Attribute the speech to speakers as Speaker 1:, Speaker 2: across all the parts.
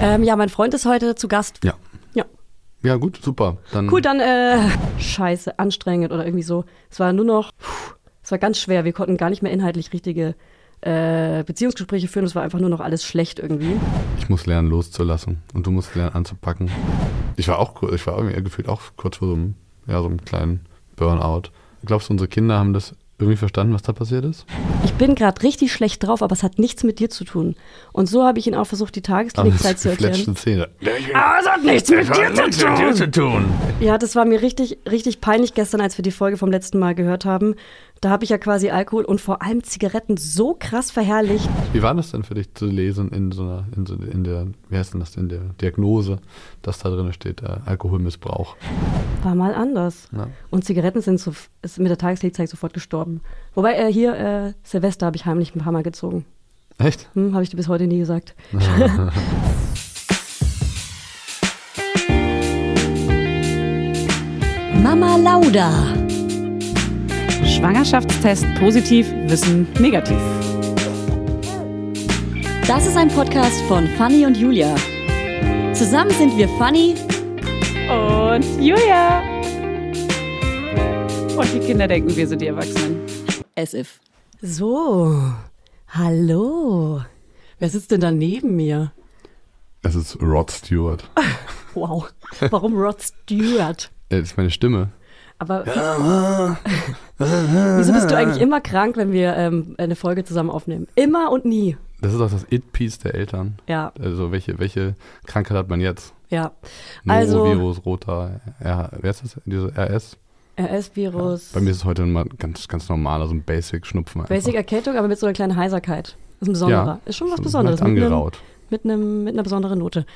Speaker 1: Ähm, ja, mein Freund ist heute zu Gast.
Speaker 2: Ja.
Speaker 1: Ja.
Speaker 2: Ja, gut, super. Dann
Speaker 1: Cool, dann äh, scheiße, anstrengend oder irgendwie so. Es war nur noch, puh, es war ganz schwer. Wir konnten gar nicht mehr inhaltlich richtige äh, Beziehungsgespräche führen. Es war einfach nur noch alles schlecht irgendwie.
Speaker 2: Ich muss lernen loszulassen und du musst lernen anzupacken. Ich war auch kur- ich war irgendwie gefühlt auch kurz vor so einem, ja, so einem kleinen Burnout. Glaubst du, unsere Kinder haben das irgendwie verstanden, was da passiert ist?
Speaker 1: Ich bin gerade richtig schlecht drauf, aber es hat nichts mit dir zu tun. Und so habe ich ihn auch versucht, die
Speaker 2: Aber das
Speaker 1: Tagesklinikzeit zu erklären.
Speaker 2: gefletschte Zähne.
Speaker 1: Aber es hat nichts mit dir zu
Speaker 2: mit dir
Speaker 1: tun.
Speaker 2: zu tun.
Speaker 1: Ja, das war mir richtig, richtig peinlich gestern, als wir die Folge vom letzten Mal gehört haben. Da habe ich ja quasi Alkohol und vor allem Zigaretten so krass verherrlicht.
Speaker 2: Wie war das denn für dich zu lesen in so einer, in, so, in der, wie heißt denn das, in der Diagnose, dass da drin steht, äh, Alkoholmissbrauch?
Speaker 1: War mal anders.
Speaker 2: Ja.
Speaker 1: Und Zigaretten sind so, ist mit der Tageszeit sofort gestorben. Wobei äh, hier äh, Silvester habe ich heimlich ein paar Mal gezogen.
Speaker 2: Echt?
Speaker 1: Hm, habe ich dir bis heute nie gesagt.
Speaker 3: Mama Lauda.
Speaker 4: Schwangerschaftstest positiv, Wissen negativ.
Speaker 3: Das ist ein Podcast von Fanny und Julia. Zusammen sind wir Fanny
Speaker 4: Und Julia. Und die Kinder denken, wir sind die Erwachsenen.
Speaker 3: as if.
Speaker 1: So, hallo. Wer sitzt denn da neben mir?
Speaker 2: Es ist Rod Stewart.
Speaker 1: Wow. Warum Rod Stewart?
Speaker 2: Äh, Das ist meine Stimme.
Speaker 1: Aber wieso bist du eigentlich immer krank, wenn wir ähm, eine Folge zusammen aufnehmen? Immer und nie.
Speaker 2: Das ist auch das It-Piece der Eltern.
Speaker 1: Ja,
Speaker 2: Also welche, welche Krankheit hat man jetzt?
Speaker 1: ja. Also
Speaker 2: Norovirus, roter, äh, R, wer ist das? Diese RS?
Speaker 1: RS-Virus,
Speaker 2: Bei mir ist es heute mal ganz, ganz normal, also ein Basic-Schnupfen. einfach.
Speaker 1: Basic Erkältung, aber mit so einer kleinen Heiserkeit. Ist ein besonderer.
Speaker 2: Ja, halt
Speaker 1: ist schon was
Speaker 2: so
Speaker 1: Besonderes.
Speaker 2: leicht
Speaker 1: Mit einem-
Speaker 2: angeraut.
Speaker 1: mit, einem, mit einer besonderen Note.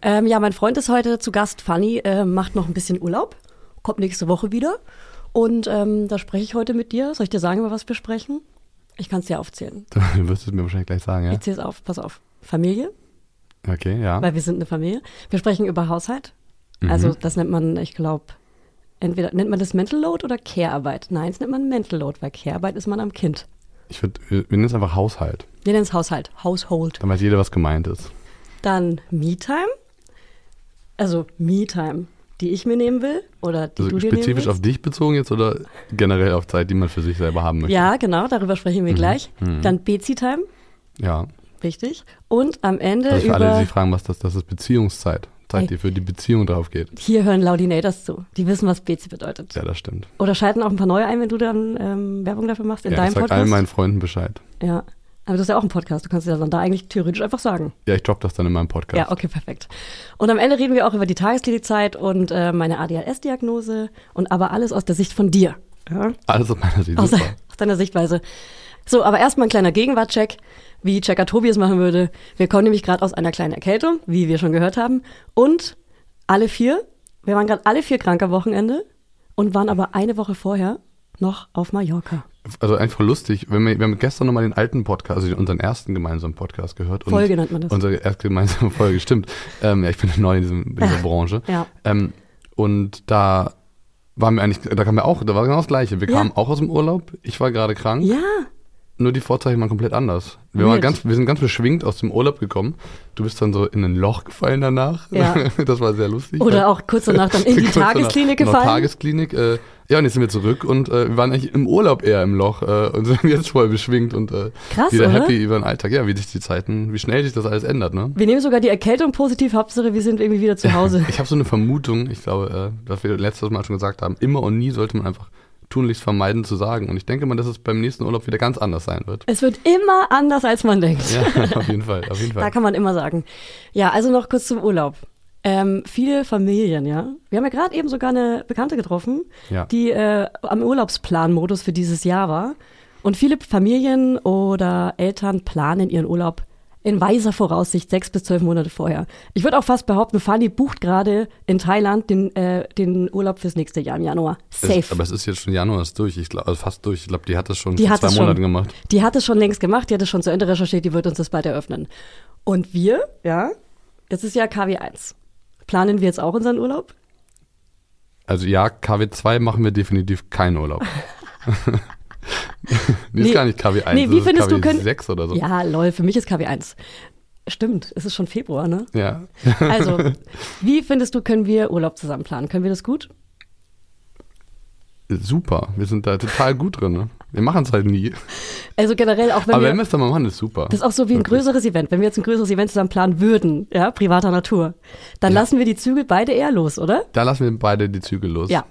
Speaker 1: Ähm, ja, mein Freund ist heute zu Gast. Fanny äh, macht noch ein bisschen Urlaub, kommt nächste Woche wieder. Und ähm, da spreche ich heute mit dir. Soll ich dir sagen, über was wir sprechen? Ich kann es dir aufzählen.
Speaker 2: Du wirst es mir wahrscheinlich gleich sagen, ja?
Speaker 1: Ich zähle es auf, pass auf. Familie,
Speaker 2: Okay, ja. Mhm.
Speaker 1: weil wir sind eine Familie. Wir sprechen über Haushalt. Also das nennt man, ich glaube, entweder nennt man das Mental Load oder Care-Arbeit. Nein, das nennt man Mental Load, weil Care-Arbeit ist man am Kind.
Speaker 2: Ich würde, wir nennen es einfach Haushalt.
Speaker 1: Wir nennen es Haushalt, Household.
Speaker 2: Dann weiß jeder, was gemeint ist.
Speaker 1: Dann Me-Time. Also Me-Time, die ich mir nehmen will oder die
Speaker 2: Also
Speaker 1: du dir nehmen
Speaker 2: spezifisch
Speaker 1: willst.
Speaker 2: auf dich bezogen jetzt oder generell auf Zeit, die man für sich selber haben möchte?
Speaker 1: ja, genau, darüber sprechen
Speaker 2: Mhm.
Speaker 1: wir gleich. Dann Bezi-Time,
Speaker 2: Ja.
Speaker 1: wichtig. Und am Ende
Speaker 2: Also für
Speaker 1: Äh, über,
Speaker 2: alle, die sich fragen, was das, das ist Beziehungszeit. Zeit,
Speaker 1: Ey.
Speaker 2: die für die Beziehung drauf geht.
Speaker 1: hier hören Laudinators zu. Die wissen, was Bezi bedeutet.
Speaker 2: Ja, das stimmt.
Speaker 1: Oder schalten auch ein paar neue ein, wenn du dann ähm, Werbung dafür machst in
Speaker 2: ja, ich
Speaker 1: deinem
Speaker 2: sag
Speaker 1: Podcast.
Speaker 2: allen meinen Freunden Bescheid.
Speaker 1: ja. Aber du hast ja auch einen Podcast, du kannst ja dann da eigentlich theoretisch einfach sagen.
Speaker 2: Ja, ich droppe das dann in meinem Podcast.
Speaker 1: Ja, okay, perfekt. Und am Ende reden wir auch über die Tagesklinikzeit und äh, meine ADHS-Diagnose und aber alles aus der Sicht von dir. Ja?
Speaker 2: Alles aus meiner Sicht.
Speaker 1: aus,
Speaker 2: Super.
Speaker 1: aus deiner Sichtweise. So, aber erstmal ein kleiner Gegenwartcheck, wie Checker Tobi es machen würde. Wir kommen nämlich gerade aus einer kleinen Erkältung, wie wir schon gehört haben. Und alle vier, wir waren gerade alle vier krank am Wochenende und waren aber eine Woche vorher noch auf Mallorca.
Speaker 2: Also einfach lustig, wenn wir, wir haben gestern nochmal den alten Podcast, also unseren ersten gemeinsamen Podcast gehört. Und
Speaker 1: Folge nennt man das.
Speaker 2: Unsere erste gemeinsame Folge, stimmt. Ähm, ja, ich bin neu in, diesem, in dieser Branche.
Speaker 1: ja.
Speaker 2: Ähm, und da waren wir eigentlich, da kamen wir auch, da war genau das Gleiche. Wir
Speaker 1: Ja.
Speaker 2: kamen auch aus dem Urlaub, ich war gerade krank,
Speaker 1: Ja,
Speaker 2: nur die Vorzeichen waren komplett anders. Wir, waren
Speaker 1: Weird.
Speaker 2: ganz, wir sind ganz beschwingt aus dem Urlaub gekommen. Du bist dann so in ein Loch gefallen danach.
Speaker 1: Ja.
Speaker 2: Das war sehr lustig.
Speaker 1: Oder auch kurz danach dann in die
Speaker 2: Kurz danach.
Speaker 1: Tagesklinik
Speaker 2: Genau,
Speaker 1: gefallen.
Speaker 2: Tagesklinik. Äh, ja, und jetzt sind wir zurück und äh, wir waren eigentlich im Urlaub eher im Loch äh, und sind jetzt voll beschwingt und äh,
Speaker 1: Krass,
Speaker 2: wieder
Speaker 1: oder?
Speaker 2: happy über den Alltag. Ja, wie sich die Zeiten, wie schnell sich das alles ändert, ne?
Speaker 1: wir nehmen sogar die Erkältung positiv, Hauptsache wir sind irgendwie wieder zu Hause.
Speaker 2: Ich habe so eine Vermutung, ich glaube, äh, was wir letztes Mal schon gesagt haben, immer und nie sollte man einfach tunlichst vermeiden zu sagen. Und ich denke mal, dass es beim nächsten Urlaub wieder ganz anders sein wird.
Speaker 1: es wird immer anders, als man denkt.
Speaker 2: Ja, auf jeden Fall, auf jeden
Speaker 1: Da
Speaker 2: Fall.
Speaker 1: kann man immer sagen. Ja, also noch kurz zum Urlaub. Ähm, viele Familien, ja. Wir haben ja gerade eben sogar eine Bekannte getroffen,
Speaker 2: Ja.
Speaker 1: die äh, am Urlaubsplanmodus für dieses Jahr war. Und viele Familien oder Eltern planen ihren Urlaub in weiser Voraussicht sechs bis zwölf Monate vorher. Ich würde auch fast behaupten, Fanny bucht gerade in Thailand den, äh, den Urlaub fürs nächste Jahr im Januar. Safe.
Speaker 2: Es, aber es ist jetzt schon Januar, ist durch, ich glaub, also fast durch. Ich glaube, die hat das schon
Speaker 1: Die
Speaker 2: vor
Speaker 1: hat
Speaker 2: zwei
Speaker 1: es
Speaker 2: Monaten
Speaker 1: schon,
Speaker 2: gemacht.
Speaker 1: Die hat es schon längst gemacht, die hat es schon zu Ende recherchiert, die wird uns das bald eröffnen. Und wir, ja, das ist ja KW1. Planen wir jetzt auch unseren Urlaub?
Speaker 2: Also ja, KW2 machen wir definitiv keinen Urlaub. nee,
Speaker 1: Nee.
Speaker 2: ist gar nicht KW1.
Speaker 1: Nee, wie
Speaker 2: das ist
Speaker 1: findest du, können-
Speaker 2: KW6 oder so.
Speaker 1: Ja, lol, für mich ist KW1. Stimmt, es ist schon Februar, ne?
Speaker 2: Ja.
Speaker 1: Also, wie findest du, können wir Urlaub zusammen planen? Können wir das gut?
Speaker 2: Super. Wir sind da total gut drin. Ne? Wir machen es halt nie.
Speaker 1: Also generell, auch wenn
Speaker 2: Aber
Speaker 1: wir.
Speaker 2: wenn wir es dann mal machen, ist super.
Speaker 1: Das ist auch so wie ein
Speaker 2: Wirklich.
Speaker 1: größeres Event. Wenn wir jetzt ein größeres Event zusammen planen würden, ja, privater Natur, dann
Speaker 2: Ja.
Speaker 1: lassen wir die Zügel beide eher los, oder?
Speaker 2: Da lassen wir beide die Züge los.
Speaker 1: Ja.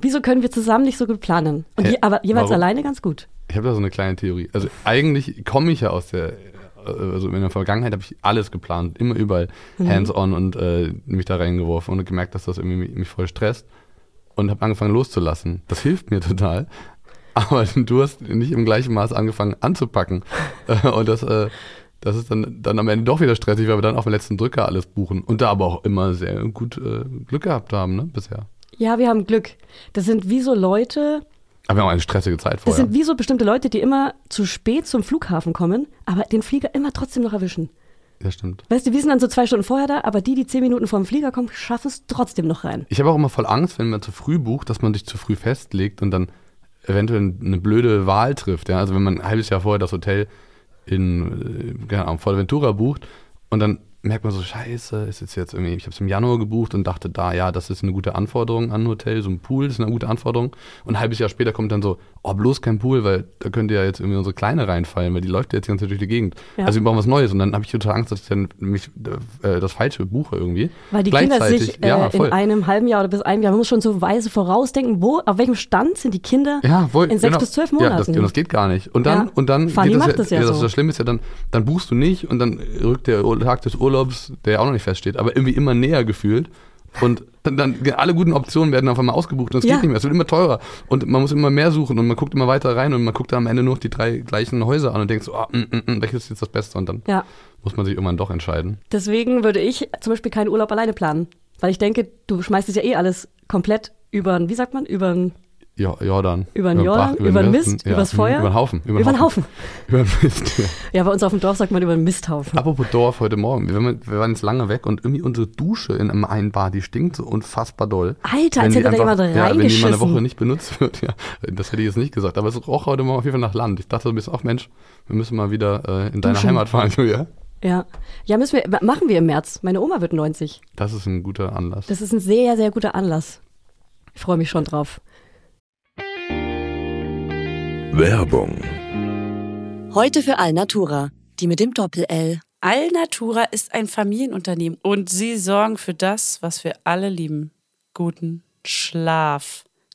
Speaker 1: Wieso können wir zusammen nicht so gut planen? Und
Speaker 2: Hä?
Speaker 1: je, aber jeweils
Speaker 2: Warum?
Speaker 1: alleine ganz gut.
Speaker 2: Ich habe da so eine kleine Theorie. Also eigentlich komme ich ja aus der, äh, also in der Vergangenheit habe ich alles geplant, immer überall
Speaker 1: Mhm.
Speaker 2: hands-on und äh, mich da reingeworfen und gemerkt, dass das irgendwie mich, mich voll stresst und habe angefangen loszulassen. Das hilft mir total. Aber du hast nicht im gleichen Maß angefangen anzupacken. Äh, Und das, äh, das ist dann, dann am Ende doch wieder stressig, weil wir dann auf den letzten Drücker alles buchen. Und da aber auch immer sehr gut äh, Glück gehabt haben, ne, bisher.
Speaker 1: Ja, wir haben Glück. Das sind wie so Leute,
Speaker 2: Aber wir haben auch eine stressige Zeit
Speaker 1: das
Speaker 2: vorher.
Speaker 1: sind wie so bestimmte Leute, die immer zu spät zum Flughafen kommen, aber den Flieger immer trotzdem noch erwischen.
Speaker 2: Das stimmt.
Speaker 1: Weißt du, wir sind dann so zwei Stunden vorher da, aber die, die zehn Minuten vor dem Flieger kommen, schaffen es trotzdem noch rein.
Speaker 2: Ich habe auch immer voll Angst, wenn man zu früh bucht, dass man sich zu früh festlegt und dann eventuell eine blöde Wahl trifft. Ja? Also wenn man ein halbes Jahr vorher das Hotel in äh, keine Ahnung, Fuerteventura bucht und dann merkt man so, scheiße, ist jetzt jetzt irgendwie, ich habe es im Januar gebucht und dachte da, ja, das ist eine gute Anforderung an ein Hotel, so ein Pool ist eine gute Anforderung. Und ein halbes Jahr später kommt dann so, oh, bloß kein Pool, weil da könnte ja jetzt irgendwie unsere Kleine reinfallen, weil die läuft ja jetzt die ganze Zeit durch die Gegend.
Speaker 1: Ja.
Speaker 2: Also wir brauchen was Neues und dann habe ich total Angst, dass ich dann mich äh, das Falsche buche irgendwie.
Speaker 1: Weil die Kinder sich
Speaker 2: Gleichzeitig-
Speaker 1: äh,
Speaker 2: ja, voll.
Speaker 1: in einem halben Jahr oder bis einem Jahr, man muss schon so weise vorausdenken, wo, auf welchem Stand sind die Kinder
Speaker 2: Ja, wohl,
Speaker 1: in sechs bis zwölf
Speaker 2: Ja, das,
Speaker 1: Monaten.
Speaker 2: das geht gar nicht. Und dann,
Speaker 1: Ja.
Speaker 2: und dann
Speaker 1: Fanny
Speaker 2: geht das
Speaker 1: macht
Speaker 2: ja,
Speaker 1: das ja
Speaker 2: das,
Speaker 1: so.
Speaker 2: das Schlimme ist ja dann, dann buchst du nicht und dann rückt der Ur- Tag des Urlaubs, der ja auch noch nicht feststeht, aber irgendwie immer näher gefühlt. Und dann, dann alle guten Optionen werden auf einmal ausgebucht und es
Speaker 1: Ja.
Speaker 2: geht nicht mehr. Es wird immer teurer und man muss immer mehr suchen und man guckt immer weiter rein und man guckt dann am Ende nur noch die drei gleichen Häuser an und denkt so, ah, mm, mm, mm, welches ist jetzt das Beste? Und dann
Speaker 1: ja.
Speaker 2: muss man sich irgendwann doch entscheiden.
Speaker 1: Deswegen würde ich zum Beispiel keinen Urlaub alleine planen. Weil ich denke, du schmeißt es ja eh alles komplett über wie sagt man, über
Speaker 2: Jo Jordan.
Speaker 1: Übern Jordan,
Speaker 2: Bach, übern
Speaker 1: übern
Speaker 2: Westen,
Speaker 1: Mist, übers Feuer?
Speaker 2: Über den Haufen.
Speaker 1: über den Haufen.
Speaker 2: Über den Mist, ja.
Speaker 1: Ja, bei uns auf dem Dorf sagt man über den Misthaufen.
Speaker 2: Apropos Dorf heute Morgen. Wir waren, wir waren jetzt lange weg und irgendwie unsere Dusche in einem einen Bar, die stinkt so unfassbar doll.
Speaker 1: Alter, als
Speaker 2: Wenn die
Speaker 1: hätte da
Speaker 2: einfach-
Speaker 1: jemand
Speaker 2: ja, Wenn die mal eine
Speaker 1: reingeschissen.
Speaker 2: Woche nicht benutzt wird, ja. Das hätte ich jetzt nicht gesagt. Aber es roch heute Morgen auf jeden Fall nach Land. Ich dachte, du bist auch Mensch. Wir müssen mal wieder äh, in deine
Speaker 1: Duschen.
Speaker 2: Heimat fahren, Julia.
Speaker 1: Ja. Ja, müssen wir machen wir im März. Meine Oma wird 90.
Speaker 2: Das ist ein guter Anlass.
Speaker 1: Das ist ein sehr sehr guter Anlass. Ich freue mich schon drauf.
Speaker 5: Werbung.
Speaker 3: Heute für Alnatura, die mit dem Doppel-L.
Speaker 4: Alnatura ist ein Familienunternehmen und sie sorgen für das, was wir alle lieben. Guten Schlaf.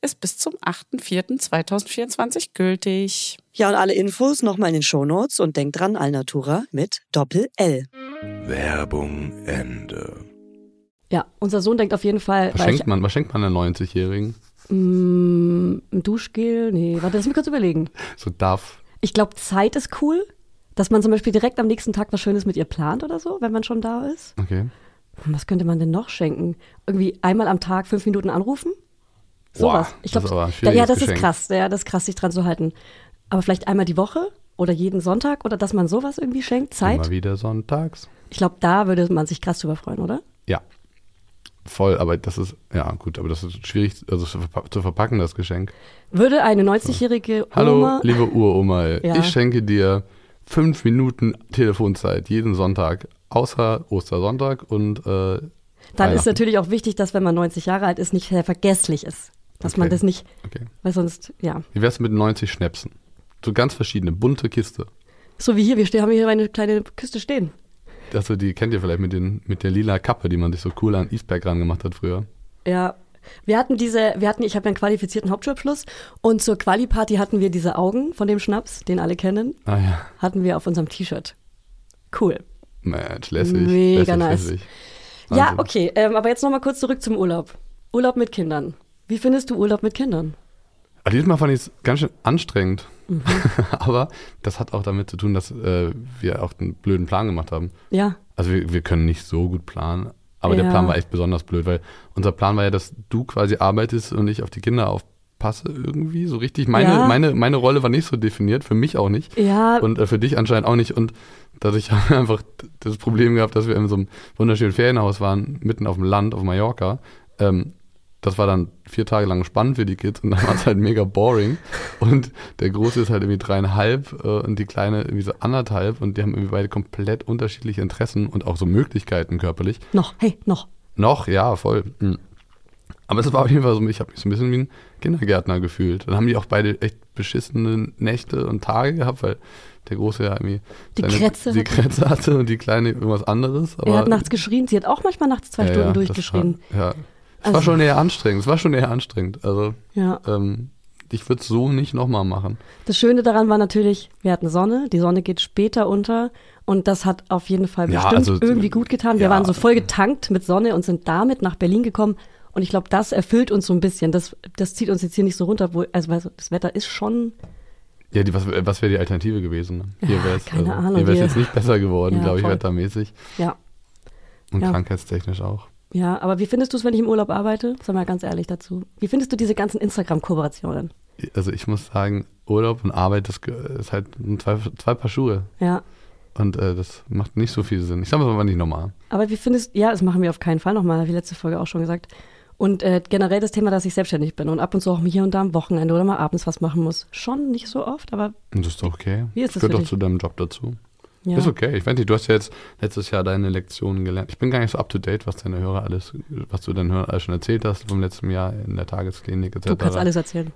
Speaker 4: ist bis zum 8.4.2024 gültig.
Speaker 6: Ja, und alle Infos nochmal in den Shownotes und denkt dran, Alnatura mit Doppel-L.
Speaker 5: Werbung Ende.
Speaker 1: Ja, unser Sohn denkt auf jeden Fall,
Speaker 2: was,
Speaker 1: weil ich,
Speaker 2: schenkt man, was schenkt man einer 90-Jährigen?
Speaker 1: mh, ein Duschgel, nee, warte, lass mich kurz überlegen.
Speaker 2: So darf.
Speaker 1: Ich glaube, Zeit ist cool. Dass man zum Beispiel direkt am nächsten Tag was Schönes mit ihr plant oder so, wenn man schon da ist.
Speaker 2: Okay.
Speaker 1: Und was könnte man denn noch schenken? Irgendwie einmal am Tag fünf Minuten anrufen? Sowas.
Speaker 2: Boah,
Speaker 1: ich
Speaker 2: das
Speaker 1: glaube,
Speaker 2: ist aber ein
Speaker 1: da, ja,
Speaker 2: schwieriges
Speaker 1: das
Speaker 2: Geschenk.
Speaker 1: ist krass. Ja, das ist krass, sich dran zu halten. Aber vielleicht einmal die Woche oder jeden Sonntag oder dass man sowas irgendwie schenkt,
Speaker 2: Immer
Speaker 1: Zeit.
Speaker 2: wieder sonntags.
Speaker 1: Ich glaube, da würde man sich krass drüber freuen, oder?
Speaker 2: Ja. Voll, aber das ist, ja gut, aber das ist schwierig also zu, verpa zu verpacken, das Geschenk.
Speaker 1: Würde eine 90-jährige
Speaker 2: Hallo,
Speaker 1: Oma.
Speaker 2: liebe Uroma,
Speaker 1: Ja.
Speaker 2: ich schenke dir fünf Minuten Telefonzeit jeden Sonntag, außer Ostersonntag und äh,
Speaker 1: Dann ist
Speaker 2: Weihnachten.
Speaker 1: natürlich auch wichtig, dass wenn man 90 Jahre alt ist, nicht sehr vergesslich ist. Dass man
Speaker 2: Okay.
Speaker 1: das nicht,
Speaker 2: Okay.
Speaker 1: weil sonst, ja.
Speaker 2: Wie wär's mit 90 Schnäpsen? So ganz verschiedene, bunte Kiste.
Speaker 1: So wie hier, wir stehen, haben hier eine kleine Küste stehen.
Speaker 2: Also die kennt ihr vielleicht mit, den, mit der lila Kappe, die man sich so cool an Eastberg gemacht hat früher.
Speaker 1: Ja. Wir hatten diese, wir hatten, ich habe einen qualifizierten Hauptschulabschluss und zur Quali-Party hatten wir diese Augen von dem Schnaps, den alle kennen,
Speaker 2: Ah ja,
Speaker 1: hatten wir auf unserem T-Shirt. Cool.
Speaker 2: Mensch, lässig.
Speaker 1: Mega
Speaker 2: lässig,
Speaker 1: nice.
Speaker 2: Lässig.
Speaker 1: Ja,
Speaker 2: Wahnsinn.
Speaker 1: okay, ähm, aber jetzt nochmal kurz zurück zum Urlaub. Urlaub mit Kindern. Wie findest du Urlaub mit Kindern?
Speaker 2: Aber Also diesmal fand ich es ganz schön anstrengend.
Speaker 1: Mhm.
Speaker 2: Aber das hat auch damit zu tun, dass äh, wir auch einen blöden Plan gemacht haben.
Speaker 1: Ja.
Speaker 2: Also wir, wir können nicht so gut planen, aber der
Speaker 1: Ja.
Speaker 2: Plan war echt besonders blöd, weil unser Plan war ja, dass du quasi arbeitest und ich auf die Kinder aufpasse irgendwie, so richtig. Meine,
Speaker 1: Ja.
Speaker 2: meine, meine Rolle war nicht so definiert, für mich auch nicht.
Speaker 1: Ja.
Speaker 2: Und äh, für dich anscheinend auch nicht. Und dadurch haben wir einfach das Problem gehabt, dass wir in so einem wunderschönen Ferienhaus waren, mitten auf dem Land, auf Mallorca. Ähm, das war dann vier Tage lang spannend für die Kids und dann war es halt mega boring. Und der Große ist halt irgendwie dreieinhalb äh, und die Kleine irgendwie so anderthalb und die haben irgendwie beide komplett unterschiedliche Interessen und auch so Möglichkeiten körperlich.
Speaker 1: Noch, hey, noch.
Speaker 2: Noch, ja, voll. Hm. Aber es war auf jeden Fall so, ich habe mich so ein bisschen wie ein Kindergärtner gefühlt. Dann haben die auch beide echt beschissene Nächte und Tage gehabt, weil der Große ja irgendwie
Speaker 1: Die Krätze
Speaker 2: die
Speaker 1: hatte.
Speaker 2: Krätze hatte und die Kleine irgendwas anderes. Aber
Speaker 1: er hat nachts geschrien, sie hat auch manchmal nachts zwei
Speaker 2: Ja,
Speaker 1: Stunden
Speaker 2: ja,
Speaker 1: durchgeschrien.
Speaker 2: Das war, ja. Es
Speaker 1: Also-
Speaker 2: war schon eher anstrengend. Es war schon eher anstrengend. Also,
Speaker 1: Ja.
Speaker 2: ähm, ich würde es so nicht nochmal machen.
Speaker 1: Das Schöne daran war natürlich, wir hatten Sonne, die Sonne geht später unter und das hat auf jeden Fall
Speaker 2: Ja,
Speaker 1: bestimmt
Speaker 2: also,
Speaker 1: irgendwie gut getan. Wir
Speaker 2: ja.
Speaker 1: waren so voll getankt mit Sonne und sind damit nach Berlin gekommen und ich glaube, das erfüllt uns so ein bisschen. Das, das zieht uns jetzt hier nicht so runter, wo, also weißt du, das Wetter ist schon,
Speaker 2: Ja, die, was, was wäre die Alternative gewesen? ne?
Speaker 1: Ja,
Speaker 2: Hier wäre es
Speaker 1: keine Ahnung,
Speaker 2: hier wär's
Speaker 1: hier-
Speaker 2: jetzt nicht besser geworden,
Speaker 1: Ja,
Speaker 2: glaube ich,
Speaker 1: voll.
Speaker 2: wettermäßig
Speaker 1: ja.
Speaker 2: und
Speaker 1: Ja.
Speaker 2: krankheitstechnisch auch.
Speaker 1: Ja, aber wie findest du es, wenn ich im Urlaub arbeite? Sag mal ganz ehrlich dazu. Wie findest du diese ganzen Instagram-Kooperationen?
Speaker 2: Also ich muss sagen, Urlaub und Arbeit, das ge- ist halt ein zwei, zwei Paar Schuhe.
Speaker 1: Ja,
Speaker 2: Und äh, das macht nicht so viel Sinn. Ich sage es aber nicht nochmal.
Speaker 1: aber wie findest ja, das machen wir auf keinen Fall nochmal, habe ich letzte Folge auch schon gesagt. Und äh, generell das Thema, dass ich selbstständig bin und ab und zu auch mal hier und da am Wochenende oder mal abends was machen muss. Schon nicht so oft, aber
Speaker 2: Und das ist doch okay.
Speaker 1: Wie ist das für
Speaker 2: Gehört doch
Speaker 1: dich?
Speaker 2: zu deinem Job dazu.
Speaker 1: ja.
Speaker 2: Ist okay. Ich weiß nicht, du hast ja jetzt letztes Jahr deine Lektionen gelernt. Ich bin gar nicht so up to date, was deine Hörer alles, was du deinen Hörern alles schon erzählt hast vom letzten Jahr in der Tagesklinik etc.
Speaker 1: Du kannst alles erzählen.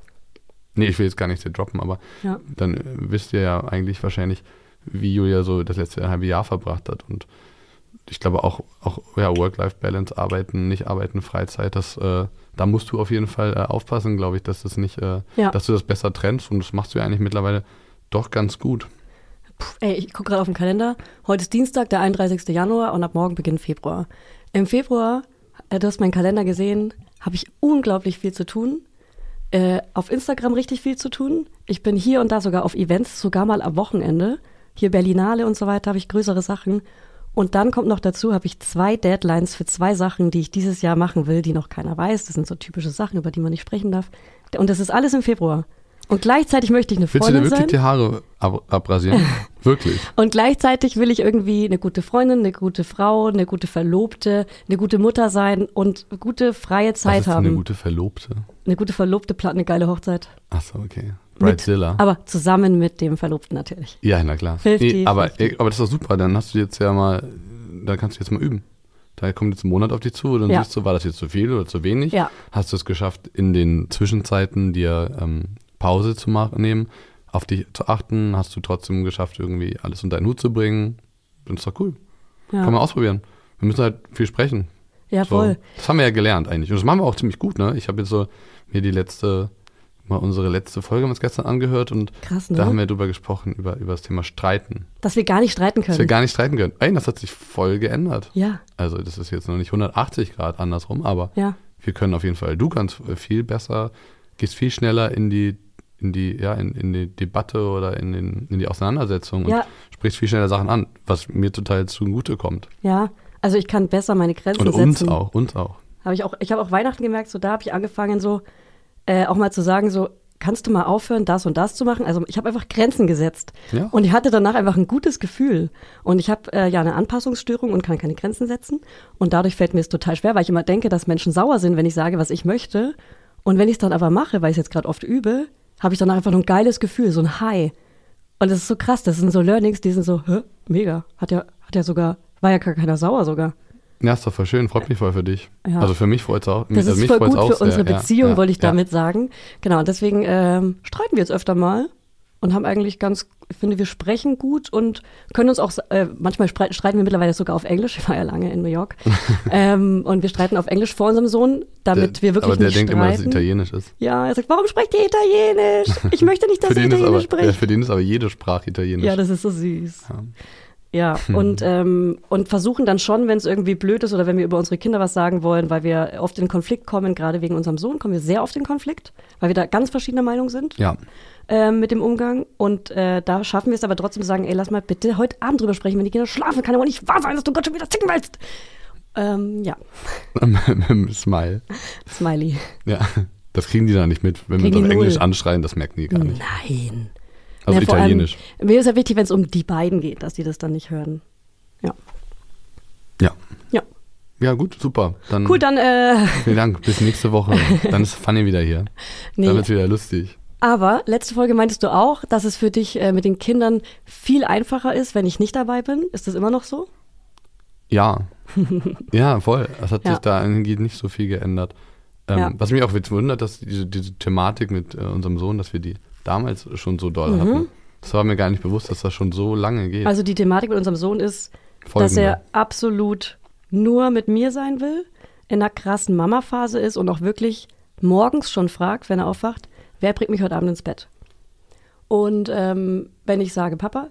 Speaker 2: Nee, ich will jetzt gar nichts hier droppen, aber
Speaker 1: Ja.
Speaker 2: dann äh, wisst ihr ja eigentlich wahrscheinlich, wie Julia so das letzte halbe Jahr verbracht hat. Und ich glaube auch, auch ja, Work-Life-Balance, Arbeiten, nicht Arbeiten, Freizeit, das, äh, da musst du auf jeden Fall äh, aufpassen, glaube ich, dass das nicht, äh,
Speaker 1: Ja.
Speaker 2: dass du das besser trennst und das machst du ja eigentlich mittlerweile doch ganz gut.
Speaker 1: Puh, ey, ich gucke gerade auf den Kalender. Heute ist Dienstag, der 31. Januar und ab morgen beginnt Februar. Im Februar, äh, du hast meinen Kalender gesehen, habe ich unglaublich viel zu tun. Äh, auf Instagram richtig viel zu tun. Ich bin hier und da sogar auf Events, sogar mal am Wochenende. Hier Berlinale und so weiter habe ich größere Sachen. Und dann kommt noch dazu, habe ich zwei Deadlines für zwei Sachen, die ich dieses Jahr machen will, die noch keiner weiß. Das sind so typische Sachen, über die man nicht sprechen darf. Und das ist alles im Februar. Und gleichzeitig möchte ich eine
Speaker 2: Willst du
Speaker 1: Freundin
Speaker 2: dir wirklich
Speaker 1: sein.
Speaker 2: die Haare ab abrasieren? wirklich.
Speaker 1: Und gleichzeitig will ich irgendwie eine gute Freundin, eine gute Frau, eine gute Verlobte, eine gute Mutter sein und gute freie
Speaker 2: Was
Speaker 1: Zeit
Speaker 2: ist denn
Speaker 1: haben.
Speaker 2: eine gute Verlobte?
Speaker 1: eine gute Verlobte plant eine geile Hochzeit.
Speaker 2: Achso, okay.
Speaker 1: Mit-
Speaker 2: Bridezilla.
Speaker 1: Aber zusammen mit dem Verlobten natürlich.
Speaker 2: Ja, na klar.
Speaker 1: 50,
Speaker 2: nee, aber,
Speaker 1: 50.
Speaker 2: aber das ist doch super, dann hast du jetzt ja mal, dann kannst du jetzt mal üben. Da kommt jetzt ein Monat auf dich zu, dann
Speaker 1: Ja.
Speaker 2: siehst du, war das jetzt zu viel oder zu wenig?
Speaker 1: Ja.
Speaker 2: Hast du es geschafft, in den Zwischenzeiten dir ähm, Pause zu machen, nehmen, auf dich zu achten? Hast du trotzdem geschafft, irgendwie alles unter einen Hut zu bringen? Das ist doch cool.
Speaker 1: Ja,
Speaker 2: Kann man ausprobieren. Wir müssen halt viel sprechen.
Speaker 1: ja
Speaker 2: So,
Speaker 1: voll.
Speaker 2: das haben wir ja gelernt eigentlich. Und das machen wir auch ziemlich gut, ne? Ich habe jetzt so mir die letzte, mal unsere letzte Folge haben wir uns gestern angehört und
Speaker 1: Krass,
Speaker 2: da
Speaker 1: ne?
Speaker 2: haben wir drüber gesprochen, über, über das Thema Streiten.
Speaker 1: Dass wir gar nicht streiten
Speaker 2: Dass wir
Speaker 1: können.
Speaker 2: gar nicht streiten können. Ey, das hat sich voll geändert.
Speaker 1: ne? Ja,
Speaker 2: Also das ist jetzt noch nicht 180 Grad andersrum, aber
Speaker 1: ja.
Speaker 2: wir können auf jeden Fall, du kannst viel besser, gehst viel schneller in die, in in die, ja, in, in die Debatte oder in, den, in die Auseinandersetzung
Speaker 1: Ja.
Speaker 2: und sprichst viel schneller Sachen an, was mir total zugute kommt.
Speaker 1: Ja, also ich kann besser meine Grenzen
Speaker 2: Und
Speaker 1: setzen.
Speaker 2: uns auch, uns auch.
Speaker 1: Habe ich auch, ich habe auch Weihnachten gemerkt, so da habe ich angefangen, so äh, auch mal zu sagen, so kannst du mal aufhören, das und das zu machen. Also ich habe einfach Grenzen gesetzt
Speaker 2: Ja.
Speaker 1: und ich hatte danach einfach ein gutes Gefühl und ich habe äh, ja eine Anpassungsstörung und kann keine Grenzen setzen und dadurch fällt mir es total schwer, weil ich immer denke, dass Menschen sauer sind, wenn ich sage, was ich möchte und wenn ich es dann aber mache, weil ich es jetzt gerade oft übe, habe ich danach einfach nur ein geiles Gefühl, so ein High und das ist so krass, das sind so Learnings, die sind so Hä? mega, hat ja hat ja sogar war ja gar keiner sauer sogar.
Speaker 2: Ja, ist doch voll schön, freut mich voll für dich.
Speaker 1: Ja.
Speaker 2: Also für mich freut es auch.
Speaker 1: Das
Speaker 2: also
Speaker 1: ist
Speaker 2: mich
Speaker 1: voll
Speaker 2: freut's
Speaker 1: gut
Speaker 2: auch
Speaker 1: für
Speaker 2: sehr,
Speaker 1: unsere
Speaker 2: ja,
Speaker 1: Beziehung,
Speaker 2: ja,
Speaker 1: wollte ich
Speaker 2: ja.
Speaker 1: damit sagen. Genau, und deswegen ähm, streiten wir jetzt öfter mal und haben eigentlich ganz, ich finde, wir sprechen gut und können uns auch, äh, manchmal stre- streiten wir mittlerweile sogar auf Englisch, ich war ja lange in New York, ähm, und wir streiten auf Englisch vor unserem Sohn, damit wir wirklich
Speaker 2: Aber der
Speaker 1: nicht
Speaker 2: denkt
Speaker 1: streiten.
Speaker 2: immer, dass es italienisch ist.
Speaker 1: ja, er sagt, warum sprecht ihr Italienisch? Ich möchte nicht, dass
Speaker 2: Für
Speaker 1: ihr
Speaker 2: den ist, aber,
Speaker 1: Italienisch
Speaker 2: ja,
Speaker 1: spricht.
Speaker 2: für den ist aber jede Sprache italienisch.
Speaker 1: Ja, das ist so süß. Ja,
Speaker 2: Hm.
Speaker 1: und, ähm, und versuchen dann schon, wenn es irgendwie blöd ist oder wenn wir über unsere Kinder was sagen wollen, weil wir oft in Konflikt kommen, gerade wegen unserem Sohn kommen wir sehr oft in Konflikt, weil wir da ganz verschiedener Meinung sind
Speaker 2: ja.
Speaker 1: ähm, mit dem Umgang. Und äh, da schaffen wir es aber trotzdem zu sagen, ey, lass mal bitte heute Abend drüber sprechen, wenn die Kinder schlafen, kann aber nicht wahr sein, dass du Gott schon wieder zicken willst. Ähm, ja,
Speaker 2: Mit dem Smile.
Speaker 1: Smiley.
Speaker 2: Ja. Das kriegen die da nicht mit. Wenn
Speaker 1: Kriegen
Speaker 2: wir das
Speaker 1: die null.
Speaker 2: Englisch anschreien, das merken die gar nicht.
Speaker 1: Nein.
Speaker 2: Hm. Also
Speaker 1: Na, vor allem,
Speaker 2: italienisch.
Speaker 1: Mir ist ja wichtig, wenn es um die beiden geht, dass die das dann nicht hören. Ja,
Speaker 2: Ja.
Speaker 1: ja.
Speaker 2: Ja, gut, super. Dann,
Speaker 1: Cool, dann äh,
Speaker 2: Vielen Dank. Bis nächste Woche. Dann ist Fanny wieder hier.
Speaker 1: Nee.
Speaker 2: Dann wird's wieder lustig.
Speaker 1: Aber letzte Folge meintest du auch, dass es für dich äh, mit den Kindern viel einfacher ist, wenn ich nicht dabei bin. Ist das immer noch so?
Speaker 2: Ja. ja, voll. Es hat
Speaker 1: Ja.
Speaker 2: sich da dahingehend nicht so viel geändert. Ähm,
Speaker 1: Ja.
Speaker 2: Was mich auch jetzt wundert, dass diese, diese Thematik mit äh, unserem Sohn, dass wir die damals schon so doll hatten. Das war mir gar nicht bewusst, dass das schon so lange geht.
Speaker 1: Mhm. Also die Thematik mit unserem Sohn ist, dass
Speaker 2: Folgende.
Speaker 1: er absolut nur mit mir sein will, in einer krassen Mama-Phase ist und auch wirklich morgens schon fragt, wenn er aufwacht, wer bringt mich heute Abend ins Bett? Und ähm, wenn ich sage, Papa,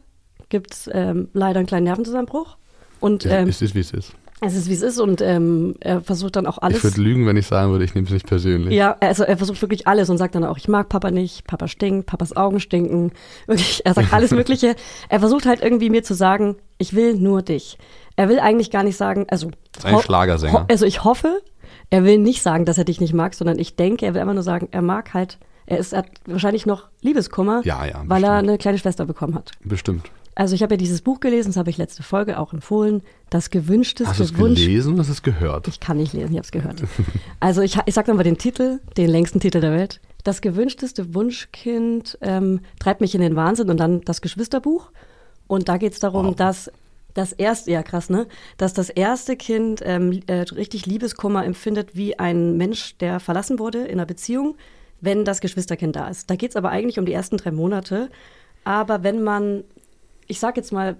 Speaker 1: gibt es ähm, leider einen kleinen Nervenzusammenbruch. Und
Speaker 2: es,
Speaker 1: ähm,
Speaker 2: es ist, wie es ist.
Speaker 1: es ist, wie es ist. Und ähm, er versucht dann auch alles.
Speaker 2: Ich würde lügen, wenn ich sagen würde, ich nehme es nicht persönlich.
Speaker 1: Ja, also er versucht wirklich alles und sagt dann auch, ich mag Papa nicht, Papa stinkt, Papas Augen stinken. Wirklich, er sagt alles Mögliche. Er versucht halt irgendwie mir zu sagen, ich will nur dich. Er will eigentlich gar nicht sagen, also.
Speaker 2: ist ein
Speaker 1: ho-
Speaker 2: Schlagersänger.
Speaker 1: ho- Also ich hoffe, er will nicht sagen, dass er dich nicht mag, sondern ich denke, er will einfach nur sagen, er mag halt, er ist er hat wahrscheinlich noch Liebeskummer,
Speaker 2: Ja, ja,
Speaker 1: weil er
Speaker 2: bestimmt.
Speaker 1: eine kleine Schwester bekommen hat.
Speaker 2: Bestimmt.
Speaker 1: Also ich habe ja dieses Buch gelesen, das habe ich letzte Folge auch empfohlen, das gewünschte
Speaker 2: Hast du es
Speaker 1: Gewünscht.
Speaker 2: gelesen oder hast du es gehört?
Speaker 1: Ich kann nicht lesen, ich habe es gehört. Also ich, ich sage nochmal den Titel, den längsten Titel der Welt. Das gewünschteste Wunschkind ähm, treibt mich in den Wahnsinn und dann das Geschwisterbuch. Und da geht es darum,
Speaker 2: Wow.
Speaker 1: dass das erste, ja krass, ne? Dass das erste Kind ähm, äh, richtig Liebeskummer empfindet wie ein Mensch, der verlassen wurde in einer Beziehung, wenn das Geschwisterkind da ist. Da geht es aber eigentlich um die ersten drei Monate. Aber wenn man ich sag jetzt mal,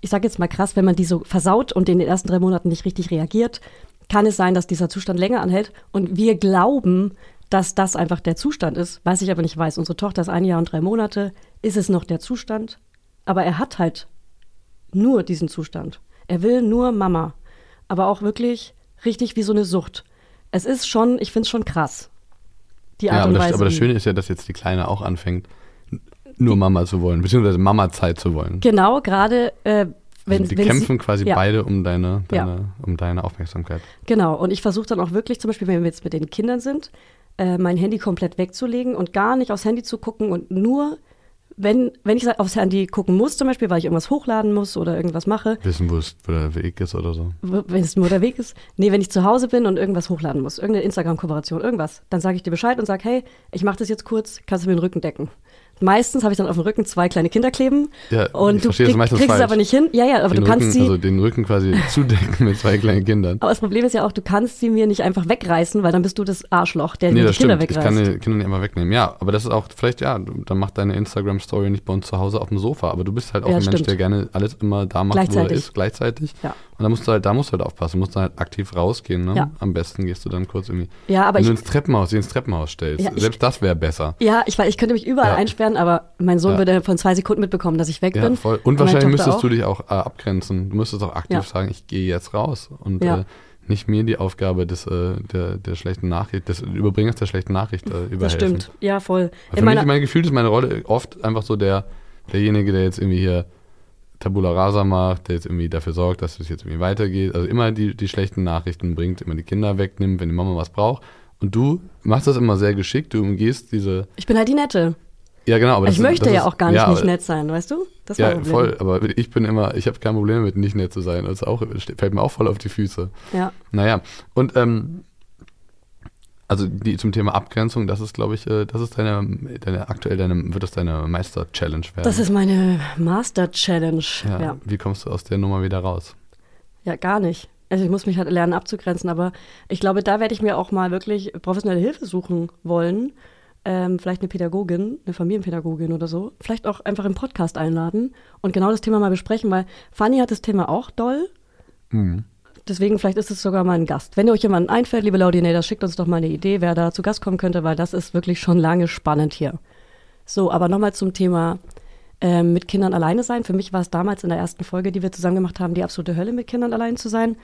Speaker 1: ich sag jetzt mal krass, wenn man die so versaut und in den ersten drei Monaten nicht richtig reagiert, kann es sein, dass dieser Zustand länger anhält. Und wir glauben, dass das einfach der Zustand ist, was ich aber nicht weiß. Unsere Tochter ist ein Jahr und drei Monate. Ist es noch der Zustand? Aber er hat halt nur diesen Zustand. Er will nur Mama. Aber auch wirklich richtig wie so eine Sucht. Es ist schon, ich find's schon krass. Die Art
Speaker 2: ja,
Speaker 1: und
Speaker 2: aber das,
Speaker 1: Weise.
Speaker 2: aber das
Speaker 1: wie-
Speaker 2: Schöne ist ja, dass jetzt die Kleine auch anfängt, n- nur Mama zu wollen, beziehungsweise Mama Zeit zu wollen.
Speaker 1: Genau, gerade äh, wenn
Speaker 2: also die
Speaker 1: wenn sie-
Speaker 2: kämpfen quasi
Speaker 1: Ja.
Speaker 2: beide um deine,
Speaker 1: Ja.
Speaker 2: deine, um deine Aufmerksamkeit.
Speaker 1: Genau, und ich versuche dann auch wirklich, zum Beispiel, wenn wir jetzt mit den Kindern sind, äh, mein Handy komplett wegzulegen und gar nicht aufs Handy zu gucken und nur, wenn, wenn ich aufs Handy gucken muss, zum Beispiel, weil ich irgendwas hochladen muss oder irgendwas mache,
Speaker 2: Wissen, wo, es, wo der Weg ist oder so.
Speaker 1: w- wenn es nur der Weg ist, nee, wenn ich zu Hause bin und irgendwas hochladen muss, irgendeine Instagram-Kooperation, irgendwas, dann sage ich dir Bescheid und sage, hey, ich mache das jetzt kurz, kannst du mir den Rücken decken? Meistens habe ich dann auf dem Rücken zwei kleine Kinder kleben
Speaker 2: Ja,
Speaker 1: und
Speaker 2: ich
Speaker 1: du
Speaker 2: verstehe das
Speaker 1: krieg,
Speaker 2: meistens
Speaker 1: kriegst es
Speaker 2: falsch.
Speaker 1: aber nicht hin. Ja, ja, aber
Speaker 2: den
Speaker 1: du kannst
Speaker 2: Rücken,
Speaker 1: sie
Speaker 2: also den Rücken quasi zudecken mit zwei kleinen Kindern.
Speaker 1: Aber das Problem ist ja auch, du kannst sie mir nicht einfach wegreißen, weil dann bist du das Arschloch, der
Speaker 2: Nee,
Speaker 1: mir die
Speaker 2: das
Speaker 1: Kinder
Speaker 2: stimmt. Ich kann
Speaker 1: wegreißt.
Speaker 2: die Kinder nicht immer wegnehmen. Ja, aber das ist auch, vielleicht, ja, du- dann macht deine Instagram-Story nicht bei uns zu Hause auf dem Sofa. Aber du bist halt auch
Speaker 1: Ja,
Speaker 2: ein Mensch,
Speaker 1: stimmt.
Speaker 2: der gerne alles immer da macht, wo er
Speaker 1: Gleichzeitig.
Speaker 2: ist, gleichzeitig.
Speaker 1: Ja.
Speaker 2: Und da musst du halt, da musst du halt aufpassen, musst du halt aktiv rausgehen. Ne?
Speaker 1: Ja.
Speaker 2: Am besten gehst du dann kurz irgendwie.
Speaker 1: Ja, aber
Speaker 2: Wenn du
Speaker 1: ich-
Speaker 2: ins Treppenhaus, sie ins Treppenhaus stellst.
Speaker 1: Ja, ich-
Speaker 2: Selbst das wäre besser.
Speaker 1: ja, ich, weiß, ich könnte mich überall
Speaker 2: Ja.
Speaker 1: einsperren, aber mein Sohn
Speaker 2: Ja.
Speaker 1: würde von zwei Sekunden mitbekommen, dass ich weg
Speaker 2: Ja,
Speaker 1: bin.
Speaker 2: voll. Und
Speaker 1: meine
Speaker 2: wahrscheinlich
Speaker 1: Tochter
Speaker 2: müsstest
Speaker 1: auch.
Speaker 2: du dich auch äh, abgrenzen. Du müsstest auch aktiv
Speaker 1: Ja.
Speaker 2: sagen, ich gehe jetzt raus und
Speaker 1: Ja.
Speaker 2: äh, nicht mir die Aufgabe des, äh, der, der schlechten Nachricht, des Überbringers der schlechten Nachricht äh, überhelfen.
Speaker 1: Das stimmt. Ja, voll.
Speaker 2: Weil
Speaker 1: In
Speaker 2: Für
Speaker 1: meiner,
Speaker 2: mich, mein Gefühl ist meine Rolle oft einfach so der, derjenige, der jetzt irgendwie hier Tabula Rasa macht, der jetzt irgendwie dafür sorgt, dass es jetzt irgendwie weitergeht. Also immer die, die schlechten Nachrichten bringt, immer die Kinder wegnimmt, wenn die Mama was braucht. Und du machst das immer sehr geschickt, du umgehst diese.
Speaker 1: ich bin halt die Nette.
Speaker 2: Ja, genau. Aber das
Speaker 1: ich
Speaker 2: ist-
Speaker 1: möchte
Speaker 2: das
Speaker 1: ja
Speaker 2: ist-
Speaker 1: auch gar nicht,
Speaker 2: ja,
Speaker 1: nicht
Speaker 2: aber-
Speaker 1: nett sein, weißt du? Das war
Speaker 2: Ja,
Speaker 1: mein Problem.
Speaker 2: voll. Aber ich bin immer, ich habe kein Problem mit nicht nett zu sein. Das auch, fällt mir auch voll auf die Füße.
Speaker 1: Ja.
Speaker 2: Naja, und ähm, also die, zum Thema Abgrenzung, das ist, glaube ich, äh, das ist deine, deine aktuell deine, wird das deine Meister-Challenge werden.
Speaker 1: Das ist meine Master-Challenge.
Speaker 2: ja.
Speaker 1: Ja. Ja.
Speaker 2: Wie kommst du aus der Nummer wieder raus?
Speaker 1: gar nicht. Also ich muss mich halt lernen abzugrenzen, aber ich glaube, da werde ich mir auch mal wirklich professionelle Hilfe suchen wollen. Ähm, vielleicht eine Pädagogin, eine Familienpädagogin oder so. Vielleicht auch einfach im Podcast einladen und genau das Thema mal besprechen, weil Fanny hat das Thema auch doll. Deswegen, vielleicht ist es sogar mal ein Gast. Wenn ihr euch jemanden einfällt, liebe Laudinators, schickt uns doch mal eine Idee, wer da zu Gast kommen könnte, weil das ist wirklich schon lange spannend hier. So, aber nochmal zum Thema ähm, mit Kindern alleine sein. Für mich war es damals in der ersten Folge, die wir zusammen gemacht haben, die absolute Hölle, mit Kindern allein zu sein.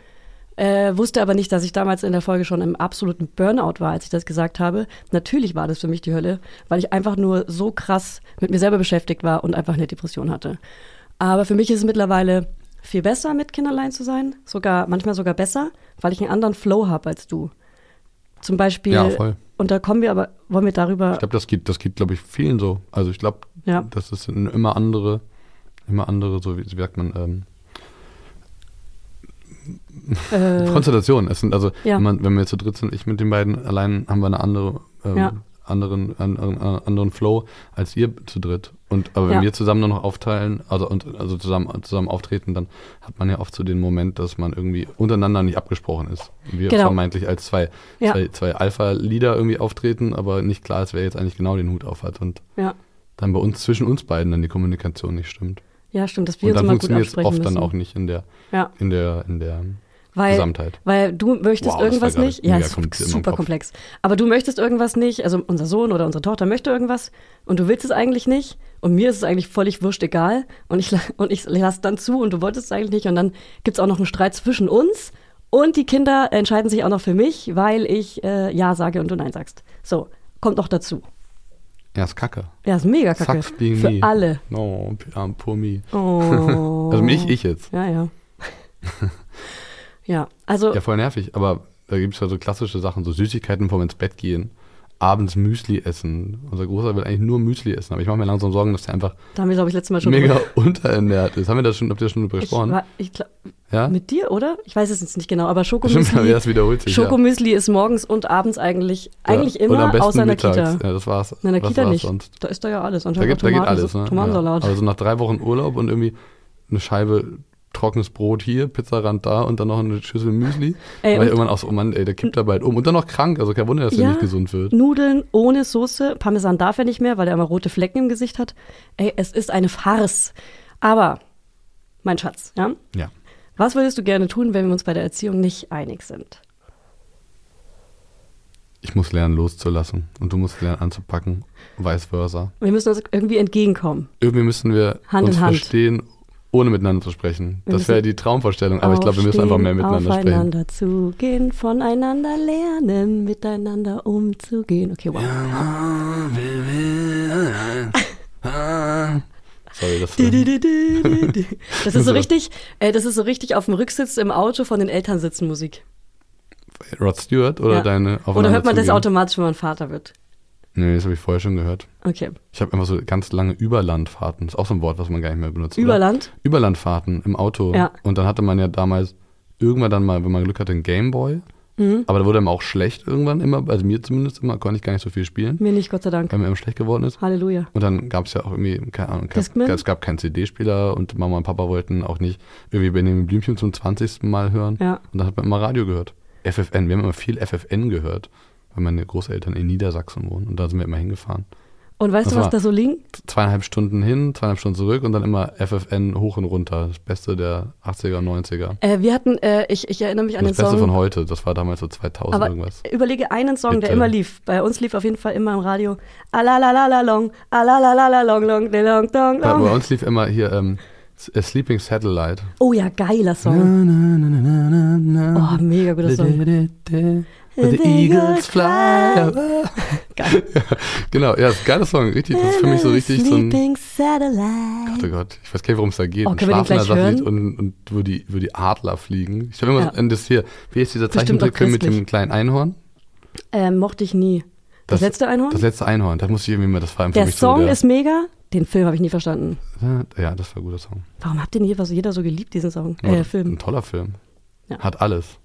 Speaker 1: Äh, wusste aber nicht, dass ich damals in der Folge schon im absoluten Burnout war, als ich das gesagt habe. Natürlich war das für mich die Hölle, weil ich einfach nur so krass mit mir selber beschäftigt war und einfach eine Depression hatte. Aber für mich ist es mittlerweile viel besser, mit Kindern allein zu sein. Sogar, manchmal sogar besser, weil ich einen anderen Flow habe als du. Zum Beispiel.
Speaker 2: Ja, voll.
Speaker 1: Und da kommen wir aber, wollen wir darüber.
Speaker 2: Ich glaube, das geht, das geht, glaube ich, vielen so. Also ich glaube,
Speaker 1: Ja.
Speaker 2: das ist ein- immer andere, immer andere, so wie wie sagt man, ähm,
Speaker 1: äh,
Speaker 2: Konstellation. Es sind also,
Speaker 1: Ja.
Speaker 2: wenn, man, wenn wir zu dritt sind, ich mit den beiden allein, haben wir eine andere, ähm,
Speaker 1: Ja.
Speaker 2: anderen, an, an, an- anderen Flow als ihr zu dritt. Und aber wenn
Speaker 1: Ja.
Speaker 2: wir zusammen nur noch aufteilen, also und also zusammen zusammen auftreten, dann hat man ja oft so den Moment, dass man irgendwie untereinander nicht abgesprochen ist. Wir
Speaker 1: Genau.
Speaker 2: vermeintlich als zwei,
Speaker 1: Ja.
Speaker 2: zwei, zwei Alpha-Lieder irgendwie auftreten, aber nicht klar ist, wer jetzt eigentlich genau den Hut auf hat. Und
Speaker 1: ja.
Speaker 2: dann bei uns zwischen uns beiden dann die Kommunikation nicht stimmt.
Speaker 1: Ja, stimmt, dass wir
Speaker 2: und
Speaker 1: uns
Speaker 2: dann
Speaker 1: immer gut
Speaker 2: funktioniert es
Speaker 1: absprechen
Speaker 2: oft
Speaker 1: müssen.
Speaker 2: dann auch nicht in der,
Speaker 1: Ja,
Speaker 2: in der, in der
Speaker 1: weil,
Speaker 2: Gesamtheit.
Speaker 1: weil du möchtest
Speaker 2: Wow, das
Speaker 1: irgendwas
Speaker 2: war gerade
Speaker 1: nicht. Ja,
Speaker 2: mega
Speaker 1: ist
Speaker 2: komplex in meinem
Speaker 1: super
Speaker 2: Kopf.
Speaker 1: komplex. Aber du möchtest irgendwas nicht, also unser Sohn oder unsere Tochter möchte irgendwas und du willst es eigentlich nicht und mir ist es eigentlich völlig wurscht egal und ich, la- und ich lasse dann zu und du wolltest es eigentlich nicht und dann gibt es auch noch einen Streit zwischen uns und die Kinder entscheiden sich auch noch für mich, weil ich äh, Ja sage und du Nein sagst. So, kommt noch dazu.
Speaker 2: Ja, ist kacke.
Speaker 1: Ja, ist mega kacke.
Speaker 2: Sucks being
Speaker 1: Für
Speaker 2: me.
Speaker 1: alle.
Speaker 2: No, um, poor me.
Speaker 1: Oh.
Speaker 2: Also mich, ich jetzt.
Speaker 1: Ja, ja. ja, also
Speaker 2: Ja, voll nervig, aber da gibt es ja so klassische Sachen, so Süßigkeiten vorm ins Bett gehen, abends Müsli essen. Unser Großer will eigentlich nur Müsli essen, aber ich mache mir langsam Sorgen, dass der einfach
Speaker 1: da haben wir, glaube ich, letztes Mal schon
Speaker 2: mega
Speaker 1: drüber-
Speaker 2: unterernährt ist. Haben wir das schon, habt ihr das schon drüber
Speaker 1: ich,
Speaker 2: gesprochen?
Speaker 1: war, ich glaub,
Speaker 2: ja?
Speaker 1: Mit dir, oder? Ich weiß es jetzt nicht genau, aber
Speaker 2: Stimmt, aber
Speaker 1: Schokomüsli,
Speaker 2: das wiederholt sich. ja.
Speaker 1: Schokomüsli ist morgens und abends eigentlich, eigentlich
Speaker 2: ja. Oder am
Speaker 1: immer,
Speaker 2: besten
Speaker 1: außer in der
Speaker 2: mittags.
Speaker 1: Kita.
Speaker 2: Ja, das war's.
Speaker 1: In der
Speaker 2: Was
Speaker 1: Kita
Speaker 2: war's
Speaker 1: nicht.
Speaker 2: Sonst?
Speaker 1: Da ist da ja alles.
Speaker 2: Da
Speaker 1: Anscheinend
Speaker 2: geht, da
Speaker 1: auch
Speaker 2: geht
Speaker 1: Tomaten-
Speaker 2: alles. Ne?
Speaker 1: Tomatensalat.
Speaker 2: Ja. Also nach drei Wochen Urlaub und irgendwie eine Scheibe trockenes Brot hier, Pizzarand da und dann noch eine Schüssel Müsli.
Speaker 1: Ey,
Speaker 2: weil
Speaker 1: und-
Speaker 2: irgendwann auch so, oh Mann, ey, der kippt da bald um. Und dann noch krank, also kein Wunder, dass der nicht gesund wird.
Speaker 1: Nudeln ohne Soße, Parmesan darf er nicht mehr, weil er immer rote Flecken im Gesicht hat. Ey, es ist eine Farce. Aber, mein Schatz, ja?
Speaker 2: Ja.
Speaker 1: Was würdest du gerne tun, wenn wir uns bei der Erziehung nicht einig sind?
Speaker 2: Ich muss lernen loszulassen und du musst lernen anzupacken, vice versa.
Speaker 1: Wir müssen uns irgendwie entgegenkommen.
Speaker 2: Irgendwie müssen wir
Speaker 1: Hand
Speaker 2: uns
Speaker 1: in Hand.
Speaker 2: verstehen, ohne miteinander zu sprechen.
Speaker 1: Wir
Speaker 2: das
Speaker 1: müssen
Speaker 2: wäre die Traumvorstellung, aber ich glaube, wir müssen einfach mehr
Speaker 1: Aufstehen,
Speaker 2: miteinander sprechen.
Speaker 1: Aufeinander zugehen, voneinander lernen, miteinander umzugehen. Okay, wow.
Speaker 2: Sorry, das ähm,
Speaker 1: Du, du, du, du, du. Das ist so richtig, äh, das ist so richtig auf dem Rücksitz im Auto von den Eltern sitzen Musik.
Speaker 2: Rod Stewart oder
Speaker 1: Ja.
Speaker 2: deine
Speaker 1: Oder hört man das
Speaker 2: Aufeinander zugehen?
Speaker 1: automatisch, wenn man Vater wird?
Speaker 2: Nee, das habe ich vorher schon gehört.
Speaker 1: Okay.
Speaker 2: Ich habe immer so ganz lange Überlandfahrten. Ist auch so ein Wort, was man gar nicht mehr benutzt.
Speaker 1: Überland?
Speaker 2: Oder? Überlandfahrten im Auto.
Speaker 1: Ja.
Speaker 2: Und dann hatte man ja damals irgendwann dann mal, wenn man Glück hatte, einen Gameboy.
Speaker 1: Mhm.
Speaker 2: Aber da wurde einem auch schlecht irgendwann immer, also mir zumindest immer, konnte ich gar nicht so viel spielen,
Speaker 1: Mir nicht, Gott sei Dank.
Speaker 2: weil mir immer schlecht geworden ist.
Speaker 1: Halleluja.
Speaker 2: Und dann gab es ja auch irgendwie, keine Ahnung, kein,
Speaker 1: Discman?
Speaker 2: es gab keinen CD-Spieler und Mama und Papa wollten auch nicht irgendwie Benjamin Blümchen zum 20. Mal hören.
Speaker 1: Ja.
Speaker 2: Und dann hat man immer Radio gehört. FFN, wir haben immer viel FFN gehört, weil meine Großeltern in Niedersachsen wohnen und da sind wir immer hingefahren
Speaker 1: Und weißt du,
Speaker 2: Das
Speaker 1: was
Speaker 2: war-
Speaker 1: da so liegt?
Speaker 2: zweieinhalb Stunden hin, zweieinhalb Stunden zurück und dann immer FFN hoch und runter. Das Beste der 80er, 90er.
Speaker 1: Äh, wir hatten, äh, ich, ich erinnere mich an
Speaker 2: Und
Speaker 1: den
Speaker 2: das Beste
Speaker 1: Song.
Speaker 2: von heute, das war damals so 2000
Speaker 1: aber
Speaker 2: irgendwas.
Speaker 1: überlege einen Song, der
Speaker 2: Bitte.
Speaker 1: immer lief. Bei uns lief auf jeden Fall immer im Radio. Ah, Alalalalong, alalalalong, long, de long, dong,
Speaker 2: Bei, bei
Speaker 1: long.
Speaker 2: uns lief immer hier ähm, S- äh, Sleeping Satellite.
Speaker 1: Oh ja, geiler Song. Oh, mega guter Song.
Speaker 2: The Eagles fly.
Speaker 1: Geil.
Speaker 2: Genau, ja, ist ein geiler Song, richtig. Das ist für mich so richtig so ein.
Speaker 1: Sleeping Satellite.
Speaker 2: Gott, oh Gott, ich weiß gar nicht, worum es da geht.
Speaker 1: Oh,
Speaker 2: Ein
Speaker 1: können wir den gleich
Speaker 2: Schlafender Satellit
Speaker 1: hören?
Speaker 2: Und, und wo, die, wo die Adler fliegen. Ich habe immer
Speaker 1: Ja.
Speaker 2: an das hier. Wie ist dieser
Speaker 1: Bestimmt auch
Speaker 2: Zeichentrickfilm mit
Speaker 1: christlich.
Speaker 2: dem kleinen Einhorn?
Speaker 1: Ähm, mochte ich nie. Das, letzte Einhorn?
Speaker 2: Das letzte Einhorn. Da muss ich irgendwie mal das war für
Speaker 1: der
Speaker 2: mich
Speaker 1: Song
Speaker 2: so der,
Speaker 1: ist mega. Den Film habe ich nie verstanden.
Speaker 2: Ja, das war ein guter Song.
Speaker 1: Warum habt denn jeder, jeder so geliebt, diesen Song?
Speaker 2: Ja,
Speaker 1: Äh, Film.
Speaker 2: Ein toller Film.
Speaker 1: Ja.
Speaker 2: Hat alles.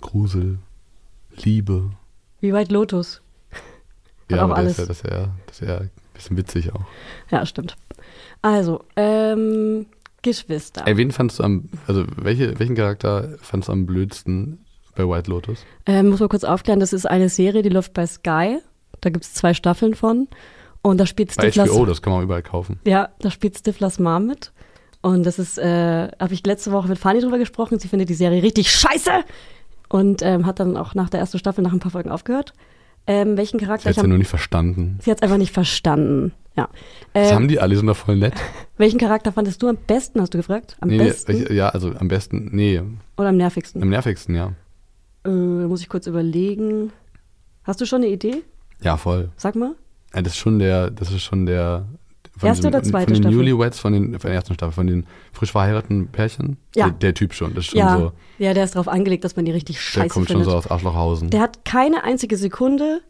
Speaker 2: Grusel, Liebe.
Speaker 1: Wie White Lotus. Hat
Speaker 2: ja,
Speaker 1: auch
Speaker 2: aber
Speaker 1: alles.
Speaker 2: Das, ist ja, das, ist ja, das ist ja ein bisschen witzig auch.
Speaker 1: Ja, stimmt. Also, ähm, Geschwister.
Speaker 2: Ey, wen fandst du am, also welche, welchen Charakter fandst du am blödsten bei White Lotus?
Speaker 1: Ähm, muss man kurz aufklären, das ist eine Serie, die läuft bei Sky. Da gibt es zwei Staffeln von. Und da spielt
Speaker 2: Bei
Speaker 1: Stiflas,
Speaker 2: HBO, das kann man überall kaufen.
Speaker 1: ja, da spielt Stiflas Mom mit. Und das ist, äh, habe ich letzte Woche mit Fanny drüber gesprochen. Sie findet die Serie richtig scheiße und ähm, hat dann auch nach der ersten Staffel nach ein paar Folgen aufgehört. Ähm, welchen
Speaker 2: Ich
Speaker 1: Charakter?
Speaker 2: hätte
Speaker 1: Ich
Speaker 2: ja
Speaker 1: hab,
Speaker 2: nur nicht verstanden.
Speaker 1: sie hat es einfach nicht verstanden. Ja.
Speaker 2: Das
Speaker 1: Ähm,
Speaker 2: haben die alle, sind doch voll nett.
Speaker 1: welchen Charakter fandest du am besten? Hast du gefragt? Am
Speaker 2: Nee, nee,
Speaker 1: besten
Speaker 2: ich, ja, also am besten, nee,
Speaker 1: oder am nervigsten?
Speaker 2: am nervigsten, ja.
Speaker 1: Äh, muss ich kurz überlegen. Hast du schon eine Idee?
Speaker 2: Ja, voll.
Speaker 1: Sag mal.
Speaker 2: Ja, das ist schon der, das ist schon der. Von
Speaker 1: Erste
Speaker 2: diesem-
Speaker 1: oder zweite
Speaker 2: Von den
Speaker 1: Staffel?
Speaker 2: Newlyweds, von, den, von der ersten Staffel, von den frisch verheirateten Pärchen.
Speaker 1: Ja.
Speaker 2: Der, der Typ schon, das ist schon
Speaker 1: Ja,
Speaker 2: so.
Speaker 1: ja, der ist darauf angelegt, dass man die richtig scheiße
Speaker 2: Der kommt
Speaker 1: findet.
Speaker 2: schon so aus Arschlochhausen.
Speaker 1: Der hat keine einzige Sekunde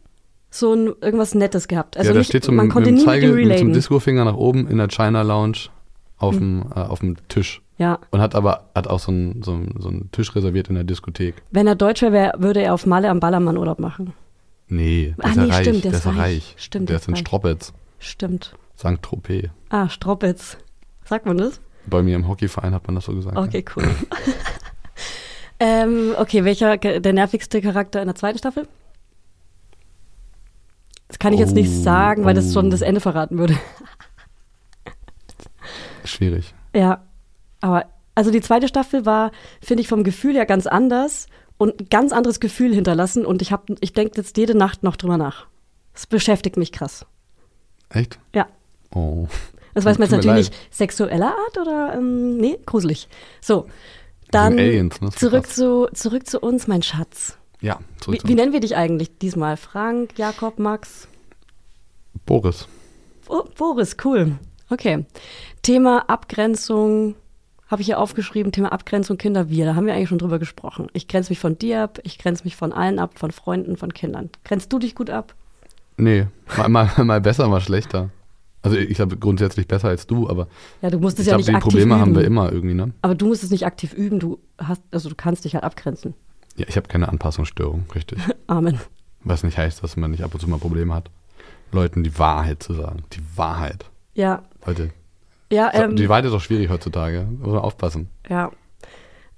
Speaker 1: so ein, irgendwas Nettes gehabt. Also
Speaker 2: ja, der
Speaker 1: nicht,
Speaker 2: steht so
Speaker 1: man
Speaker 2: mit, mit
Speaker 1: konnte
Speaker 2: dem
Speaker 1: nie
Speaker 2: Zeige,
Speaker 1: mit ihm
Speaker 2: mit so einem
Speaker 1: relaten. Hm.
Speaker 2: Discofinger nach oben in der China Lounge auf dem, äh, auf dem Tisch.
Speaker 1: ja,
Speaker 2: Und hat aber hat auch so einen, so, einen, so einen Tisch reserviert in der Diskothek.
Speaker 1: wenn er Deutscher wäre, würde er auf Malle am Ballermann Urlaub machen.
Speaker 2: Nee, der
Speaker 1: Ah,
Speaker 2: ist ja
Speaker 1: nee,
Speaker 2: reich.
Speaker 1: stimmt, der ist
Speaker 2: ja
Speaker 1: reich.
Speaker 2: reich.
Speaker 1: Stimmt,
Speaker 2: der
Speaker 1: der
Speaker 2: ist
Speaker 1: ist
Speaker 2: in
Speaker 1: reich.
Speaker 2: Stroppitz,
Speaker 1: Stimmt.
Speaker 2: St. Tropez.
Speaker 1: Ah, Stroppitz. Sagt man das?
Speaker 2: Bei mir im Hockeyverein hat man das so gesagt. ne?
Speaker 1: Okay, cool. ähm, okay, welcher ge- der nervigste Charakter in der zweiten Staffel? Das kann ich jetzt nicht
Speaker 2: Oh,
Speaker 1: sagen, weil das schon
Speaker 2: oh.
Speaker 1: das Ende verraten würde.
Speaker 2: Ja. Schwierig.
Speaker 1: Ja, aber also die zweite Staffel war, finde ich, vom Gefühl ja ganz anders und ein ganz anderes Gefühl hinterlassen und ich habe, ich denke jetzt jede Nacht noch drüber nach. Es beschäftigt mich krass.
Speaker 2: Echt?
Speaker 1: Ja,
Speaker 2: Oh.
Speaker 1: das weiß man jetzt
Speaker 2: Tut mir
Speaker 1: natürlich
Speaker 2: leid.
Speaker 1: nicht sexueller Art oder ähm, nee, gruselig. So, dann
Speaker 2: sind Aliens, ne? Das ist
Speaker 1: zurück
Speaker 2: krass.
Speaker 1: zu zurück zu uns, mein Schatz.
Speaker 2: Ja,
Speaker 1: Wie,
Speaker 2: zurück
Speaker 1: wie
Speaker 2: zu
Speaker 1: nennen wir dich eigentlich diesmal? Frank, Jakob, Max,
Speaker 2: Boris.
Speaker 1: oh, Boris, cool. Okay. Thema Abgrenzung habe ich hier aufgeschrieben, Thema Abgrenzung Kinder wir, da haben wir eigentlich schon drüber gesprochen. Ich grenze mich von dir ab, ich grenze mich von allen ab, von Freunden, von Kindern. Grenzt du dich gut ab?
Speaker 2: Nee, mal, mal, mal besser, mal schlechter. Also ich glaube grundsätzlich besser als du, aber
Speaker 1: Ja, du musst es
Speaker 2: ich
Speaker 1: ja
Speaker 2: glaube,
Speaker 1: nicht
Speaker 2: die
Speaker 1: aktiv
Speaker 2: Probleme
Speaker 1: üben.
Speaker 2: haben wir immer irgendwie, ne?
Speaker 1: Aber du musst es nicht aktiv üben, du hast also du kannst dich halt abgrenzen.
Speaker 2: Ja, ich habe keine Anpassungsstörung, richtig.
Speaker 1: Amen.
Speaker 2: Was nicht heißt, dass man nicht ab und zu mal Probleme hat, Leuten die Wahrheit zu sagen. Die Wahrheit.
Speaker 1: Ja.
Speaker 2: Leute,
Speaker 1: Ja,
Speaker 2: so-
Speaker 1: ähm,
Speaker 2: die Wahrheit ist auch schwierig heutzutage. Muss man aufpassen.
Speaker 1: Ja.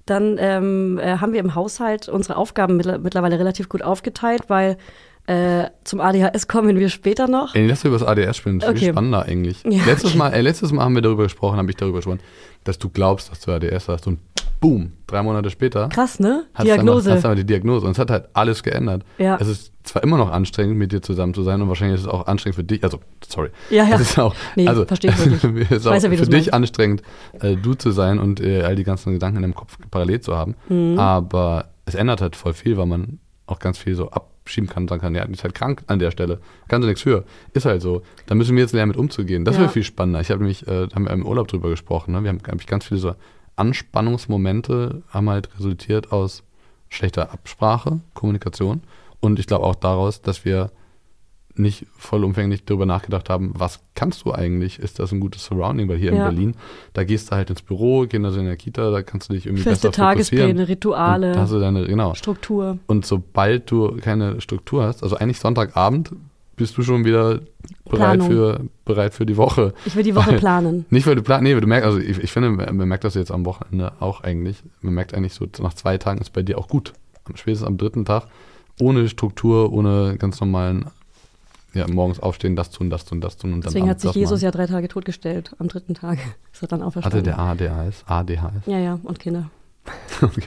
Speaker 1: Dann ähm, äh, haben wir im Haushalt unsere Aufgaben mittler- mittlerweile relativ gut aufgeteilt, weil äh, zum ADHS kommen wir später noch.
Speaker 2: Ey, lass uns über das ADS spielen. Das ist viel
Speaker 1: Okay.
Speaker 2: spannender eigentlich.
Speaker 1: Ja,
Speaker 2: letztes,
Speaker 1: okay.
Speaker 2: mal, äh, letztes Mal haben wir darüber gesprochen, habe ich darüber gesprochen, dass du glaubst, dass du ADS hast und boom, drei Monate später
Speaker 1: Krass, ne?
Speaker 2: Hast
Speaker 1: Diagnose.
Speaker 2: Dann, hast dann die Diagnose. Und es hat halt alles geändert.
Speaker 1: Ja.
Speaker 2: Es ist zwar immer noch anstrengend, mit dir zusammen zu sein und wahrscheinlich ist es auch anstrengend für dich. Also, sorry.
Speaker 1: Ja, ja.
Speaker 2: Es ist auch,
Speaker 1: Nee,
Speaker 2: also,
Speaker 1: versteh ich wirklich.
Speaker 2: es ist
Speaker 1: Ich
Speaker 2: auch
Speaker 1: weiß ja, wie
Speaker 2: für
Speaker 1: du's
Speaker 2: dich
Speaker 1: meinst.
Speaker 2: anstrengend, äh, du zu sein und äh, all die ganzen Gedanken in deinem Kopf parallel zu haben.
Speaker 1: Mhm.
Speaker 2: Aber es ändert halt voll viel, weil man auch ganz viel so abschieben kann und sagen kann, ja, die ist halt krank an der Stelle. Kannst du nichts für. Ist halt so. Da müssen wir jetzt lernen, mit umzugehen. Das
Speaker 1: Ja.
Speaker 2: wäre viel spannender. Ich habe nämlich, äh, da haben wir im Urlaub drüber gesprochen. Ne? Wir haben, glaube ich, ganz viele so Anspannungsmomente haben halt resultiert aus schlechter Absprache, Kommunikation und ich glaube auch daraus, dass wir nicht vollumfänglich darüber nachgedacht haben, was kannst du eigentlich? Ist das ein gutes Surrounding? Weil hier in
Speaker 1: Ja.
Speaker 2: Berlin, da gehst du halt ins Büro, gehen also in der Kita, da kannst du dich irgendwie
Speaker 1: Feste
Speaker 2: besser fokussieren.
Speaker 1: Tagespläne, Rituale.
Speaker 2: Und Da hast du deine, genau.
Speaker 1: Struktur.
Speaker 2: Und sobald du keine Struktur hast, also eigentlich Sonntagabend, bist du schon wieder bereit
Speaker 1: Planung.
Speaker 2: für, bereit für die Woche.
Speaker 1: Ich will die Woche
Speaker 2: Weil-
Speaker 1: planen.
Speaker 2: Nicht, weil du planst, nee, weil du merkst, also ich, ich finde, man merkt das jetzt am Wochenende auch eigentlich. Man merkt eigentlich so, nach zwei Tagen ist bei dir auch gut. Am spätestens am dritten Tag, ohne Struktur, ohne ganz normalen, ja, morgens aufstehen, das tun, das tun, das tun und dann
Speaker 1: Deswegen hat
Speaker 2: abends
Speaker 1: sich
Speaker 2: das
Speaker 1: Jesus
Speaker 2: machen.
Speaker 1: ja drei Tage totgestellt. Am dritten Tag ist er dann
Speaker 2: Hatte
Speaker 1: auferstanden.
Speaker 2: der ADHS? ADHS.
Speaker 1: ja, ja, und Kinder.
Speaker 2: Okay.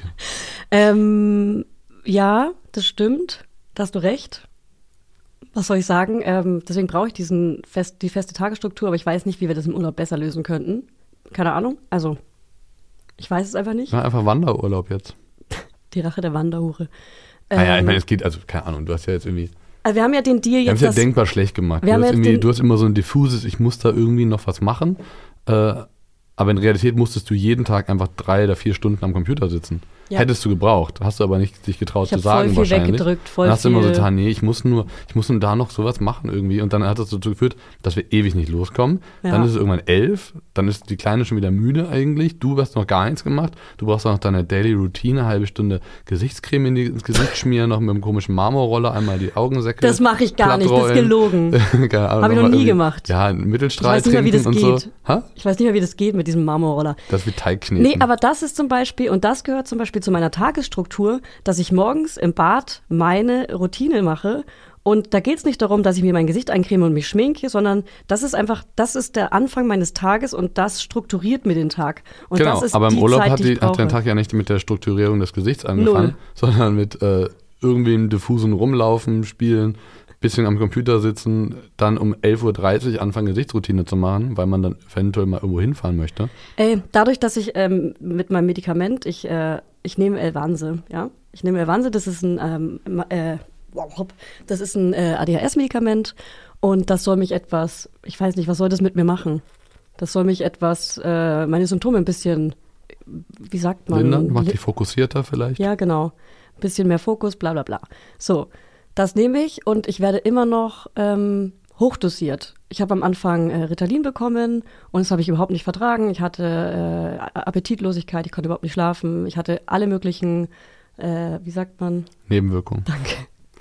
Speaker 1: Ähm, ja, das stimmt. Da hast du recht. Was soll ich sagen? Ähm, deswegen brauche ich diesen fest, die feste Tagesstruktur, aber ich weiß nicht, wie wir das im Urlaub besser lösen könnten. Keine Ahnung. Also, ich weiß es einfach nicht.
Speaker 2: Na, einfach Wanderurlaub jetzt.
Speaker 1: Äh, Die Rache der Wanderhure.
Speaker 2: naja, Ah ich
Speaker 1: Ähm,
Speaker 2: meine, es geht, also keine Ahnung, du hast ja jetzt irgendwie,
Speaker 1: also wir haben ja den Deal
Speaker 2: wir haben es
Speaker 1: jetzt.
Speaker 2: ja
Speaker 1: dass-
Speaker 2: denkbar schlecht gemacht.
Speaker 1: wir
Speaker 2: Du
Speaker 1: haben
Speaker 2: hast,
Speaker 1: jetzt
Speaker 2: irgendwie,
Speaker 1: den-
Speaker 2: du hast immer so ein diffuses, ich muss da irgendwie noch was machen. Äh, aber in Realität musstest du jeden Tag einfach drei oder vier Stunden am Computer sitzen.
Speaker 1: Ja.
Speaker 2: Hättest du gebraucht, hast du aber nicht dich getraut
Speaker 1: Ich
Speaker 2: zu
Speaker 1: hab
Speaker 2: sagen
Speaker 1: voll viel
Speaker 2: wahrscheinlich.
Speaker 1: weggedrückt, voll
Speaker 2: dann hast du immer so
Speaker 1: viel-
Speaker 2: getan, Ah, nee, ich muss nur, ich muss nur da noch sowas machen irgendwie. Und dann hat das dazu geführt, dass wir ewig nicht loskommen.
Speaker 1: Ja.
Speaker 2: Dann ist es irgendwann elf, dann ist die Kleine schon wieder müde eigentlich. Du hast noch gar nichts gemacht. Du brauchst auch noch deine Daily Routine, halbe Stunde Gesichtscreme in die, ins Gesicht schmieren, noch mit einem komischen Marmorroller einmal die Augensäcke.
Speaker 1: Das mach ich gar nicht, das ist gelogen.
Speaker 2: plattrollen. Keine
Speaker 1: Hab
Speaker 2: Ahnung,
Speaker 1: ich noch
Speaker 2: nochmal
Speaker 1: nie
Speaker 2: irgendwie-
Speaker 1: gemacht.
Speaker 2: Ja, einen Mittelstrahl
Speaker 1: Ich weiß nicht mehr, wie
Speaker 2: trinken
Speaker 1: das
Speaker 2: und
Speaker 1: geht.
Speaker 2: so. Ha?
Speaker 1: ich weiß nicht mehr, wie das geht mit diesem Marmorroller.
Speaker 2: Das ist wie Teigkneten.
Speaker 1: Nee, aber das ist zum Beispiel, und das gehört zum Beispiel zu meiner Tagesstruktur, dass ich morgens im Bad meine Routine mache. Und da geht's nicht darum, dass ich mir mein Gesicht eincreme und mich schminke, sondern das ist einfach, das ist der Anfang meines Tages und das strukturiert mir den Tag. Und
Speaker 2: genau,
Speaker 1: das ist
Speaker 2: aber im
Speaker 1: die
Speaker 2: Urlaub
Speaker 1: Zeit,
Speaker 2: hat, die,
Speaker 1: die ich
Speaker 2: hat dein
Speaker 1: brauche.
Speaker 2: Tag ja nicht mit der Strukturierung des Gesichts angefangen,
Speaker 1: Null.
Speaker 2: sondern mit äh, irgendwie im diffusen Rumlaufen, Spielen, bisschen am Computer sitzen, dann um 11.30 Uhr anfangen, Gesichtsroutine zu machen, weil man dann eventuell mal irgendwo hinfahren möchte.
Speaker 1: Ey, dadurch, dass ich ähm, mit meinem Medikament, ich, äh, ich nehme Elvanse, ja. Ich nehme Elvanse, das ist ein, ähm, ma- äh, wow, hopp. das ist ein äh, ADHS-Medikament und das soll mich etwas, ich weiß nicht, was soll das mit mir machen? Das soll mich etwas, äh, meine Symptome ein bisschen, wie sagt man?
Speaker 2: Lindern, macht
Speaker 1: Li-
Speaker 2: dich fokussierter vielleicht.
Speaker 1: ja, genau. Ein bisschen mehr Fokus, bla bla bla. So, das nehme ich und ich werde immer noch ähm, hochdosiert. Ich habe am Anfang äh, Ritalin bekommen und das habe ich überhaupt nicht vertragen. Ich hatte äh, Appetitlosigkeit, ich konnte überhaupt nicht schlafen. Ich hatte alle möglichen, äh, wie sagt man,
Speaker 2: Nebenwirkung.
Speaker 1: danke.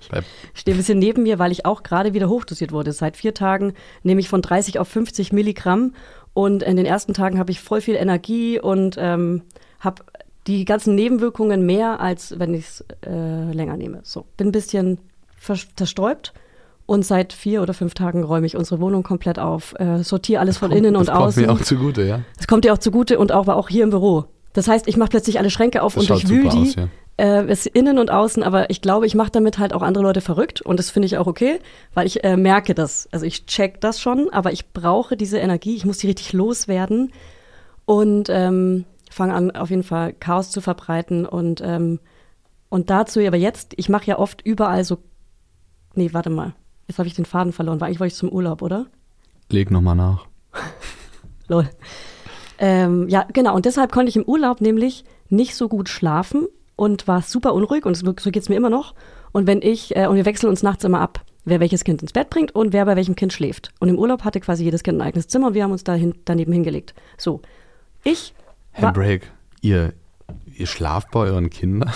Speaker 2: Bleib.
Speaker 1: Ich stehe ein bisschen neben mir, weil ich auch gerade wieder hochdosiert wurde. Seit vier Tagen nehme ich von 30 auf 50 Milligramm und in den ersten Tagen habe ich voll viel Energie und ähm, habe die ganzen Nebenwirkungen mehr, als wenn ich es äh, länger nehme. So, bin ein bisschen vers- zerstäubt und seit vier oder fünf Tagen räume ich unsere Wohnung komplett auf, äh, sortiere alles von innen
Speaker 2: das
Speaker 1: und außen.
Speaker 2: kommt mir auch zugute, ja.
Speaker 1: Das kommt dir auch zugute und auch, aber auch hier im Büro. Das heißt, ich mache plötzlich alle Schränke auf
Speaker 2: Das
Speaker 1: und
Speaker 2: schaut
Speaker 1: ich wühl
Speaker 2: halt super
Speaker 1: die.
Speaker 2: aus, ja.
Speaker 1: äh, es innen und außen, aber ich glaube, ich mache damit halt auch andere Leute verrückt und das finde ich auch okay, weil ich äh, merke das. Also ich check das schon, aber ich brauche diese Energie, ich muss die richtig loswerden und ähm, fange an, auf jeden Fall Chaos zu verbreiten und, ähm, und dazu, aber jetzt, ich mache ja oft überall so, nee, warte mal, jetzt habe ich den Faden verloren, weil eigentlich wollte ich zum Urlaub, oder?
Speaker 2: Leg nochmal nach.
Speaker 1: Lol. Ähm, ja, genau. Und deshalb konnte ich im Urlaub nämlich nicht so gut schlafen und war super unruhig und so so geht's mir immer noch. Und wenn ich, äh, und wir wechseln uns nachts immer ab, wer welches Kind ins Bett bringt und wer bei welchem Kind schläft. Und im Urlaub hatte quasi jedes Kind ein eigenes Zimmer und wir haben uns dahin, daneben hingelegt. So. Ich. war-
Speaker 2: Handbrake, ihr, ihr schlaft bei euren Kindern?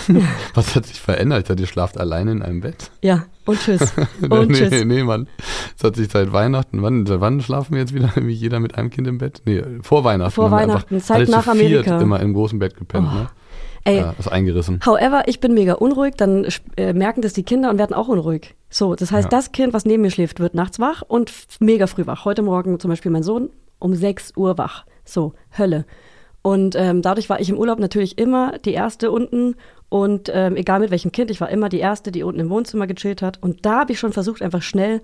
Speaker 2: Was hat sich verändert? Ihr schlaft alleine in einem Bett?
Speaker 1: Ja, und tschüss.
Speaker 2: nee,
Speaker 1: Und
Speaker 2: nee,
Speaker 1: tschüss.
Speaker 2: nee, Mann. Es hat sich seit Weihnachten, wann, seit wann schlafen wir jetzt wieder? Irgendwie jeder mit einem Kind im Bett? Nee, vor Weihnachten.
Speaker 1: Vor
Speaker 2: haben wir einfach
Speaker 1: Weihnachten, Zeit
Speaker 2: alle zu
Speaker 1: nach
Speaker 2: viert
Speaker 1: Amerika. Oh,
Speaker 2: immer im großen Bett gepennt, ne?
Speaker 1: Ey,
Speaker 2: Ja, ist eingerissen.
Speaker 1: However, ich bin mega unruhig, dann äh, merken das die Kinder und werden auch unruhig. So, das heißt,
Speaker 2: Ja.
Speaker 1: das Kind, was neben mir schläft, wird nachts wach und f- mega früh wach. Heute Morgen zum Beispiel mein Sohn um 6 Uhr wach. So, Hölle. Und ähm, dadurch war ich im Urlaub natürlich immer die Erste unten und ähm, egal mit welchem Kind, ich war immer die Erste, die unten im Wohnzimmer gechillt hat. Und da habe ich schon versucht, einfach schnell,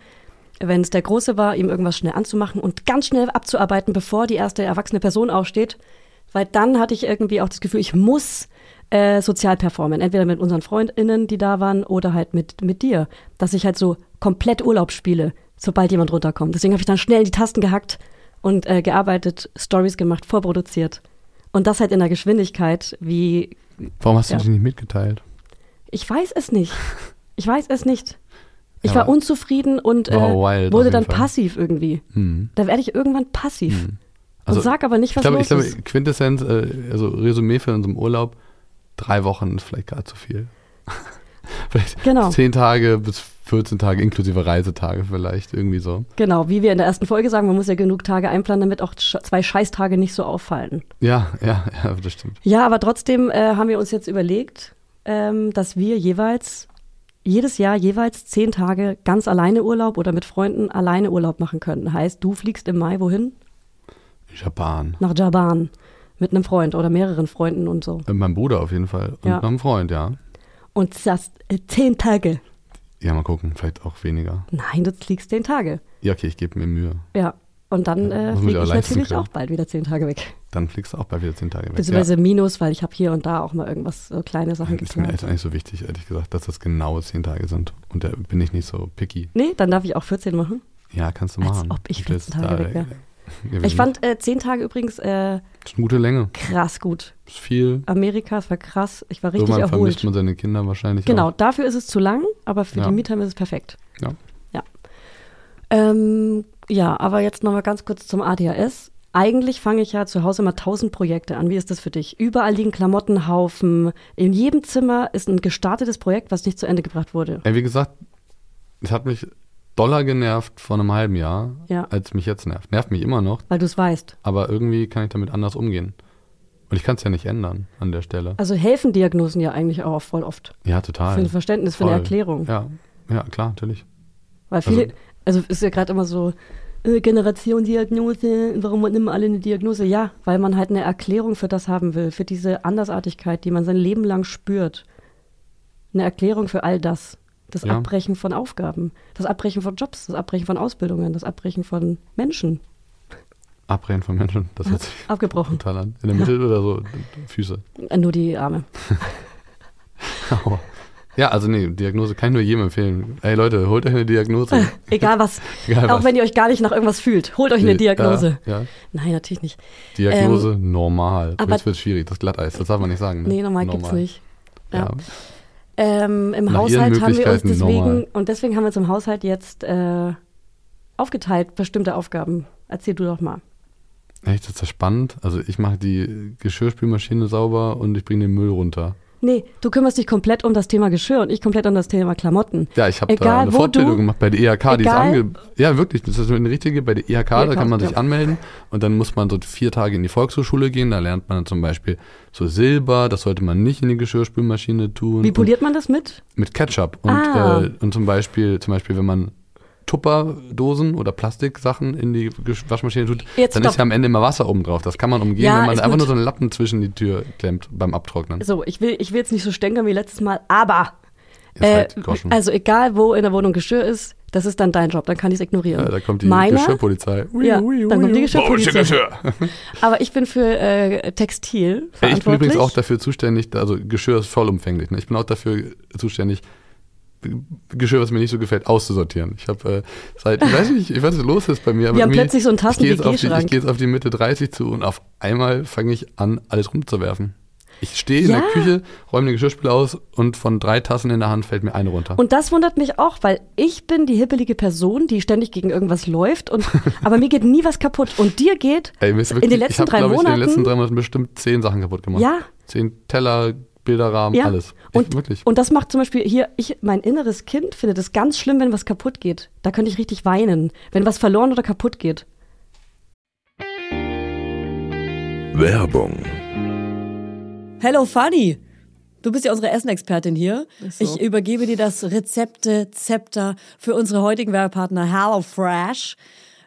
Speaker 1: wenn es der Große war, ihm irgendwas schnell anzumachen und ganz schnell abzuarbeiten, bevor die erste erwachsene Person aufsteht. Weil dann hatte ich irgendwie auch das Gefühl, ich muss äh, sozial performen. Entweder mit unseren FreundInnen, die da waren, oder halt mit, mit dir. Dass ich halt so komplett Urlaub spiele, sobald jemand runterkommt. Deswegen habe ich dann schnell in die Tasten gehackt und äh, gearbeitet, Stories gemacht, vorproduziert. Und das halt in der Geschwindigkeit, wie
Speaker 2: Warum hast du
Speaker 1: Ja.
Speaker 2: dich nicht mitgeteilt?
Speaker 1: ich weiß es nicht. Ich weiß es nicht. Ich
Speaker 2: Ja,
Speaker 1: war
Speaker 2: aber-
Speaker 1: unzufrieden und äh,
Speaker 2: War wild auf
Speaker 1: wurde
Speaker 2: jeden
Speaker 1: dann
Speaker 2: Fall. Mhm.
Speaker 1: passiv irgendwie. Da werde ich irgendwann passiv.
Speaker 2: Also,
Speaker 1: und sag aber nicht, was
Speaker 2: ich glaube,
Speaker 1: los
Speaker 2: ich glaube,
Speaker 1: ist.
Speaker 2: Quintessenz, äh, also Resümee für unseren Urlaub, drei Wochen ist vielleicht gar zu viel. vielleicht
Speaker 1: Genau.
Speaker 2: zehn Tage bis 14 Tage, inklusive Reisetage vielleicht, irgendwie so.
Speaker 1: Genau, wie wir in der ersten Folge sagen, man muss ja genug Tage einplanen, damit auch sch- zwei Scheißtage nicht so auffallen.
Speaker 2: Ja, ja, ja, das stimmt.
Speaker 1: Ja, aber trotzdem äh, haben wir uns jetzt überlegt, ähm, dass wir jeweils jedes Jahr jeweils zehn Tage ganz alleine Urlaub oder mit Freunden alleine Urlaub machen könnten. Heißt, du fliegst im Mai wohin?
Speaker 2: Japan.
Speaker 1: Nach Japan mit einem Freund oder mehreren Freunden und so.
Speaker 2: Mit meinem Bruder auf jeden Fall. Und
Speaker 1: Ja.
Speaker 2: noch einem Freund, ja.
Speaker 1: Und das äh, zehn Tage.
Speaker 2: Ja, mal gucken, vielleicht auch weniger.
Speaker 1: Nein, du fliegst zehn Tage.
Speaker 2: Ja, okay, ich gebe mir Mühe.
Speaker 1: Ja. Und dann äh,
Speaker 2: muss man sich
Speaker 1: fliege
Speaker 2: auch
Speaker 1: ich
Speaker 2: leisten
Speaker 1: natürlich
Speaker 2: können.
Speaker 1: auch bald wieder zehn Tage weg.
Speaker 2: dann fliegst du auch bald wieder zehn Tage weg.
Speaker 1: Beziehungsweise Minus, weil ich habe hier und da auch mal irgendwas, so kleine
Speaker 2: ja.
Speaker 1: Sachen
Speaker 2: Ist mir
Speaker 1: geplant.
Speaker 2: echt nicht so wichtig, ehrlich gesagt, dass das genau zehn Tage sind. Und da bin ich nicht so picky.
Speaker 1: Nee, dann darf ich auch 14 machen.
Speaker 2: Ja, kannst du
Speaker 1: Als
Speaker 2: machen.
Speaker 1: ob ich
Speaker 2: Du stellst
Speaker 1: 14 Tage weg wäre.
Speaker 2: Ja, wir
Speaker 1: Ich fand äh, 10 Tage übrigens äh,
Speaker 2: sind- Das ist eine gute Länge.
Speaker 1: krass gut.
Speaker 2: Das ist viel.
Speaker 1: Amerika, es war krass. Ich war richtig
Speaker 2: Irgendwann vermisst
Speaker 1: erholt.
Speaker 2: man seine Kinder wahrscheinlich
Speaker 1: Genau,
Speaker 2: auch.
Speaker 1: dafür ist es zu lang, aber für
Speaker 2: Ja.
Speaker 1: die Mietheim ist es perfekt.
Speaker 2: Ja.
Speaker 1: Ja. Ähm, ja, aber jetzt nochmal ganz kurz zum ADHS. Eigentlich fange ich ja zu Hause immer tausend Projekte an. Wie ist das für dich? Überall liegen Klamottenhaufen. In jedem Zimmer ist ein gestartetes Projekt, was nicht zu Ende gebracht wurde.
Speaker 2: Ey, wie gesagt, es hat mich doller genervt vor einem halben Jahr,
Speaker 1: Ja.
Speaker 2: als mich jetzt nervt. Nervt mich immer noch,
Speaker 1: Weil du es weißt.
Speaker 2: aber irgendwie kann ich damit anders umgehen. Und ich kann es ja nicht ändern an der Stelle.
Speaker 1: Also helfen Diagnosen ja eigentlich auch voll oft.
Speaker 2: Ja, total.
Speaker 1: Für ein Verständnis, für eine
Speaker 2: Voll.
Speaker 1: Erklärung.
Speaker 2: Ja, ja klar, natürlich.
Speaker 1: Weil viele, also, ist ja gerade immer so, äh, Generation Diagnose, warum nehmen alle eine Diagnose? Ja, weil man halt eine Erklärung für das haben will, für diese Andersartigkeit, die man sein Leben lang spürt. Eine Erklärung für all das. Das
Speaker 2: Ja.
Speaker 1: Abbrechen von Aufgaben, das Abbrechen von Jobs, das Abbrechen von Ausbildungen, das Abbrechen von Menschen.
Speaker 2: Abreden von Menschen, das hört sich
Speaker 1: Abgebrochen.
Speaker 2: total an. In der Mitte oder so, Füße.
Speaker 1: Äh, Nur die Arme.
Speaker 2: Aua. ja, also nee, Diagnose kann ich nur jedem empfehlen. Ey Leute, holt euch eine Diagnose.
Speaker 1: Egal was.
Speaker 2: Egal
Speaker 1: Auch
Speaker 2: was.
Speaker 1: wenn ihr euch gar nicht nach irgendwas fühlt. Holt euch eine Diagnose.
Speaker 2: Ja, ja.
Speaker 1: Nein, natürlich nicht.
Speaker 2: Diagnose normal.
Speaker 1: aber-
Speaker 2: Jetzt wird schwierig, das Glatteis, das darf man nicht sagen. Ne?
Speaker 1: Nee, normal, gibt's nicht.
Speaker 2: Ja.
Speaker 1: Ja. Ähm, Im
Speaker 2: Nach
Speaker 1: Haushalt
Speaker 2: ihren
Speaker 1: haben wir uns
Speaker 2: Möglichkeiten
Speaker 1: deswegen,
Speaker 2: normal.
Speaker 1: und deswegen haben wir uns im Haushalt jetzt äh, aufgeteilt, bestimmte Aufgaben. Erzähl du doch mal.
Speaker 2: Echt, das ist ja spannend. Also ich mache die Geschirrspülmaschine sauber und ich bringe den Müll runter.
Speaker 1: Nee, du kümmerst dich komplett um das Thema Geschirr und ich komplett um das Thema Klamotten.
Speaker 2: Ja, ich habe da
Speaker 1: Egal,
Speaker 2: eine
Speaker 1: wo
Speaker 2: Fortbildung
Speaker 1: du-
Speaker 2: gemacht bei der EHK. Die ist
Speaker 1: Egal-
Speaker 2: ange ja, wirklich, das ist eine richtige, bei der EHK, da kann
Speaker 1: komm,
Speaker 2: man sich
Speaker 1: ja.
Speaker 2: anmelden und dann muss man so vier Tage in die Volkshochschule gehen. Da lernt man dann zum Beispiel so Silber, das sollte man nicht in die Geschirrspülmaschine tun.
Speaker 1: Wie
Speaker 2: Und-
Speaker 1: poliert man das mit?
Speaker 2: Mit Ketchup. Und,
Speaker 1: Ah.
Speaker 2: äh, und zum Beispiel, zum Beispiel, wenn man Tupperdosen oder Plastiksachen in die Gesch- Waschmaschine tut,
Speaker 1: Jetzt
Speaker 2: dann
Speaker 1: stopp.
Speaker 2: ist ja am Ende immer Wasser oben drauf. Das kann man umgehen,
Speaker 1: Ja,
Speaker 2: wenn man
Speaker 1: ist
Speaker 2: einfach
Speaker 1: gut.
Speaker 2: nur so einen Lappen zwischen die Tür klemmt beim Abtrocknen.
Speaker 1: So, ich will, ich will jetzt nicht so stänkern wie letztes Mal, aber
Speaker 2: Ist
Speaker 1: äh,
Speaker 2: halt goschen.
Speaker 1: also egal, wo in der Wohnung Geschirr ist, das ist dann dein Job, dann kann ich es ignorieren.
Speaker 2: ja, Äh, da kommt die
Speaker 1: Meiner,
Speaker 2: Geschirrpolizei. Ui,
Speaker 1: Ja,
Speaker 2: ui,
Speaker 1: dann
Speaker 2: ui,
Speaker 1: kommt die
Speaker 2: ui.
Speaker 1: Geschirrpolizei.
Speaker 2: Wo ist ihr Geschirr?
Speaker 1: Aber ich bin für äh, Textil
Speaker 2: Ja, Ich bin
Speaker 1: verantwortlich.
Speaker 2: übrigens auch dafür zuständig, also Geschirr ist vollumfänglich. Ne? Ich bin auch dafür zuständig, Geschirr, was mir nicht so gefällt, auszusortieren. Ich habe äh, seit, ich weiß nicht, ich weiß nicht, was los ist bei mir. Aber
Speaker 1: Wir haben
Speaker 2: irgendwie-
Speaker 1: plötzlich so einen
Speaker 2: ich gehe jetzt auf die- Ich
Speaker 1: Tassen-WG-Schrank.
Speaker 2: gehe jetzt auf die Mitte 30 zu und auf einmal fange ich an, alles rumzuwerfen. Ich stehe in
Speaker 1: Ja.
Speaker 2: der Küche, räume den Geschirrspüler aus und von drei Tassen in der Hand fällt mir eine runter.
Speaker 1: Und das wundert mich auch, weil ich bin die hippelige Person, die ständig gegen irgendwas läuft und aber mir geht nie was kaputt. Und dir geht
Speaker 2: Ey, mir ist
Speaker 1: in
Speaker 2: wirklich-
Speaker 1: den letzten
Speaker 2: ich hab,
Speaker 1: drei
Speaker 2: glaub ich,
Speaker 1: Monaten.
Speaker 2: in den letzten drei Monaten bestimmt zehn Sachen kaputt gemacht.
Speaker 1: Ja.
Speaker 2: Zehn Teller, Bilderrahmen,
Speaker 1: ja.
Speaker 2: um alles. Ich,
Speaker 1: Und,
Speaker 2: wirklich.
Speaker 1: und das macht zum Beispiel hier, ich, mein inneres Kind findet es ganz schlimm, wenn was kaputt geht. Da könnte ich richtig weinen, wenn was verloren oder kaputt geht.
Speaker 5: Werbung,
Speaker 6: Hello Funny! Du bist ja unsere Essenexpertin hier.
Speaker 4: so.
Speaker 6: Ich übergebe dir das Rezepte-Zepter für unsere heutigen Werbepartner HelloFresh.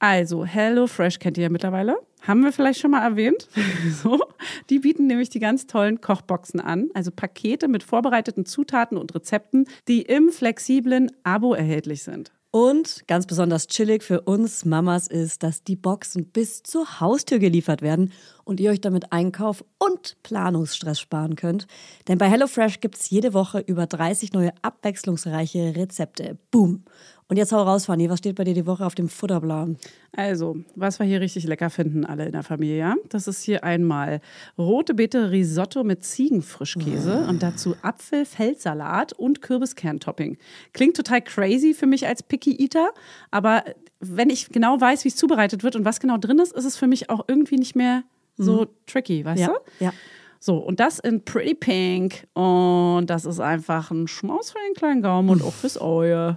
Speaker 4: Also, HelloFresh kennt ihr ja mittlerweile. Haben wir vielleicht schon mal erwähnt. so. Die bieten nämlich die ganz tollen Kochboxen an, also Pakete mit vorbereiteten Zutaten und Rezepten, die im flexiblen Abo erhältlich sind.
Speaker 6: Und ganz besonders chillig für uns Mamas ist, dass die Boxen bis zur Haustür geliefert werden und ihr euch damit Einkauf und Planungsstress sparen könnt. Denn bei HelloFresh gibt es jede Woche über 30 neue abwechslungsreiche Rezepte. Boom! Und jetzt hau raus, Fanny, was steht bei dir die Woche auf dem Futterplan?
Speaker 4: Also, was wir hier richtig lecker finden, alle in der Familie, ja? Das ist hier einmal rote Beete Risotto mit Ziegenfrischkäse und dazu Apfelfeldsalat und Kürbiskerntopping. Klingt total crazy für mich als Picky Eater, aber wenn ich genau weiß, wie es zubereitet wird und was genau drin ist, ist es für mich auch irgendwie nicht mehr so tricky, weißt
Speaker 6: Ja,
Speaker 4: du?
Speaker 6: ja.
Speaker 4: So, und das in Pretty Pink. Und das ist einfach ein Schmaus für den kleinen Gaumen und auch fürs Auge.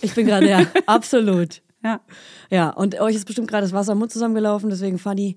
Speaker 6: ich bin gerade, ja, absolut.
Speaker 4: Ja.
Speaker 6: Ja, und euch ist bestimmt gerade das Wasser im Mund zusammengelaufen. Deswegen, Fanny,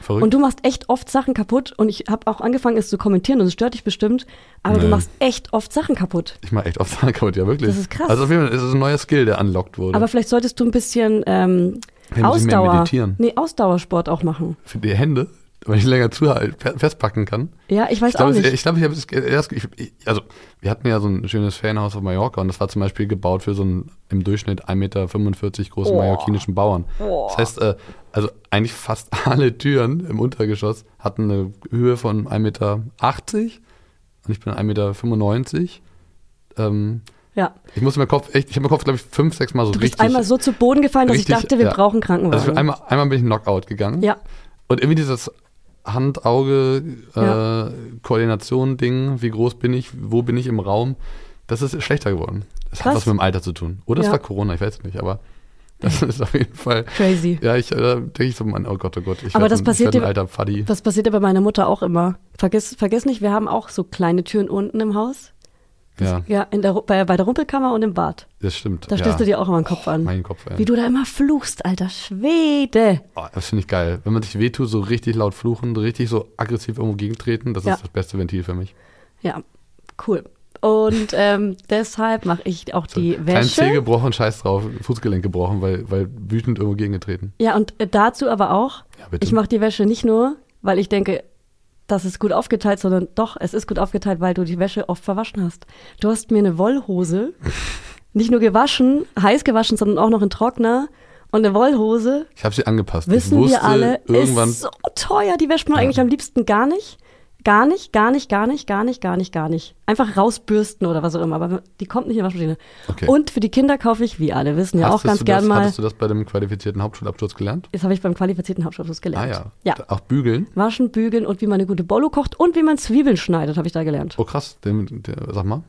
Speaker 2: Verrückt.
Speaker 1: Und du machst echt oft Sachen kaputt und ich habe auch angefangen, es zu kommentieren und es stört dich bestimmt, aber du
Speaker 2: Nö.
Speaker 1: machst echt oft Sachen kaputt.
Speaker 2: Ich mache echt oft Sahnekaut, ja wirklich.
Speaker 1: Das ist krass.
Speaker 2: Also auf jeden Fall ist es ein neuer Skill, der unlocked wurde.
Speaker 1: Aber vielleicht solltest du ein bisschen ähm,
Speaker 2: Hey, muss ich mehr
Speaker 1: Ausdauer,
Speaker 2: meditieren?
Speaker 1: nee, Ausdauersport auch machen.
Speaker 2: Für die Hände, wenn ich länger zuhalt, fe- festpacken kann.
Speaker 1: Ja, ich weiß
Speaker 2: Ich glaube,
Speaker 1: auch
Speaker 2: es-
Speaker 1: nicht.
Speaker 2: ich, glaube, ich habe es erst, ich, ich, also wir hatten ja so ein schönes Ferienhaus auf Mallorca und das war zum Beispiel gebaut für so einen im Durchschnitt 1,45 Meter großen mallorquinischen Bauern. Das heißt, äh, also eigentlich fast alle Türen im Untergeschoss hatten eine Höhe von 1,80 Meter und ich bin 1,95 Meter. Ähm,
Speaker 1: ja.
Speaker 2: ich muss meinen Kopf, echt, ich habe meinen Kopf, glaube ich, fünf, sechs Mal so
Speaker 1: Du bist
Speaker 2: richtig.
Speaker 1: einmal so zu Boden gefallen, dass
Speaker 2: richtig,
Speaker 1: ich dachte, wir
Speaker 2: ja.
Speaker 1: brauchen Krankenwagen.
Speaker 2: Also ich bin einmal, einmal bin ich Knockout gegangen.
Speaker 1: ja,
Speaker 2: Und irgendwie dieses
Speaker 1: Ja.
Speaker 2: Hand-Auge-Koordination-Ding, wie groß bin ich, wo bin ich im Raum, das ist schlechter geworden. Das
Speaker 1: Krass.
Speaker 2: hat was mit dem Alter zu tun. Oder
Speaker 1: Ja.
Speaker 2: es war Corona, ich weiß es nicht, aber das ist auf jeden Fall.
Speaker 1: crazy.
Speaker 2: Ja, ich äh, da denke ich so, Mann, oh Gott, oh Gott, ich
Speaker 1: Aber
Speaker 2: werd
Speaker 1: das
Speaker 2: ein,
Speaker 1: passiert
Speaker 2: ich werd
Speaker 1: dir-
Speaker 2: ein alter Pfadi.
Speaker 1: Das passiert ja bei meiner Mutter auch immer. Vergiss, vergiss nicht, wir haben auch so kleine Türen unten im Haus.
Speaker 2: Ja,
Speaker 1: Ja, in der, Ru- bei, bei der Rumpelkammer und im Bad.
Speaker 2: das stimmt.
Speaker 1: Da
Speaker 2: ja. Oh
Speaker 1: stößt du dir auch immer den Kopf an.
Speaker 2: Mein Kopf, ey.
Speaker 1: Wie du da immer fluchst, alter Schwede.
Speaker 2: Oh, das finde ich geil. Wenn man sich wehtut, so richtig laut fluchen, so richtig so aggressiv irgendwo gegentreten, das
Speaker 1: Ja.
Speaker 2: ist das beste Ventil für mich.
Speaker 1: Ja, cool. Und ähm, deshalb mache ich auch die
Speaker 2: Kleinen Zeh
Speaker 1: Wäsche.
Speaker 2: gebrochen, scheiß drauf, Fußgelenk gebrochen, weil, weil wütend irgendwo gegengetreten.
Speaker 1: Ja, und äh, dazu aber auch,
Speaker 2: Ja, bitte.
Speaker 1: ich mache die Wäsche nicht nur, weil ich denke, das ist gut aufgeteilt, sondern doch, es ist gut aufgeteilt, weil du die Wäsche oft verwaschen hast. Du hast mir eine Wollhose nicht nur gewaschen, heiß gewaschen, sondern auch noch in Trockner. Und eine Wollhose,
Speaker 2: Ich habe sie angepasst. ich
Speaker 1: wissen
Speaker 2: wusste
Speaker 1: wir alle,
Speaker 2: irgendwann.
Speaker 1: ist so teuer. Die wäscht man eigentlich am liebsten gar nicht. Gar nicht, gar nicht, gar nicht, gar nicht, gar nicht, gar nicht. Einfach rausbürsten oder was auch immer. Aber die kommt nicht in die Waschmaschine.
Speaker 2: Okay.
Speaker 1: Und für die Kinder kaufe ich, wie alle wissen, ja auch
Speaker 2: Hastest
Speaker 1: ganz
Speaker 2: du
Speaker 1: gern
Speaker 2: das,
Speaker 1: mal.
Speaker 2: Hattest du das bei dem qualifizierten Hauptschulabschluss gelernt?
Speaker 1: Das habe ich beim qualifizierten Hauptschulabschluss
Speaker 2: Ah
Speaker 1: gelernt.
Speaker 2: ja. Auch bügeln.
Speaker 1: Waschen, bügeln und wie man eine gute Bolo kocht und wie man Zwiebeln schneidet, habe ich da gelernt.
Speaker 2: Oh krass, den, der, sag mal.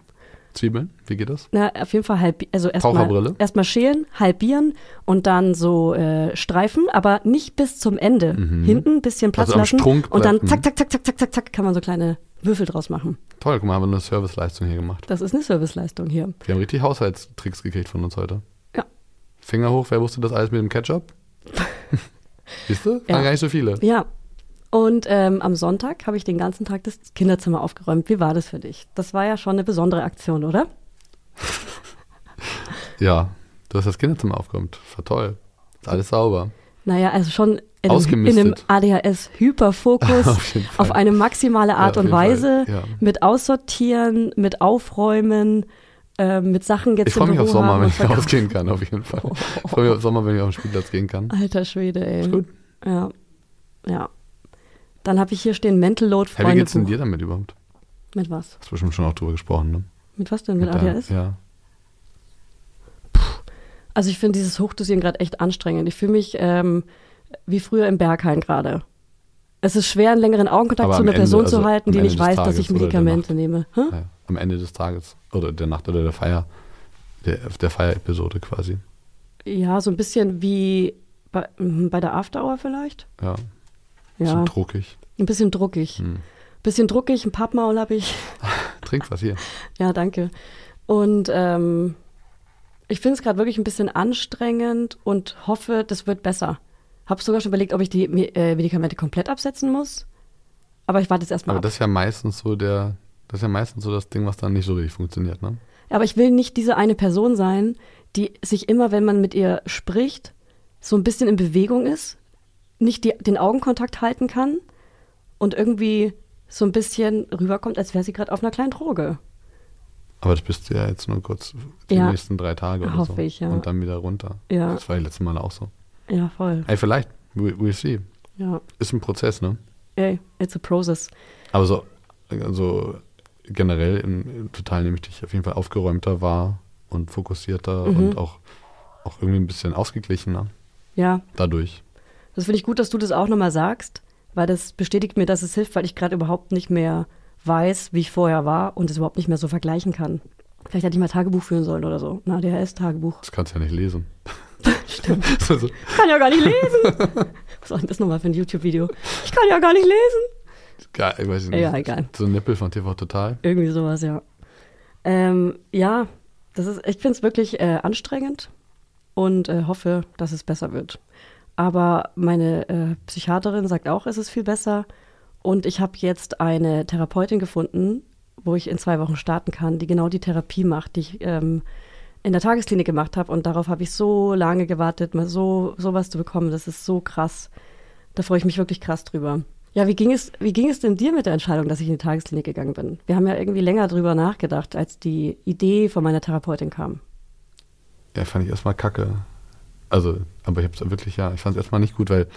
Speaker 2: Zwiebeln, wie geht das?
Speaker 1: Na, auf jeden Fall halb, also erstmal
Speaker 2: Taucherbrille?
Speaker 1: erstmal schälen, halbieren und dann so äh, streifen, aber nicht bis zum Ende. Hinten ein bisschen Platz
Speaker 2: Also am
Speaker 1: lassen
Speaker 2: Strunk
Speaker 1: und dann
Speaker 2: bleibt,
Speaker 1: zack,
Speaker 2: mhm.
Speaker 1: zack, zack, zack, zack, zack, zack, kann man so kleine Würfel draus machen.
Speaker 2: Toll, guck mal, haben wir eine Serviceleistung hier gemacht.
Speaker 1: Das ist eine Serviceleistung hier.
Speaker 2: Wir haben richtig Haushaltstricks gekriegt von uns heute.
Speaker 1: Ja.
Speaker 2: Finger hoch, wer wusste das alles mit dem Ketchup? Siehst du? Waren
Speaker 1: Ja.
Speaker 2: gar nicht so viele.
Speaker 1: Ja. Und ähm, am Sonntag habe ich den ganzen Tag das Kinderzimmer aufgeräumt. Wie war das für dich? Das war ja schon eine besondere Aktion, oder?
Speaker 2: Ja, du hast das Kinderzimmer aufgeräumt. War toll. Ist alles sauber.
Speaker 1: Naja, also schon in, einem- in einem
Speaker 2: Ausgemistet.
Speaker 1: ADHS-Hyperfokus
Speaker 2: Auf
Speaker 1: auf,
Speaker 2: jeden Fall.
Speaker 1: eine maximale Art
Speaker 2: Ja, auf
Speaker 1: und
Speaker 2: jeden
Speaker 1: Weise
Speaker 2: Fall, ja.
Speaker 1: mit Aussortieren, mit Aufräumen, ähm, mit Sachen jetzt
Speaker 2: Ich freue
Speaker 1: im
Speaker 2: mich auf
Speaker 1: Büro
Speaker 2: Sommer,
Speaker 1: haben
Speaker 2: wenn
Speaker 1: und
Speaker 2: ich
Speaker 1: verkaufen.
Speaker 2: rausgehen kann, auf jeden Fall. Ich freue mich auf Sommer, wenn ich auf den Spielplatz gehen kann.
Speaker 1: Alter Schwede, ey.
Speaker 2: Ist gut.
Speaker 1: Ja, ja. Dann habe ich hier stehen Mental Load
Speaker 2: Hey, wie
Speaker 1: Freunde.
Speaker 2: geht's denn dir damit überhaupt?
Speaker 1: Mit was?
Speaker 2: Hast bestimmt schon auch drüber gesprochen, ne?
Speaker 1: Mit was denn? Mit,
Speaker 2: deinem-
Speaker 1: ADHS?
Speaker 2: Ja.
Speaker 1: Also ich finde dieses Hochdosieren gerade echt anstrengend. Ich fühle mich ähm, wie früher im Berghain gerade. Es ist schwer, einen längeren Augenkontakt
Speaker 2: Aber
Speaker 1: zu
Speaker 2: am
Speaker 1: einer
Speaker 2: Ende,
Speaker 1: Person
Speaker 2: also
Speaker 1: zu halten,
Speaker 2: am
Speaker 1: die
Speaker 2: Ende
Speaker 1: nicht
Speaker 2: des
Speaker 1: weiß, dass
Speaker 2: Tages
Speaker 1: ich
Speaker 2: oder der
Speaker 1: Medikamente nehme. Hä?
Speaker 2: Ja, am Ende des Tages oder der Nacht oder der Feier, der, der Feierepisode quasi.
Speaker 1: Ja, so ein bisschen wie bei, mhm, bei der After Hour vielleicht.
Speaker 2: Ja, ein bisschen
Speaker 1: Ja,
Speaker 2: druckig.
Speaker 1: ein bisschen druckig. Bisschen druckig, ein Pappmaul habe ich.
Speaker 2: Trink was hier.
Speaker 1: Ja, danke. Und ähm, Ich finde es gerade wirklich ein bisschen anstrengend und hoffe, das wird besser. Habe sogar schon überlegt, ob ich die Me- äh, Medikamente komplett absetzen muss. Aber ich warte jetzt erstmal
Speaker 2: Aber
Speaker 1: ab.
Speaker 2: das ist ja meistens so der, das ist ja meistens so das Ding, was dann nicht so richtig funktioniert, ne?
Speaker 1: Aber ich will nicht diese eine Person sein, die sich immer, wenn man mit ihr spricht, so ein bisschen in Bewegung ist, nicht die, den Augenkontakt halten kann und irgendwie so ein bisschen rüberkommt, als wäre sie gerade auf einer kleinen Droge.
Speaker 2: Aber das bist du ja jetzt nur kurz die
Speaker 1: Ja.
Speaker 2: nächsten drei Tage oder
Speaker 1: Hoffe
Speaker 2: so.
Speaker 1: ich, ja.
Speaker 2: Und dann wieder runter.
Speaker 1: Ja.
Speaker 2: Das war die letzten Male auch so.
Speaker 1: Ja, voll.
Speaker 2: Ey, vielleicht, we, we'll see.
Speaker 1: Ja.
Speaker 2: Ist ein Prozess, ne?
Speaker 1: Ey, it's a process.
Speaker 2: Aber so, also generell im, im Total nehme ich dich auf jeden Fall aufgeräumter wahr und fokussierter
Speaker 1: Mhm.
Speaker 2: und auch, auch irgendwie ein bisschen ausgeglichener
Speaker 1: Ja,
Speaker 2: dadurch.
Speaker 1: das finde ich gut, dass du das auch nochmal sagst, weil das bestätigt mir, dass es hilft, weil ich gerade überhaupt nicht mehr weiß, wie ich vorher war und es überhaupt nicht mehr so vergleichen kann. Vielleicht hätte ich mal Tagebuch führen sollen oder so. Na, DHS-Tagebuch.
Speaker 2: Das kannst du ja nicht lesen. Also,
Speaker 1: Stimmt.
Speaker 2: So, so,
Speaker 1: Ich kann ja gar nicht lesen. Was soll denn das nochmal für ein YouTube-Video? Ich kann ja gar nicht lesen.
Speaker 2: ja, ich weiß nicht.
Speaker 1: Ja, egal.
Speaker 2: So ein Nippel von TV Total.
Speaker 1: Irgendwie sowas, ja. Ähm, ja, das ist, ich finde es wirklich äh, anstrengend und äh, hoffe, dass es besser wird. Aber meine äh, Psychiaterin sagt auch, es ist viel besser. Und ich habe jetzt eine Therapeutin gefunden, wo ich in zwei Wochen starten kann, die genau die Therapie macht, die ich ähm, in der Tagesklinik gemacht habe. Und darauf habe ich so lange gewartet, mal so sowas zu bekommen. Das ist so krass. Da freue ich mich wirklich krass drüber. Ja, wie ging, es, wie ging es denn dir mit der Entscheidung, dass ich in die Tagesklinik gegangen bin? Wir haben ja irgendwie länger drüber nachgedacht, als die Idee von meiner Therapeutin kam.
Speaker 2: Ja, fand ich erstmal kacke. Also, aber ich hab's wirklich, ja, ich fand es erstmal nicht gut, weil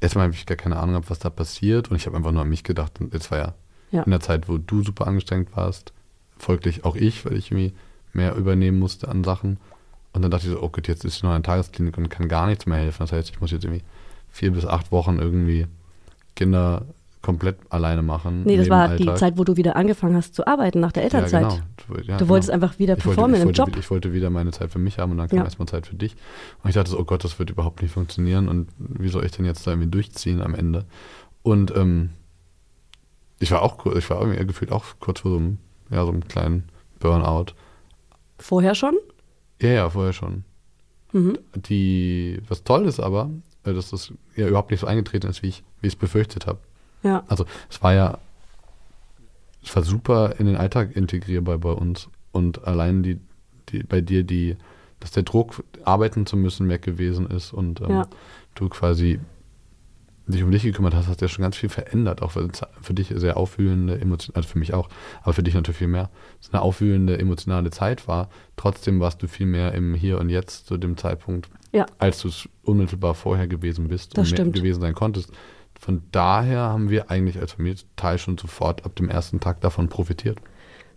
Speaker 2: erstmal habe ich gar keine Ahnung gehabt, was da passiert und ich habe einfach nur an mich gedacht. Und jetzt war ja,
Speaker 1: Ja.
Speaker 2: in der Zeit, wo du super angestrengt warst, folglich auch ich, weil ich irgendwie mehr übernehmen musste an Sachen. Und dann dachte ich so, oh Gott, jetzt ist sie noch in der Tagesklinik und kann gar nichts mehr helfen. Das heißt, ich muss jetzt irgendwie vier bis acht Wochen irgendwie Kinder komplett alleine machen.
Speaker 1: Nee, das
Speaker 2: neben
Speaker 1: war die
Speaker 2: Alltag.
Speaker 1: Zeit, wo du wieder angefangen hast zu arbeiten nach der Elternzeit.
Speaker 2: Ja, genau. Ja,
Speaker 1: Du wolltest einfach wieder
Speaker 2: ich
Speaker 1: performen
Speaker 2: wollte, ich
Speaker 1: im
Speaker 2: wollte,
Speaker 1: Job.
Speaker 2: wieder- Ich wollte wieder meine Zeit für mich haben und dann kam
Speaker 1: Ja.
Speaker 2: erstmal Zeit für dich. Und ich dachte so, oh Gott, das wird überhaupt nicht funktionieren und wie soll ich denn jetzt da irgendwie durchziehen am Ende? Und ähm, ich war auch kurz, ich war irgendwie gefühlt auch kurz vor so einem, ja, so einem kleinen Burnout.
Speaker 1: Vorher schon?
Speaker 2: Ja, ja, vorher schon.
Speaker 1: Mhm.
Speaker 2: Die, was toll ist aber, äh, dass das ja überhaupt nicht so eingetreten ist, wie ich wie ich es befürchtet habe.
Speaker 1: Ja.
Speaker 2: Also es war ja, es war super in den Alltag integrierbar bei uns. Und allein die, die bei dir die, dass der Druck, arbeiten zu müssen, weg gewesen ist und ähm,
Speaker 1: Ja.
Speaker 2: du quasi dich um dich gekümmert hast, hast ja schon ganz viel verändert, auch weil es für dich sehr aufwühlende emotionale, also für mich auch, aber für dich natürlich viel mehr, es eine aufwühlende emotionale Zeit war. Trotzdem warst du viel mehr im Hier und Jetzt zu dem Zeitpunkt,
Speaker 1: Ja.
Speaker 2: als du es unmittelbar vorher gewesen bist
Speaker 1: Das
Speaker 2: und mehr
Speaker 1: stimmt.
Speaker 2: gewesen sein konntest. Von daher haben wir eigentlich als Familie total schon sofort ab dem ersten Tag davon profitiert.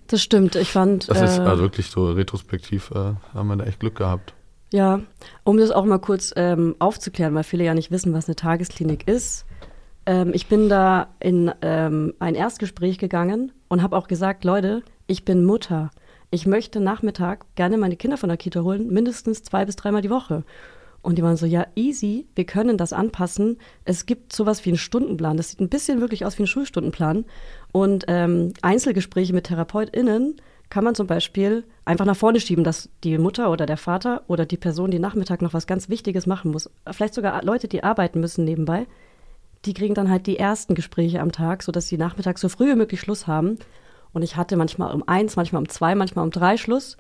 Speaker 1: Das stimmt. Ich fand.
Speaker 2: Das ist
Speaker 1: äh,
Speaker 2: also wirklich so retrospektiv, äh, haben wir da echt Glück gehabt.
Speaker 1: Ja, um das auch mal kurz ähm, aufzuklären, weil viele ja nicht wissen, was eine Tagesklinik ist. Ähm, ich bin da in ähm, ein Erstgespräch gegangen und habe auch gesagt, Leute, ich bin Mutter. Ich möchte Nachmittag gerne meine Kinder von der Kita holen, mindestens zwei bis dreimal die Woche. Und die waren so, ja, easy, wir können das anpassen. Es gibt sowas wie einen Stundenplan. Das sieht ein bisschen wirklich aus wie ein Schulstundenplan. Und ähm, Einzelgespräche mit TherapeutInnen kann man zum Beispiel einfach nach vorne schieben, dass die Mutter oder der Vater oder die Person, die Nachmittag noch was ganz Wichtiges machen muss, vielleicht sogar Leute, die arbeiten müssen nebenbei, die kriegen dann halt die ersten Gespräche am Tag, sodass sie nachmittags so früh wie möglich Schluss haben. Und ich hatte manchmal um eins, manchmal um zwei, manchmal um drei Schluss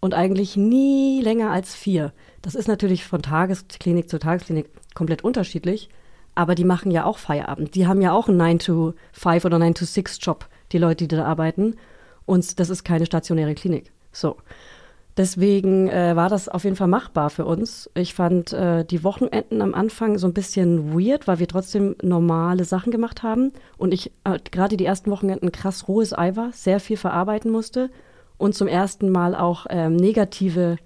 Speaker 1: und eigentlich nie länger als vier. Das ist natürlich von Tagesklinik zu Tagesklinik komplett unterschiedlich, aber die machen ja auch Feierabend. Die haben ja auch einen 9-to-5 oder 9-to-6-Job, die Leute, die da arbeiten. Und das ist keine stationäre Klinik. So. Deswegen äh, war das auf jeden Fall machbar für uns. Ich fand äh, die Wochenenden am Anfang so ein bisschen weird, weil wir trotzdem normale Sachen gemacht haben und ich äh, gerade die ersten Wochenenden krass rohes Ei war, sehr viel verarbeiten musste und zum ersten Mal auch ähm, negative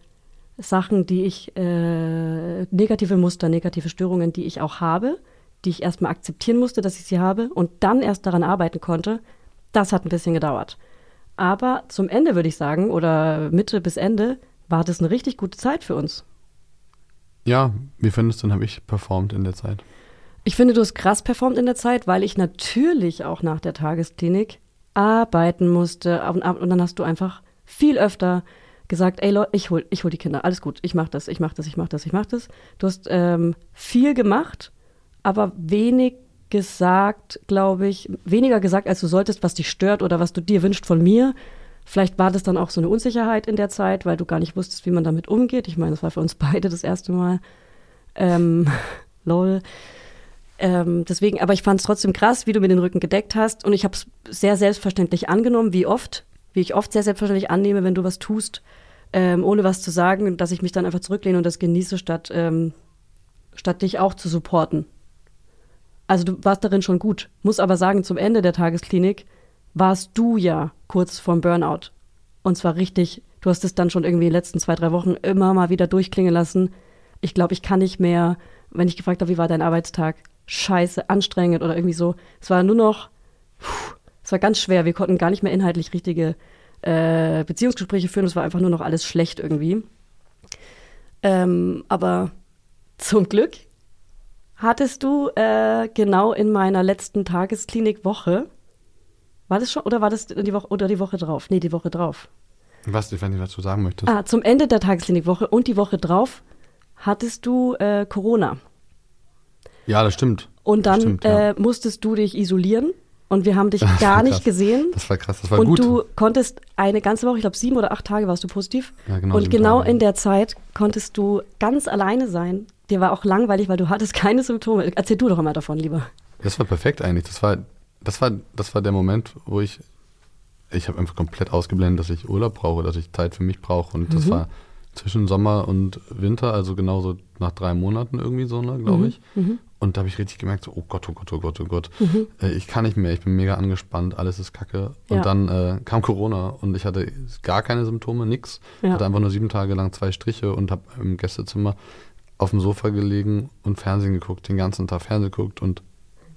Speaker 1: Sachen, die ich, äh, negative Muster, negative Störungen, die ich auch habe, die ich erstmal akzeptieren musste, dass ich sie habe und dann erst daran arbeiten konnte, das hat ein bisschen gedauert. Aber zum Ende würde ich sagen, oder Mitte bis Ende, war das eine richtig gute Zeit für uns.
Speaker 2: Ja, wie findest du, denn, habe ich performt in der Zeit?
Speaker 1: Ich finde, du hast krass performt in der Zeit, weil ich natürlich auch nach der Tagesklinik arbeiten musste. Und, und dann hast du einfach viel öfter gesagt, ey Leute, ich hol, ich hol die Kinder, alles gut, ich mach das, ich mach das, ich mach das, ich mach das. Du hast ähm, viel gemacht, aber wenig gesagt, glaube ich, weniger gesagt, als du solltest, was dich stört oder was du dir wünscht von mir. Vielleicht war das dann auch so eine Unsicherheit in der Zeit, weil du gar nicht wusstest, wie man damit umgeht. Ich meine, das war für uns beide das erste Mal. Ähm, lol. Ähm, deswegen, aber ich fand es trotzdem krass, wie du mir den Rücken gedeckt hast. Und ich habe es sehr selbstverständlich angenommen, wie oft, wie ich oft sehr selbstverständlich annehme, wenn du was tust, ähm, ohne was zu sagen, dass ich mich dann einfach zurücklehne und das genieße, statt, ähm, statt dich auch zu supporten. Also du warst darin schon gut. Muss aber sagen, zum Ende der Tagesklinik warst du ja kurz vorm Burnout. Und zwar richtig, du hast es dann schon irgendwie in den letzten zwei, drei Wochen immer mal wieder durchklingen lassen. Ich glaube, ich kann nicht mehr, wenn ich gefragt habe, wie war dein Arbeitstag? Scheiße, anstrengend oder irgendwie so. Es war nur noch, puh, es war ganz schwer. Wir konnten gar nicht mehr inhaltlich richtige äh, Beziehungsgespräche führen. Es war einfach nur noch alles schlecht irgendwie. Ähm, aber zum Glück hattest du äh, genau in meiner letzten Tagesklinikwoche, war das schon, oder war das die Woche, oder die Woche drauf? Nee, die Woche drauf.
Speaker 2: Was, wenn du dazu sagen möchtest.
Speaker 1: Ah, zum Ende der Tagesklinikwoche und die Woche drauf hattest du äh, Corona.
Speaker 2: Ja, das stimmt.
Speaker 1: Und dann
Speaker 2: das stimmt, ja.
Speaker 1: äh, musstest du dich isolieren und wir haben dich
Speaker 2: Das war
Speaker 1: gar nicht
Speaker 2: krass.
Speaker 1: gesehen.
Speaker 2: Das war krass, das war
Speaker 1: und
Speaker 2: gut.
Speaker 1: du konntest eine ganze Woche, ich glaube sieben oder acht Tage warst du positiv.
Speaker 2: Ja, genau,
Speaker 1: und
Speaker 2: sieben
Speaker 1: genau
Speaker 2: Tage.
Speaker 1: in der Zeit konntest du ganz alleine sein. Dir war auch langweilig, weil du hattest keine Symptome. Erzähl du doch einmal davon, lieber.
Speaker 2: Das war perfekt eigentlich. Das war, das war, das war der Moment, wo ich, ich habe einfach komplett ausgeblendet, dass ich Urlaub brauche, dass ich Zeit für mich brauche. Und
Speaker 1: Mhm.
Speaker 2: das war zwischen Sommer und Winter, also genauso nach drei Monaten irgendwie so, ne,
Speaker 1: Mhm.
Speaker 2: glaube ich. Und da habe ich richtig gemerkt, so, oh Gott, oh Gott, oh Gott, oh Gott, äh, ich kann nicht mehr, ich bin mega angespannt, alles ist kacke.
Speaker 1: Mhm.
Speaker 2: Und
Speaker 1: Ja.
Speaker 2: dann äh, kam Corona und ich hatte gar keine Symptome, nix.
Speaker 1: Ja.
Speaker 2: Hatte einfach nur sieben Tage lang zwei Striche und habe im Gästezimmer auf dem Sofa gelegen und Fernsehen geguckt, den ganzen Tag Fernsehen geguckt und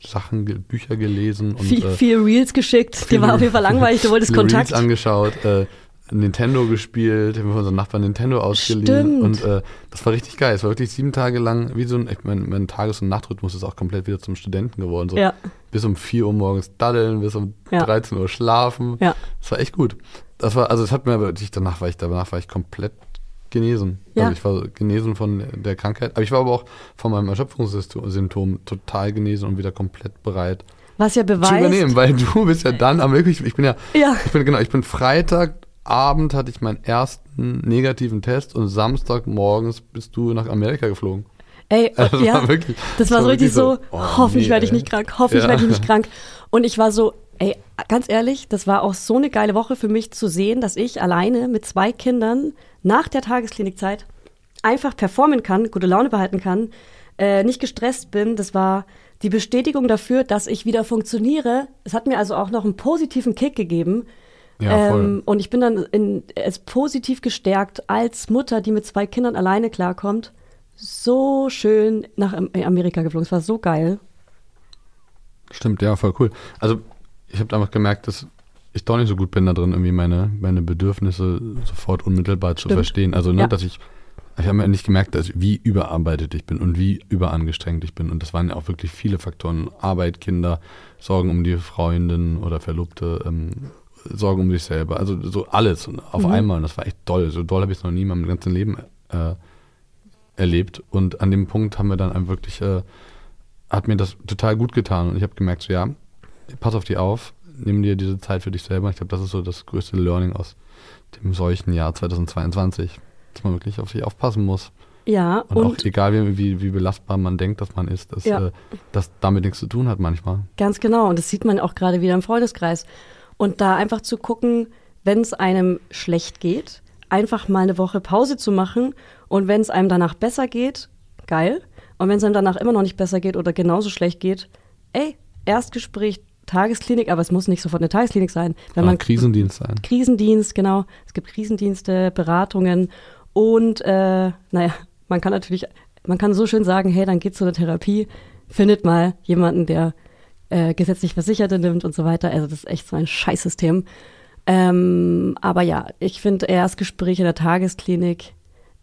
Speaker 2: Sachen, ge- Bücher gelesen und
Speaker 1: viel,
Speaker 2: äh,
Speaker 1: viel Reels geschickt. Dir
Speaker 2: viele-
Speaker 1: war auf jeden Fall langweilig, du wolltest
Speaker 2: viele
Speaker 1: Kontakt.
Speaker 2: Reels angeschaut, äh, Nintendo gespielt, haben wir unseren Nachbarn Nintendo ausgeliehen
Speaker 1: Stimmt.
Speaker 2: und äh, das war richtig geil. Es war wirklich sieben Tage lang, wie so ein, ich mein, mein Tages- und Nachtrhythmus ist auch komplett wieder zum Studenten geworden. So
Speaker 1: Ja.
Speaker 2: bis um 4 Uhr morgens daddeln, bis um
Speaker 1: Ja.
Speaker 2: 13 Uhr schlafen.
Speaker 1: Ja.
Speaker 2: Das war echt gut. Das war, also es hat mir aber ich, danach war ich, danach war ich komplett genesen.
Speaker 1: Ja.
Speaker 2: Also ich war genesen von der Krankheit. Aber ich war aber auch von meinem Erschöpfungssymptom total genesen und wieder komplett bereit
Speaker 1: Was ja
Speaker 2: zu
Speaker 1: beweist.
Speaker 2: übernehmen, weil du bist ja dann am wirklich, ich bin ja,
Speaker 1: Ja.
Speaker 2: ich bin genau, ich bin Freitagabend hatte ich meinen ersten negativen Test und Samstagmorgens bist du nach Amerika geflogen.
Speaker 1: Ey, oh,
Speaker 2: Also,
Speaker 1: ja,
Speaker 2: war wirklich-
Speaker 1: das war
Speaker 2: war
Speaker 1: so richtig
Speaker 2: wirklich
Speaker 1: so,
Speaker 2: so, oh,
Speaker 1: hoffentlich
Speaker 2: nee,
Speaker 1: werde ich
Speaker 2: ey.
Speaker 1: nicht krank, hoffentlich
Speaker 2: Ja.
Speaker 1: werde ich nicht krank. Und ich war so, ey, ganz ehrlich, das war auch so eine geile Woche für mich zu sehen, dass ich alleine mit zwei Kindern nach der Tagesklinikzeit einfach performen kann, gute Laune behalten kann, äh, nicht gestresst bin. Das war die Bestätigung dafür, dass ich wieder funktioniere. Es hat mir also auch noch einen positiven Kick gegeben.
Speaker 2: Ja, voll.
Speaker 1: Ähm, und ich bin dann in, als positiv gestärkt als Mutter, die mit zwei Kindern alleine klarkommt. So schön nach Am- äh, Amerika geflogen. Es war so geil.
Speaker 2: Stimmt, ja, voll cool. Also ich habe einfach gemerkt, dass ich doch nicht so gut bin da drin, irgendwie meine, meine Bedürfnisse sofort unmittelbar zu verstehen. Also ne,
Speaker 1: Ja.
Speaker 2: dass ich, ich habe mir nicht gemerkt, dass wie überarbeitet ich bin und wie überangestrengt ich bin. Und das waren ja auch wirklich viele Faktoren. Arbeit, Kinder, Sorgen um die Freundin oder Verlobte, ähm, Sorgen um sich selber. Also so alles und auf einmal. Und das war echt toll. So doll habe ich es noch nie in meinem ganzen Leben äh, erlebt. Und an dem Punkt haben wir dann einfach wirklich... Äh, hat mir das total gut getan und ich habe gemerkt, so ja, pass auf die auf, nimm dir diese Zeit für dich selber. Ich glaube, das ist so das größte Learning aus dem solchen Jahr 2022, dass man wirklich auf sich aufpassen muss.
Speaker 1: Ja,
Speaker 2: Und,
Speaker 1: und,
Speaker 2: auch egal, wie, wie, wie belastbar man denkt, dass man ist, dass
Speaker 1: Ja.
Speaker 2: äh, das damit nichts zu tun hat manchmal.
Speaker 1: ganz genau. Und das sieht man auch gerade wieder im Freundeskreis. Und da einfach zu gucken, wenn es einem schlecht geht, einfach mal eine Woche Pause zu machen. Und wenn es einem danach besser geht, geil. Und wenn es einem danach immer noch nicht besser geht oder genauso schlecht geht, ey, Erstgespräch, Tagesklinik, aber es muss nicht sofort eine Tagesklinik sein. Wenn
Speaker 2: Kann
Speaker 1: man
Speaker 2: auch Krisendienst sein.
Speaker 1: Krisendienst, genau. Es gibt Krisendienste, Beratungen und äh, naja, man kann natürlich, man kann so schön sagen, hey, dann geht zu einer Therapie, findet mal jemanden, der äh, gesetzlich Versicherte nimmt und so weiter. Also das ist echt so ein Scheißsystem. Ähm, aber ja, ich finde Erstgespräche in der Tagesklinik,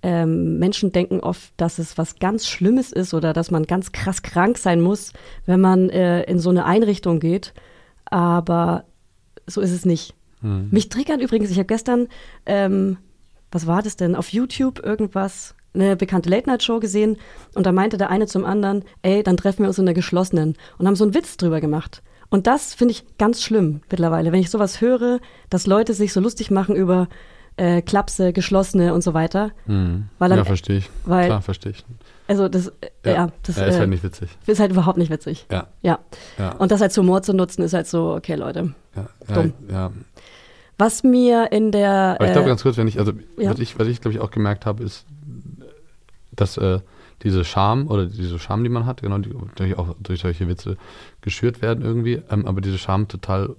Speaker 1: ähm, Menschen denken oft, dass es was ganz Schlimmes ist oder dass man ganz krass krank sein muss, wenn man äh, in so eine Einrichtung geht. Mhm. Aber so ist es nicht. Mich triggern übrigens, ich habe gestern ähm, was war das denn, auf YouTube irgendwas, eine bekannte Late-Night-Show gesehen und da meinte der eine zum anderen, ey, dann treffen wir uns in der geschlossenen und haben so einen Witz drüber gemacht. Und das finde ich ganz schlimm mittlerweile, wenn ich sowas höre, dass Leute sich so lustig machen über äh, Klapse, geschlossene und so weiter.
Speaker 2: Hm.
Speaker 1: Weil dann,
Speaker 2: ja, verstehe ich.
Speaker 1: weil-
Speaker 2: Klar, verstehe ich.
Speaker 1: also das, äh, ja. das
Speaker 2: ja, ist
Speaker 1: äh,
Speaker 2: halt nicht witzig.
Speaker 1: ist halt überhaupt nicht witzig.
Speaker 2: Ja.
Speaker 1: Ja.
Speaker 2: Ja.
Speaker 1: Und das als Humor zu nutzen, ist halt so, okay, Leute.
Speaker 2: Ja,
Speaker 1: Dumm.
Speaker 2: ja, ja.
Speaker 1: Was mir in der.
Speaker 2: Aber ich glaube
Speaker 1: äh,
Speaker 2: ganz kurz, wenn ich, also
Speaker 1: ja.
Speaker 2: was ich, was ich glaube ich auch gemerkt habe, ist, dass äh, diese Scham oder diese Scham, die man hat, genau, die natürlich auch durch solche Witze geschürt werden irgendwie, ähm, aber diese Scham total,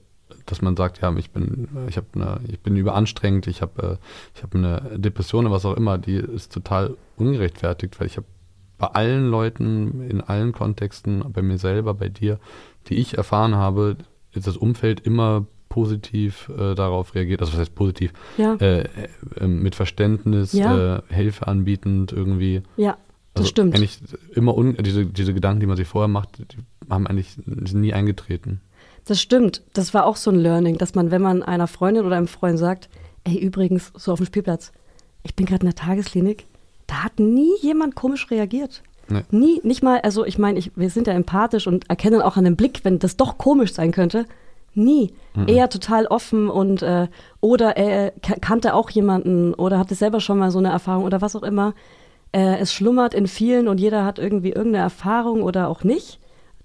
Speaker 2: dass man sagt, ja, ich bin, äh, ich habe eine, ich bin überanstrengend, ich habe, äh, ich habe eine Depression oder was auch immer, die ist total ungerechtfertigt, weil ich habe bei allen Leuten, in allen Kontexten, bei mir selber, bei dir, die ich erfahren habe, ist das Umfeld immer positiv äh, darauf reagiert. Also was heißt positiv?
Speaker 1: Ja.
Speaker 2: Äh, äh, äh, mit Verständnis,
Speaker 1: Ja.
Speaker 2: äh, Hilfe anbietend irgendwie.
Speaker 1: ja, das
Speaker 2: Also
Speaker 1: stimmt.
Speaker 2: Eigentlich immer un diese, diese Gedanken, die man sich vorher macht, die haben eigentlich sind nie eingetreten.
Speaker 1: Das stimmt. Das war auch so ein Learning, dass man, wenn man einer Freundin oder einem Freund sagt, ey, übrigens, so auf dem Spielplatz, ich bin gerade in der Tagesklinik, da hat nie jemand komisch reagiert.
Speaker 2: Nee.
Speaker 1: Nie, nicht mal, also ich meine, ich, wir sind ja empathisch und erkennen auch an dem Blick, wenn das doch komisch sein könnte. Nie. Eher total offen und äh, oder er ka- kannte auch jemanden oder hatte selber schon mal so eine Erfahrung oder was auch immer. Äh, es schlummert in vielen und jeder hat irgendwie irgendeine Erfahrung oder auch nicht.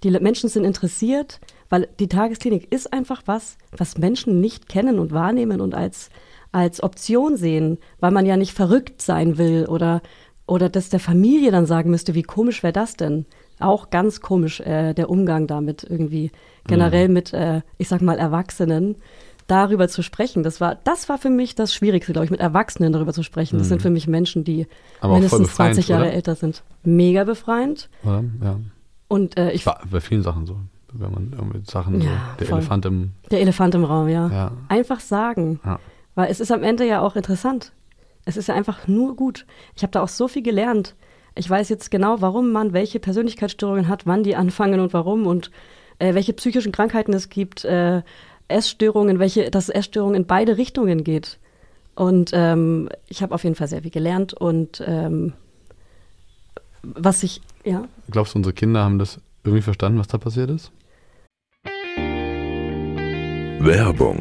Speaker 1: Die Le- Menschen sind interessiert, weil die Tagesklinik ist einfach was, was Menschen nicht kennen und wahrnehmen und als, als Option sehen, weil man ja nicht verrückt sein will oder, oder dass der Familie dann sagen müsste, wie komisch wäre das denn? Auch ganz komisch, äh, der Umgang damit irgendwie,
Speaker 2: Mhm.
Speaker 1: generell mit, äh, ich sag mal, Erwachsenen darüber zu sprechen. Das war, das war für mich das Schwierigste, glaube ich, mit Erwachsenen darüber zu sprechen. Das sind für mich Menschen, die
Speaker 2: Mhm. Aber auch voll
Speaker 1: mindestens
Speaker 2: befreiend,
Speaker 1: 20 Jahre
Speaker 2: oder?
Speaker 1: älter sind. Mega befreiend.
Speaker 2: Oder? Ja.
Speaker 1: Und äh, ich
Speaker 2: Bei, bei vielen Sachen so. Wenn man irgendwie Sachen,
Speaker 1: Ja,
Speaker 2: so, der
Speaker 1: voll.
Speaker 2: Elefant im.
Speaker 1: Der Elefant im Raum, ja.
Speaker 2: Ja.
Speaker 1: Einfach sagen.
Speaker 2: Ja.
Speaker 1: Weil es ist am Ende ja auch interessant. Es ist ja einfach nur gut. Ich habe da auch so viel gelernt. Ich weiß jetzt genau, warum man welche Persönlichkeitsstörungen hat, wann die anfangen und warum und äh, welche psychischen Krankheiten es gibt, äh, Essstörungen, welche, dass Essstörungen in beide Richtungen geht. Und ähm, ich habe auf jeden Fall sehr viel gelernt und ähm, was ich, ja,
Speaker 2: Glaubst du, unsere Kinder haben das irgendwie verstanden, was da passiert ist?
Speaker 5: Werbung,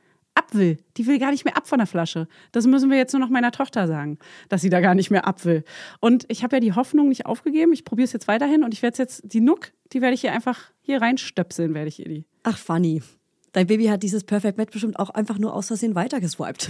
Speaker 4: ab will. Die will gar nicht mehr ab von der Flasche. Das müssen wir jetzt nur noch meiner Tochter sagen, dass sie da gar nicht mehr ab will. Und ich habe ja die Hoffnung nicht aufgegeben. Ich probiere es jetzt weiterhin und ich werde jetzt die Nuck, die werde ich hier einfach hier reinstöpseln, werde ich ihr die.
Speaker 6: Ach, funny. Dein Baby hat dieses Perfect Match bestimmt auch einfach nur aus Versehen weitergeswiped.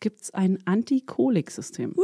Speaker 4: gibt es ein Anti-Kolik-System.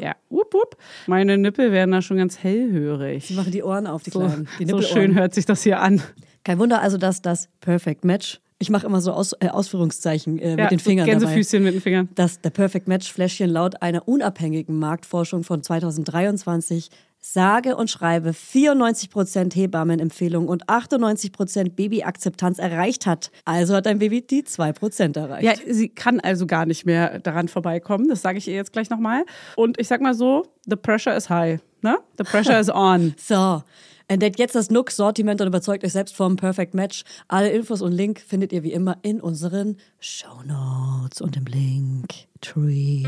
Speaker 4: Ja, wup, wup. Meine Nippel werden da schon ganz hellhörig.
Speaker 6: Die machen die Ohren auf, die
Speaker 4: so,
Speaker 6: Kleinen. Die
Speaker 4: so
Speaker 6: Nippelohren.
Speaker 4: schön hört sich das hier an.
Speaker 6: Kein Wunder also, dass das Perfect Match, ich mache immer so Aus, äh, Ausführungszeichen äh,
Speaker 4: ja,
Speaker 6: mit den
Speaker 4: so
Speaker 6: Fingern dabei,
Speaker 4: Gänsefüßchen mit den Fingern.
Speaker 6: dass der Perfect Match Fläschchen laut einer unabhängigen Marktforschung von 2023 sage und schreibe 94% Hebammenempfehlung und 98% Babyakzeptanz erreicht hat. Also hat dein Baby die 2% erreicht.
Speaker 4: Ja, sie kann also gar nicht mehr daran vorbeikommen. Das sage ich ihr jetzt gleich nochmal. Und ich sag mal so, the pressure is high. Ne? The pressure is on.
Speaker 6: So, Entdeckt jetzt das Nook-Sortiment und überzeugt euch selbst vom Perfect Match. Alle Infos und Link findet ihr wie immer in unseren Show Notes und im Link Tree.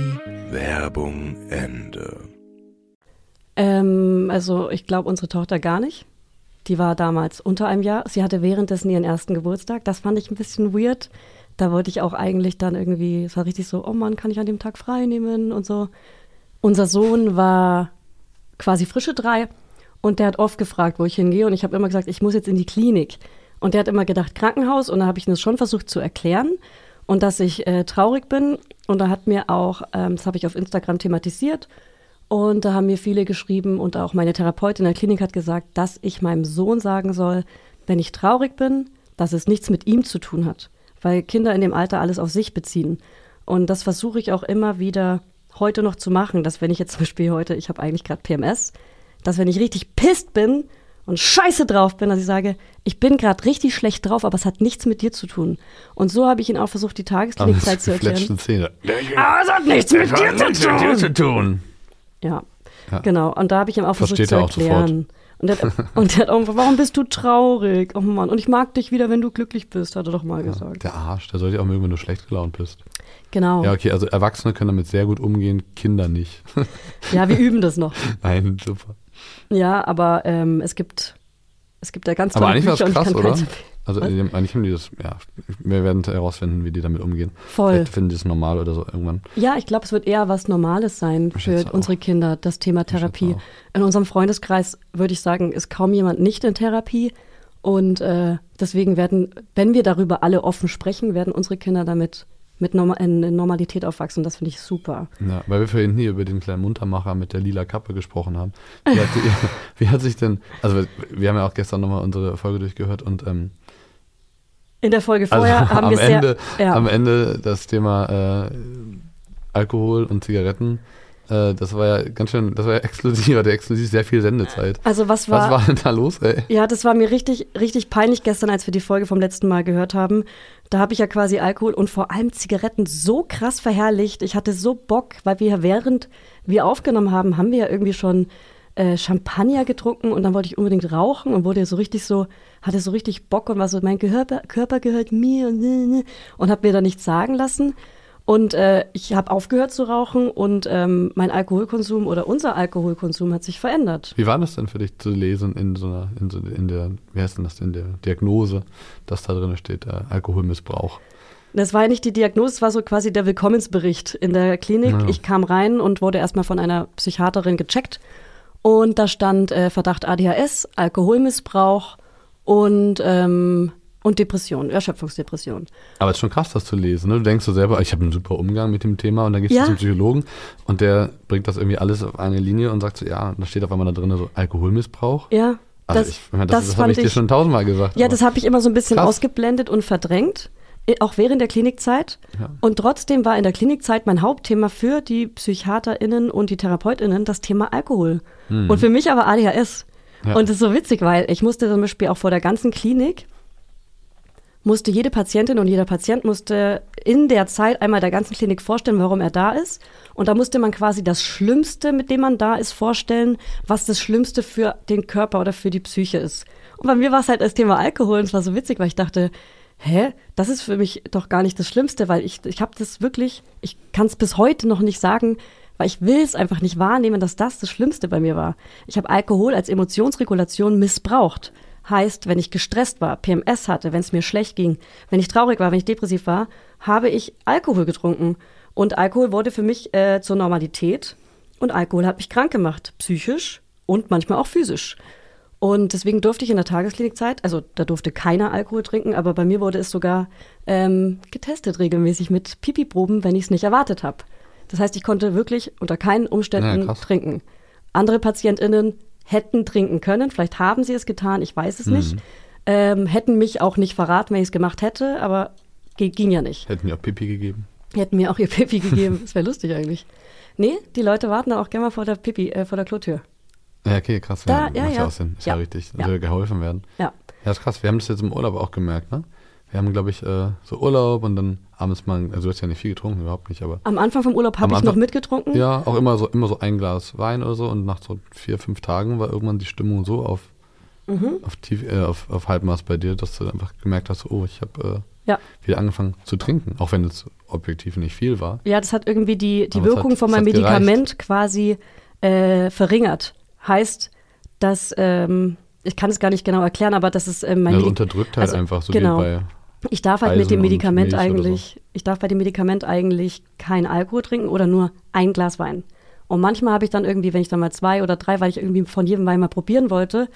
Speaker 5: Werbung Ende.
Speaker 1: Ähm, also ich glaube unsere Tochter gar nicht. Die war damals unter einem Jahr. Sie hatte währenddessen ihren ersten Geburtstag. Das fand ich ein bisschen weird. Da wollte ich auch eigentlich dann irgendwie, es war richtig so, oh Mann, kann ich an dem Tag frei nehmen und so. Unser Sohn war quasi frische drei und der hat oft gefragt, wo ich hingehe und ich habe immer gesagt, ich muss jetzt in die Klinik. Und der hat immer gedacht, Krankenhaus und da habe ich ihm das schon versucht zu erklären und dass ich äh, traurig bin. Und da hat mir auch, ähm, das habe ich auf Instagram thematisiert, und da haben mir viele geschrieben und auch meine Therapeutin in der Klinik hat gesagt, dass ich meinem Sohn sagen soll, wenn ich traurig bin, dass es nichts mit ihm zu tun hat, weil Kinder in dem Alter alles auf sich beziehen. Und das versuche ich auch immer wieder heute noch zu machen, dass wenn ich jetzt zum Beispiel heute, ich habe eigentlich gerade PMS, dass wenn ich richtig pisst bin und scheiße drauf bin, dass ich sage, ich bin gerade richtig schlecht drauf, aber es hat nichts mit dir zu tun. Und so habe ich ihn auch versucht, die Tagesklinikzeit zu erklären.
Speaker 2: Also, Szene.
Speaker 1: Aber es hat nichts mit dir zu tun.
Speaker 2: tun.
Speaker 1: Ja, genau. Und da habe ich ihm auch versucht
Speaker 2: Versteht
Speaker 1: zu
Speaker 2: er auch
Speaker 1: erklären. Und der, hat, und der hat auch gefragt, warum bist du traurig? Oh Mann, und ich mag dich wieder, wenn du glücklich bist, hat er doch mal gesagt.
Speaker 2: Der Arsch, der sollte auch mögen, wenn du schlecht gelaunt bist.
Speaker 1: Genau.
Speaker 2: Ja,
Speaker 1: Ja.
Speaker 2: okay, also Erwachsene können damit sehr gut umgehen, Kinder nicht.
Speaker 1: wir üben das noch.
Speaker 2: Nein, super.
Speaker 1: Ja, aber ähm, es gibt es gibt ja ganz tolle
Speaker 2: Aber eigentlich war
Speaker 1: Bücher
Speaker 2: es
Speaker 1: und ich
Speaker 2: krass,
Speaker 1: kann
Speaker 2: oder?
Speaker 1: keins-
Speaker 2: Also
Speaker 1: Was?
Speaker 2: die haben- eigentlich haben die das, ja, wir werden herausfinden, wie die damit umgehen.
Speaker 1: Voll.
Speaker 2: Vielleicht finden die es normal oder so irgendwann.
Speaker 1: Ja, ich glaube, es wird eher was Normales sein
Speaker 2: schätze
Speaker 1: für
Speaker 2: auch.
Speaker 1: unsere Kinder, das Thema Therapie.
Speaker 2: auch.
Speaker 1: In unserem Freundeskreis würde ich sagen, ist kaum jemand nicht in Therapie. Und äh, deswegen werden, wenn wir darüber alle offen sprechen, werden unsere Kinder damit mit Norma in, in Normalität aufwachsen. Das finde ich super.
Speaker 2: Ja, weil wir vorhin hier über den kleinen Muntermacher mit der lila Kappe gesprochen haben. Wie hat, die, wie hat sich denn, also wir, wir haben ja auch gestern nochmal unsere Folge durchgehört und ähm,
Speaker 1: In der Folge
Speaker 2: also
Speaker 1: vorher haben
Speaker 2: am,
Speaker 1: wir sehr,
Speaker 2: Ende,
Speaker 1: ja,
Speaker 2: am E- Ende das Thema äh, Alkohol und Zigaretten, äh, das war ja ganz schön, das war ja exklusiv, hatte exklusiv sehr viel Sendezeit.
Speaker 1: also was war,
Speaker 2: Was war denn da los, ey?
Speaker 1: Ja, das war mir richtig, richtig peinlich gestern, als wir die Folge vom letzten Mal gehört haben. Da habe ich ja quasi Alkohol und vor allem Zigaretten so krass verherrlicht. Ich hatte so Bock, weil wir ja während wir aufgenommen haben, haben wir ja irgendwie schon äh, Champagner getrunken und dann wollte ich unbedingt rauchen und wurde so richtig so, hatte so richtig Bock und war so, mein Körper, Körper gehört mir und, ne, ne, und habe mir da nichts sagen lassen. Und äh, ich habe aufgehört zu rauchen und ähm, mein Alkoholkonsum oder unser Alkoholkonsum hat sich verändert.
Speaker 2: Wie war das denn für dich zu lesen in so einer, in, so, in der, wie heißt denn das, in der Diagnose, dass da drin steht, äh, Alkoholmissbrauch?
Speaker 1: Das war ja nicht die Diagnose, es war so quasi der Willkommensbericht in der Klinik.
Speaker 2: Ja.
Speaker 1: Ich kam rein und wurde erstmal von einer Psychiaterin gecheckt. Und da stand äh, Verdacht ADHS, Alkoholmissbrauch und, ähm, und Depression, Erschöpfungsdepression.
Speaker 2: Aber es ist schon krass, das zu lesen. Ne? Du denkst so selber, ich habe einen super Umgang mit dem Thema und dann gehst
Speaker 1: Ja.
Speaker 2: du zum Psychologen und der bringt das irgendwie alles auf eine Linie und sagt so, ja, und da steht auf einmal da drin so Alkoholmissbrauch.
Speaker 1: Ja,
Speaker 2: Also
Speaker 1: das-
Speaker 2: ich, ich meine,
Speaker 1: das
Speaker 2: das, das, habe
Speaker 1: fand
Speaker 2: ich dir
Speaker 1: ich-
Speaker 2: schon tausendmal gesagt.
Speaker 1: Ja,
Speaker 2: aber-
Speaker 1: das habe ich immer so ein bisschen
Speaker 2: Krass.
Speaker 1: ausgeblendet und verdrängt, eh, auch während der Klinikzeit. Und trotzdem war in der Klinikzeit mein Hauptthema für die PsychiaterInnen und die TherapeutInnen das Thema Alkohol. Und für mich aber ADHS.
Speaker 2: Hm. Ja.
Speaker 1: Und das ist so witzig, weil ich musste zum Beispiel auch vor der ganzen Klinik, musste jede Patientin und jeder Patient musste in der Zeit einmal der ganzen Klinik vorstellen, warum er da ist. Und da musste man quasi das Schlimmste, mit dem man da ist, vorstellen, was das Schlimmste für den Körper oder für die Psyche ist. Und bei mir war es halt das Thema Alkohol und es war so witzig, weil ich dachte, hä, das ist für mich doch gar nicht das Schlimmste, weil ich, ich habe das wirklich, ich kann es bis heute noch nicht sagen, weil ich will es einfach nicht wahrnehmen, dass das das Schlimmste bei mir war. Ich habe Alkohol als Emotionsregulation missbraucht. Heißt, wenn ich gestresst war, PMS hatte, wenn es mir schlecht ging, wenn ich traurig war, wenn ich depressiv war, habe ich Alkohol getrunken. Und Alkohol wurde für mich äh, zur Normalität. Und Alkohol hat mich krank gemacht, psychisch und manchmal auch physisch. Und deswegen durfte ich in der Tagesklinikzeit, also da durfte keiner Alkohol trinken, aber bei mir wurde es sogar ähm, getestet regelmäßig mit Pipi-Proben, wenn ich es nicht erwartet habe. Das heißt, ich konnte wirklich unter keinen Umständen
Speaker 2: Ja, krass.
Speaker 1: trinken. Andere PatientInnen hätten trinken können, vielleicht haben sie es getan, ich weiß es
Speaker 2: Mhm.
Speaker 1: nicht. Ähm, hätten mich auch nicht verraten, wenn ich es gemacht hätte, aber ge- ging ja nicht.
Speaker 2: Hätten mir auch Pipi gegeben.
Speaker 1: Die hätten mir auch ihr Pipi gegeben. Das wäre lustig eigentlich. Nee, die Leute warten da auch gerne mal vor der Pipi, äh, vor der Klotür.
Speaker 2: Ja, okay, krass.
Speaker 1: Da- ja,
Speaker 2: macht
Speaker 1: ja.
Speaker 2: auch Sinn. Ist
Speaker 1: Ja.
Speaker 2: ja, richtig.
Speaker 1: Ja.
Speaker 2: Ja. Also geholfen werden.
Speaker 1: Ja.
Speaker 2: Ja, ist krass. Wir haben das jetzt im Urlaub auch gemerkt, ne? Wir haben, glaube ich, äh, so Urlaub und dann abends mal, also du hast ja nicht viel getrunken, überhaupt nicht, aber
Speaker 1: Am Anfang vom Urlaub
Speaker 2: Am
Speaker 1: habe ich noch
Speaker 2: Anfang-
Speaker 1: mitgetrunken.
Speaker 2: ja, auch immer so, immer so ein Glas Wein oder so und nach so vier, fünf Tagen war irgendwann die Stimmung so auf
Speaker 1: Mhm.
Speaker 2: auf, tief, äh, auf, auf Halbmaß bei dir, dass du einfach gemerkt hast, oh, ich habe
Speaker 1: Ja.
Speaker 2: äh, wieder angefangen zu trinken, auch wenn es objektiv nicht viel war.
Speaker 1: Ja, das hat irgendwie die, die
Speaker 2: Aber es
Speaker 1: Wirkung
Speaker 2: hat-
Speaker 1: von
Speaker 2: es
Speaker 1: meinem
Speaker 2: hat gereicht.
Speaker 1: Medikament quasi äh, verringert. Heißt, dass, ähm, ich kann es gar nicht genau erklären, aber das ist ähm, mein
Speaker 2: Das
Speaker 1: Medi-
Speaker 2: unterdrückt halt
Speaker 1: also,
Speaker 2: einfach so
Speaker 1: genau.
Speaker 2: wie bei
Speaker 1: Ich darf halt mit
Speaker 2: Eisen
Speaker 1: dem
Speaker 2: und
Speaker 1: Medikament
Speaker 2: Milch oder
Speaker 1: eigentlich, ich darf bei dem Medikament eigentlich kein Alkohol trinken oder nur ein Glas Wein. Und manchmal habe ich dann irgendwie, wenn ich dann mal zwei oder drei, weil ich irgendwie von jedem Wein mal probieren wollte,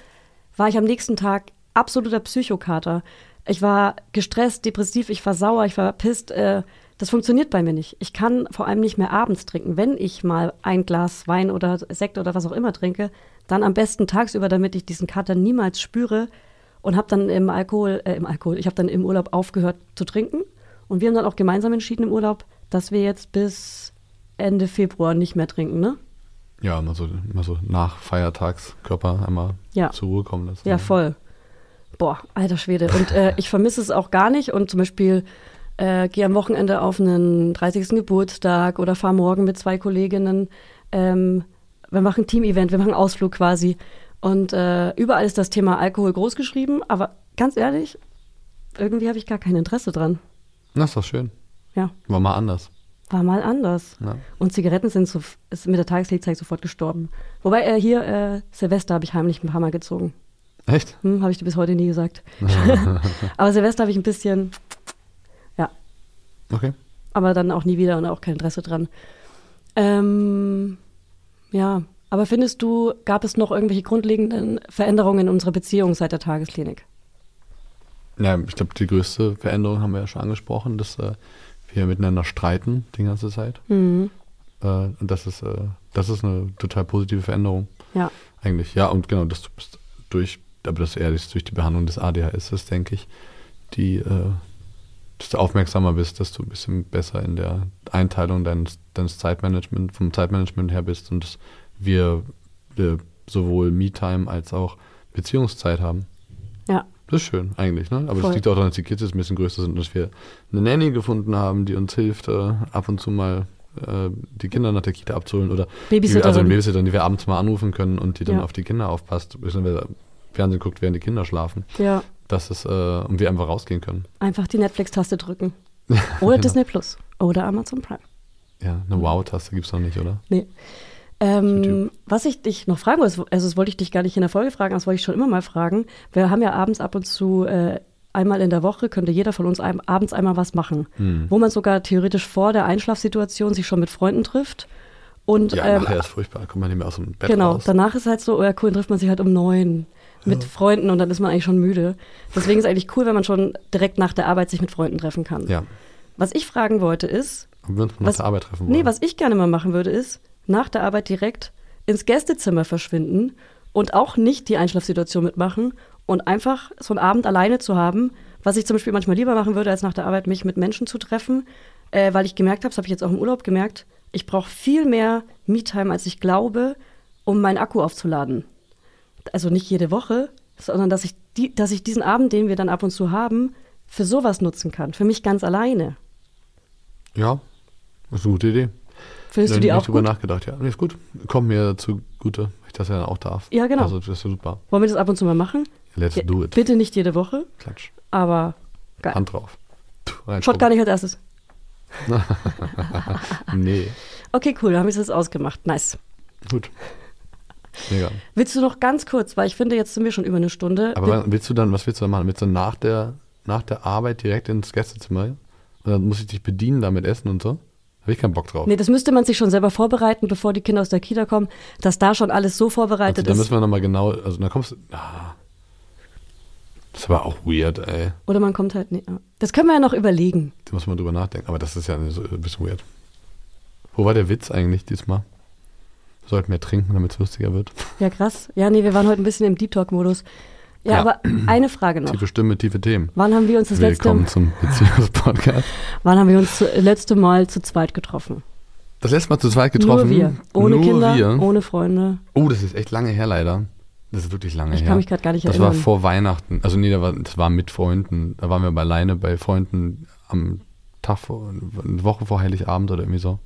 Speaker 1: war ich am nächsten Tag absoluter Psychokater. Ich war gestresst, depressiv, ich war sauer, ich war pisst. Äh, das funktioniert bei mir nicht. Ich kann vor allem nicht mehr abends trinken. Wenn ich mal ein Glas Wein oder Sekt oder was auch immer trinke, dann am besten tagsüber, damit ich diesen Kater niemals spüre und habe dann im Alkohol, äh, im Alkohol, ich habe dann im Urlaub aufgehört zu trinken. Und wir haben dann auch gemeinsam entschieden im Urlaub, dass wir jetzt bis Ende Februar nicht mehr trinken, ne?
Speaker 2: Ja, mal so, mal so nach Feiertagskörper einmal
Speaker 1: Ja.
Speaker 2: zur Ruhe kommen lassen. ne?
Speaker 1: Ja, voll. Boah, alter Schwede. Und äh, ich vermisse es auch gar nicht. Und zum Beispiel äh, gehe am Wochenende auf einen 30. Geburtstag oder fahre morgen mit zwei Kolleginnen. Ähm, wir machen ein Team-Event, wir machen einen Ausflug quasi. Und äh, überall ist das Thema Alkohol groß geschrieben. Aber ganz ehrlich, irgendwie habe ich gar kein Interesse dran.
Speaker 2: Das ist doch schön.
Speaker 1: Ja,
Speaker 2: War mal anders.
Speaker 1: war mal anders.
Speaker 2: Ja.
Speaker 1: Und Zigaretten sind so, ist mit der Tageslichtzeit sofort gestorben. Wobei äh, hier äh, Silvester habe ich heimlich ein paar Mal gezogen.
Speaker 2: Echt?
Speaker 1: Hm, habe ich dir bis heute nie gesagt. aber Silvester habe ich ein bisschen, ja,
Speaker 2: Okay.
Speaker 1: aber dann auch nie wieder und auch kein Interesse dran. Ähm, ja, aber findest du, gab es noch irgendwelche grundlegenden Veränderungen in unserer Beziehung seit der Tagesklinik?
Speaker 2: Ja, ich glaube, die größte Veränderung haben wir ja schon angesprochen, dass äh, wir miteinander streiten die ganze Zeit. Äh, und das ist, äh, das ist eine total positive Veränderung.
Speaker 1: Ja,
Speaker 2: Eigentlich, ja, und genau, das du bist durch, aber das eher ist durch die Behandlung des ADHS ist, denke ich, die, äh, dass du aufmerksamer bist, dass du ein bisschen besser in der Einteilung deines, deines Zeitmanagement, vom Zeitmanagement her bist und dass wir, wir sowohl Me-Time als auch Beziehungszeit haben.
Speaker 1: ja,
Speaker 2: Das ist schön, eigentlich, ne? Aber
Speaker 1: Voll.
Speaker 2: es liegt auch daran, dass die Kids jetzt ein bisschen größer sind und dass wir eine Nanny gefunden haben, die uns hilft, äh, ab und zu mal äh, die Kinder nach der Kita abzuholen oder
Speaker 1: Babysitterin.
Speaker 2: Die, also eine Babysitterin, die wir abends mal anrufen können und die dann
Speaker 1: Ja.
Speaker 2: auf die Kinder aufpasst, beziehungsweise Fernsehen guckt, während die Kinder schlafen.
Speaker 1: ja.
Speaker 2: Das ist, äh, und wir einfach rausgehen können.
Speaker 1: Einfach die Netflix-Taste drücken. Oder Disney Plus. Oder Amazon Prime.
Speaker 2: Ja,
Speaker 1: Mhm.
Speaker 2: eine Wow-Taste gibt's noch nicht, oder?
Speaker 1: Nee. Ähm, was ich dich noch fragen wollte, also das wollte ich dich gar nicht in der Folge fragen, das wollte ich schon immer mal fragen. Wir haben ja abends ab und zu äh, einmal in der Woche, könnte jeder von uns ein, abends einmal was machen,
Speaker 2: Hm.
Speaker 1: wo man sogar theoretisch vor der Einschlafsituation sich schon mit Freunden trifft. Und
Speaker 2: Ja,
Speaker 1: ähm,
Speaker 2: nachher ist furchtbar, kommt man nicht mehr aus dem Bett
Speaker 1: genau,
Speaker 2: raus.
Speaker 1: danach ist halt so, oh ja, cool, dann trifft man sich halt um neun mit Freunden und dann ist man eigentlich schon müde. Deswegen ist eigentlich cool, wenn man schon direkt nach der Arbeit sich mit Freunden treffen kann.
Speaker 2: ja,
Speaker 1: Was ich fragen wollte ist,
Speaker 2: ob wir uns mal nach der Arbeit treffen wollen.
Speaker 1: Nee, was ich gerne mal machen würde, ist nach der Arbeit direkt ins Gästezimmer verschwinden und auch nicht die Einschlafsituation mitmachen und einfach so einen Abend alleine zu haben, was ich zum Beispiel manchmal lieber machen würde, als nach der Arbeit mich mit Menschen zu treffen, äh, weil ich gemerkt habe, das habe ich jetzt auch im Urlaub gemerkt, ich brauche viel mehr Me-Time, als ich glaube, um meinen Akku aufzuladen also nicht jede Woche, sondern dass ich, die, dass ich diesen Abend, den wir dann ab und zu haben, für sowas nutzen kann. Für mich ganz alleine.
Speaker 2: ja, ist eine gute Idee.
Speaker 1: Findest du
Speaker 2: Dann
Speaker 1: die
Speaker 2: hab ich
Speaker 1: auch
Speaker 2: drüber
Speaker 1: gut?
Speaker 2: nachgedacht, ja. Nee, ist gut. Kommt mir zugute, weil ich das ja dann auch darf.
Speaker 1: Ja, genau.
Speaker 2: Also das ist super.
Speaker 1: Wollen wir das ab und zu mal machen?
Speaker 2: Let's
Speaker 1: Ja,
Speaker 2: do it.
Speaker 1: Bitte nicht jede Woche,
Speaker 2: Klatsch.
Speaker 1: aber geil.
Speaker 2: Hand drauf. Pff, rein
Speaker 1: Schaut gar nicht als erstes.
Speaker 2: Nee.
Speaker 1: Okay, cool, da haben wir es jetzt ausgemacht. Nice.
Speaker 2: Gut. Mega.
Speaker 1: Willst du noch ganz kurz, weil ich finde, jetzt sind wir schon über eine Stunde.
Speaker 2: Aber
Speaker 1: Will-
Speaker 2: wann- willst du dann, was willst du dann machen? Willst du nach der, nach der Arbeit direkt ins Gästezimmer? Und dann muss ich dich bedienen, damit essen und so? Habe ich keinen Bock drauf.
Speaker 1: nee, das müsste man sich schon selber vorbereiten, bevor die Kinder aus der Kita kommen, dass da schon alles so
Speaker 2: also,
Speaker 1: vorbereitet
Speaker 2: da
Speaker 1: ist.
Speaker 2: müssen wir nochmal genau, also da kommst du. Ah. Das ist aber auch weird, ey.
Speaker 1: Oder man kommt halt. Nee, ah. das können wir ja noch überlegen.
Speaker 2: Da muss man drüber nachdenken. Aber das ist ja so ein bisschen weird. Wo war der Witz eigentlich diesmal? Wir sollten mehr trinken, damit es lustiger wird.
Speaker 1: Ja, krass. Ja, nee, wir waren heute ein bisschen im Deep Talk-Modus. Ja,
Speaker 2: Ja.
Speaker 1: aber eine Frage noch.
Speaker 2: Tiefe Stimme, tiefe Themen.
Speaker 1: Wann haben wir uns das letzte,
Speaker 2: Willkommen zum Beziehungspodcast.
Speaker 1: wann haben wir uns zu- letzte Mal zu zweit getroffen?
Speaker 2: Das letzte Mal zu zweit getroffen.
Speaker 1: Nur wir. Ohne
Speaker 2: Nur
Speaker 1: Kinder,
Speaker 2: Wir.
Speaker 1: ohne Freunde.
Speaker 2: Oh, das ist echt lange her leider. Das ist wirklich lange
Speaker 1: Ich
Speaker 2: her.
Speaker 1: kann mich grad gar nicht
Speaker 2: das
Speaker 1: erinnern.
Speaker 2: Das war vor Weihnachten. Also nee, da war, das war mit Freunden. Da waren wir aber alleine bei Freunden am Tag vor, eine Woche vor Heiligabend oder irgendwie so.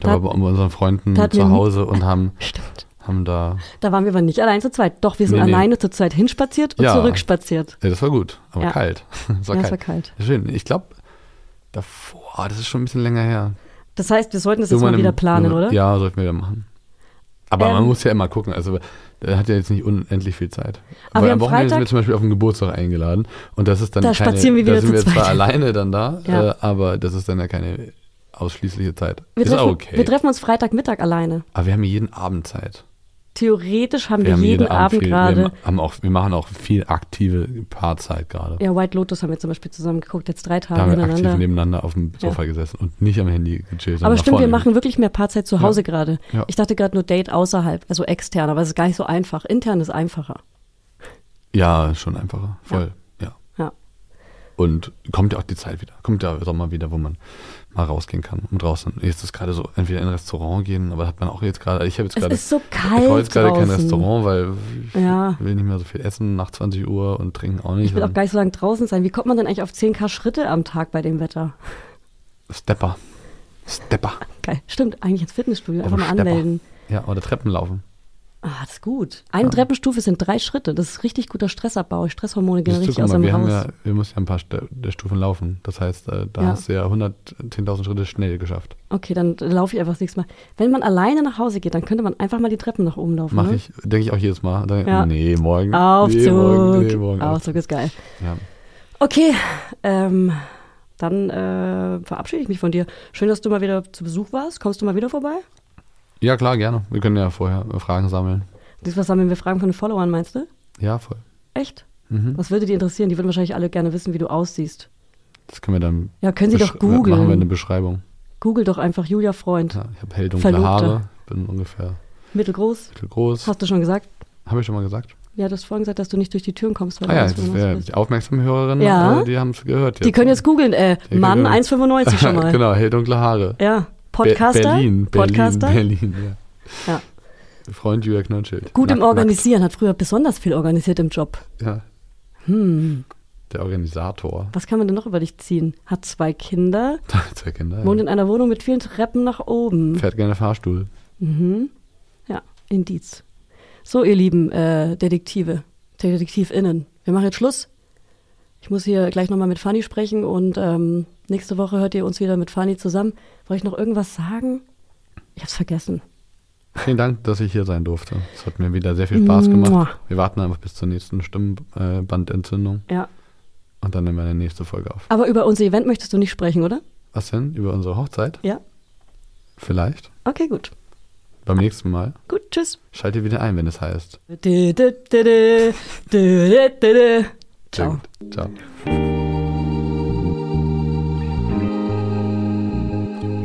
Speaker 2: Da,
Speaker 1: Da-
Speaker 2: waren wir bei unseren Freunden
Speaker 1: da hat
Speaker 2: zu
Speaker 1: mir-
Speaker 2: Hause und haben,
Speaker 1: Stimmt.
Speaker 2: haben haben da.
Speaker 1: Da waren wir aber nicht allein zu zweit. Doch, wir sind
Speaker 2: Nee, nee.
Speaker 1: alleine zu zweit hinspaziert und
Speaker 2: Ja.
Speaker 1: zurückspaziert.
Speaker 2: Ja, das war gut, aber
Speaker 1: Ja.
Speaker 2: kalt. Das war
Speaker 1: Ja, es
Speaker 2: kalt.
Speaker 1: war kalt.
Speaker 2: Schön. Ich glaube, davor, ah, das ist schon ein bisschen länger her.
Speaker 1: Das heißt, wir sollten das jetzt mal
Speaker 2: Irgendwann
Speaker 1: wieder
Speaker 2: im-
Speaker 1: planen, oder?
Speaker 2: Ja, sollten wir wieder machen. Aber
Speaker 1: Ähm.
Speaker 2: man muss ja immer gucken. Also, da hat ja jetzt nicht unendlich viel Zeit.
Speaker 1: Aber wir
Speaker 2: am
Speaker 1: haben
Speaker 2: Wochenende sind
Speaker 1: Freitag-
Speaker 2: wir zum Beispiel auf den Geburtstag eingeladen. Und das ist dann
Speaker 1: Da
Speaker 2: keine,
Speaker 1: spazieren wir
Speaker 2: da
Speaker 1: wieder
Speaker 2: sind
Speaker 1: zu
Speaker 2: wir zwar
Speaker 1: zweit.
Speaker 2: alleine dann da,
Speaker 1: Ja.
Speaker 2: äh, aber das ist dann ja keine ausschließliche Zeit.
Speaker 1: Wir,
Speaker 2: ist
Speaker 1: treffen,
Speaker 2: auch okay.
Speaker 1: wir treffen uns Freitagmittag alleine.
Speaker 2: aber wir haben jeden Abend Zeit.
Speaker 1: Theoretisch haben wir,
Speaker 2: Wir haben
Speaker 1: jeden
Speaker 2: jeden Abend
Speaker 1: Abend
Speaker 2: viel, wir, haben,
Speaker 1: gerade.
Speaker 2: haben auch, wir machen auch viel aktive Paarzeit gerade.
Speaker 1: Ja, White Lotus haben wir zum Beispiel zusammen geguckt, jetzt drei
Speaker 2: Da
Speaker 1: Tage
Speaker 2: haben wir aktiv
Speaker 1: hintereinander.
Speaker 2: nebeneinander auf dem Sofa gesessen und nicht am Handy gechillt. sondern
Speaker 1: Aber
Speaker 2: nach
Speaker 1: stimmt, wir
Speaker 2: vorne
Speaker 1: machen wirklich mehr Paarzeit zu Hause gerade.
Speaker 2: Ja.
Speaker 1: Ich dachte gerade nur Date außerhalb, also extern, aber es ist gar nicht so einfach. Intern ist einfacher.
Speaker 2: Ja, schon einfacher. Voll, ja.
Speaker 1: Ja.
Speaker 2: Und kommt ja auch die Zeit wieder. Kommt ja Sommer wieder, wo man mal rausgehen kann und draußen. Jetzt ist es gerade so, entweder in ein Restaurant gehen, aber hat man auch jetzt gerade. Ich habe jetzt
Speaker 1: Es
Speaker 2: gerade.
Speaker 1: ist so
Speaker 2: ich
Speaker 1: kalt
Speaker 2: brauche jetzt gerade kein
Speaker 1: draußen.
Speaker 2: Restaurant, weil ich
Speaker 1: Ja.
Speaker 2: will nicht mehr so viel essen nach 20 Uhr und trinken auch nicht.
Speaker 1: Ich will auch
Speaker 2: sondern
Speaker 1: gar nicht so lange draußen sein. Wie kommt man denn eigentlich auf 10k Schritte am Tag bei dem Wetter?
Speaker 2: Stepper. Stepper.
Speaker 1: Geil. Stimmt, eigentlich ins Fitnessstudio. Einfach
Speaker 2: Auf
Speaker 1: mal
Speaker 2: dem Stepper.
Speaker 1: anmelden.
Speaker 2: Ja, oder Treppen laufen.
Speaker 1: Ah, das ist gut. Eine Treppenstufe sind drei Schritte. Das ist richtig guter Stressabbau. Stresshormone gehen
Speaker 2: Siehst du,
Speaker 1: richtig
Speaker 2: guck
Speaker 1: aus
Speaker 2: mal, wir,
Speaker 1: dem
Speaker 2: haben
Speaker 1: Haus.
Speaker 2: ja, wir mussten ja ein paar Ste- der Stufen laufen. Das heißt, äh, da
Speaker 1: Ja.
Speaker 2: hast du ja 110.000 Schritte schnell geschafft.
Speaker 1: Okay, dann laufe ich einfach das nächste Mal. Wenn man alleine nach Hause geht, dann könnte man einfach mal die Treppen nach oben laufen.
Speaker 2: Mache
Speaker 1: ne?
Speaker 2: ich, denke ich auch jedes Mal. Dann,
Speaker 1: Ja.
Speaker 2: Nee, morgen.
Speaker 1: Aufzug.
Speaker 2: Nee, morgen, nee, morgen.
Speaker 1: Aufzug ist geil.
Speaker 2: Ja.
Speaker 1: Okay, ähm, dann äh, verabschiede ich mich von dir. Schön, dass du mal wieder zu Besuch warst. Kommst du mal wieder vorbei?
Speaker 2: ja, klar, gerne. Wir können ja vorher äh, Fragen sammeln.
Speaker 1: Diesmal sammeln wir Fragen von den Followern, meinst du?
Speaker 2: Ja, voll.
Speaker 1: Echt?
Speaker 2: Mhm.
Speaker 1: Was würde die interessieren? Die würden wahrscheinlich alle gerne wissen, wie du aussiehst.
Speaker 2: Das können wir dann.
Speaker 1: Ja, können Sie
Speaker 2: besch-
Speaker 1: doch googeln.
Speaker 2: Machen wir eine Beschreibung.
Speaker 1: Google doch einfach Julia Freund.
Speaker 2: Ja, ich habe hell dunkle
Speaker 1: Verlobte.
Speaker 2: Haare, bin ungefähr
Speaker 1: Mittelgroß.
Speaker 2: mittelgroß.
Speaker 1: Hast du schon gesagt?
Speaker 2: Habe ich schon mal gesagt.
Speaker 1: Ja, du hast vorhin gesagt, dass du nicht durch die Türen kommst. weil
Speaker 2: Ah
Speaker 1: du
Speaker 2: ja,
Speaker 1: weißt, wo
Speaker 2: das
Speaker 1: du
Speaker 2: wär,
Speaker 1: bist.
Speaker 2: die aufmerksamen Hörerinnen,
Speaker 1: Ja.
Speaker 2: äh, die haben es gehört. Jetzt.
Speaker 1: die können jetzt googeln. Äh,
Speaker 2: Die
Speaker 1: Mann,
Speaker 2: können-
Speaker 1: 1,95 schon mal.
Speaker 2: genau, hell dunkle Haare.
Speaker 1: Ja,
Speaker 2: Be-
Speaker 1: Podcaster.
Speaker 2: Berlin, Berlin,
Speaker 1: Podcaster.
Speaker 2: Berlin,
Speaker 1: Ja.
Speaker 2: ja. Freund Julia Knirnschild.
Speaker 1: Gut im
Speaker 2: Nackt,
Speaker 1: Organisieren, hat früher besonders viel organisiert im Job.
Speaker 2: nackt, Ja.
Speaker 1: Hm.
Speaker 2: Der Organisator.
Speaker 1: Was kann man denn noch über dich ziehen? Hat zwei Kinder,
Speaker 2: Zwei Kinder.
Speaker 1: wohnt
Speaker 2: Ja.
Speaker 1: in einer Wohnung mit vielen Treppen nach oben.
Speaker 2: Fährt gerne Fahrstuhl.
Speaker 1: Mhm. Ja, Indiz. So, ihr lieben äh, Detektive, DetektivInnen, wir machen jetzt Schluss. Ich muss hier gleich nochmal mit Fanny sprechen und ähm, nächste Woche hört ihr uns wieder mit Fanny zusammen. Wollte ich noch irgendwas sagen? Ich hab's vergessen.
Speaker 2: Vielen Dank, dass ich hier sein durfte. Es hat mir wieder sehr viel Spaß
Speaker 1: Mua.
Speaker 2: gemacht. Wir warten einfach bis zur nächsten Stimmbandentzündung
Speaker 1: Ja.
Speaker 2: und dann nehmen wir eine nächste Folge auf.
Speaker 1: Aber über unser Event möchtest du nicht sprechen, oder?
Speaker 2: Was denn? Über unsere Hochzeit?
Speaker 1: Ja.
Speaker 2: Vielleicht.
Speaker 1: Okay, gut.
Speaker 2: Beim nächsten Mal.
Speaker 1: Gut, tschüss.
Speaker 2: Schalte wieder ein, wenn es heißt.
Speaker 1: Dü, dü, dü, dü, dü, dü, dü.
Speaker 2: Sehr
Speaker 1: Ciao.
Speaker 2: gut. Ciao.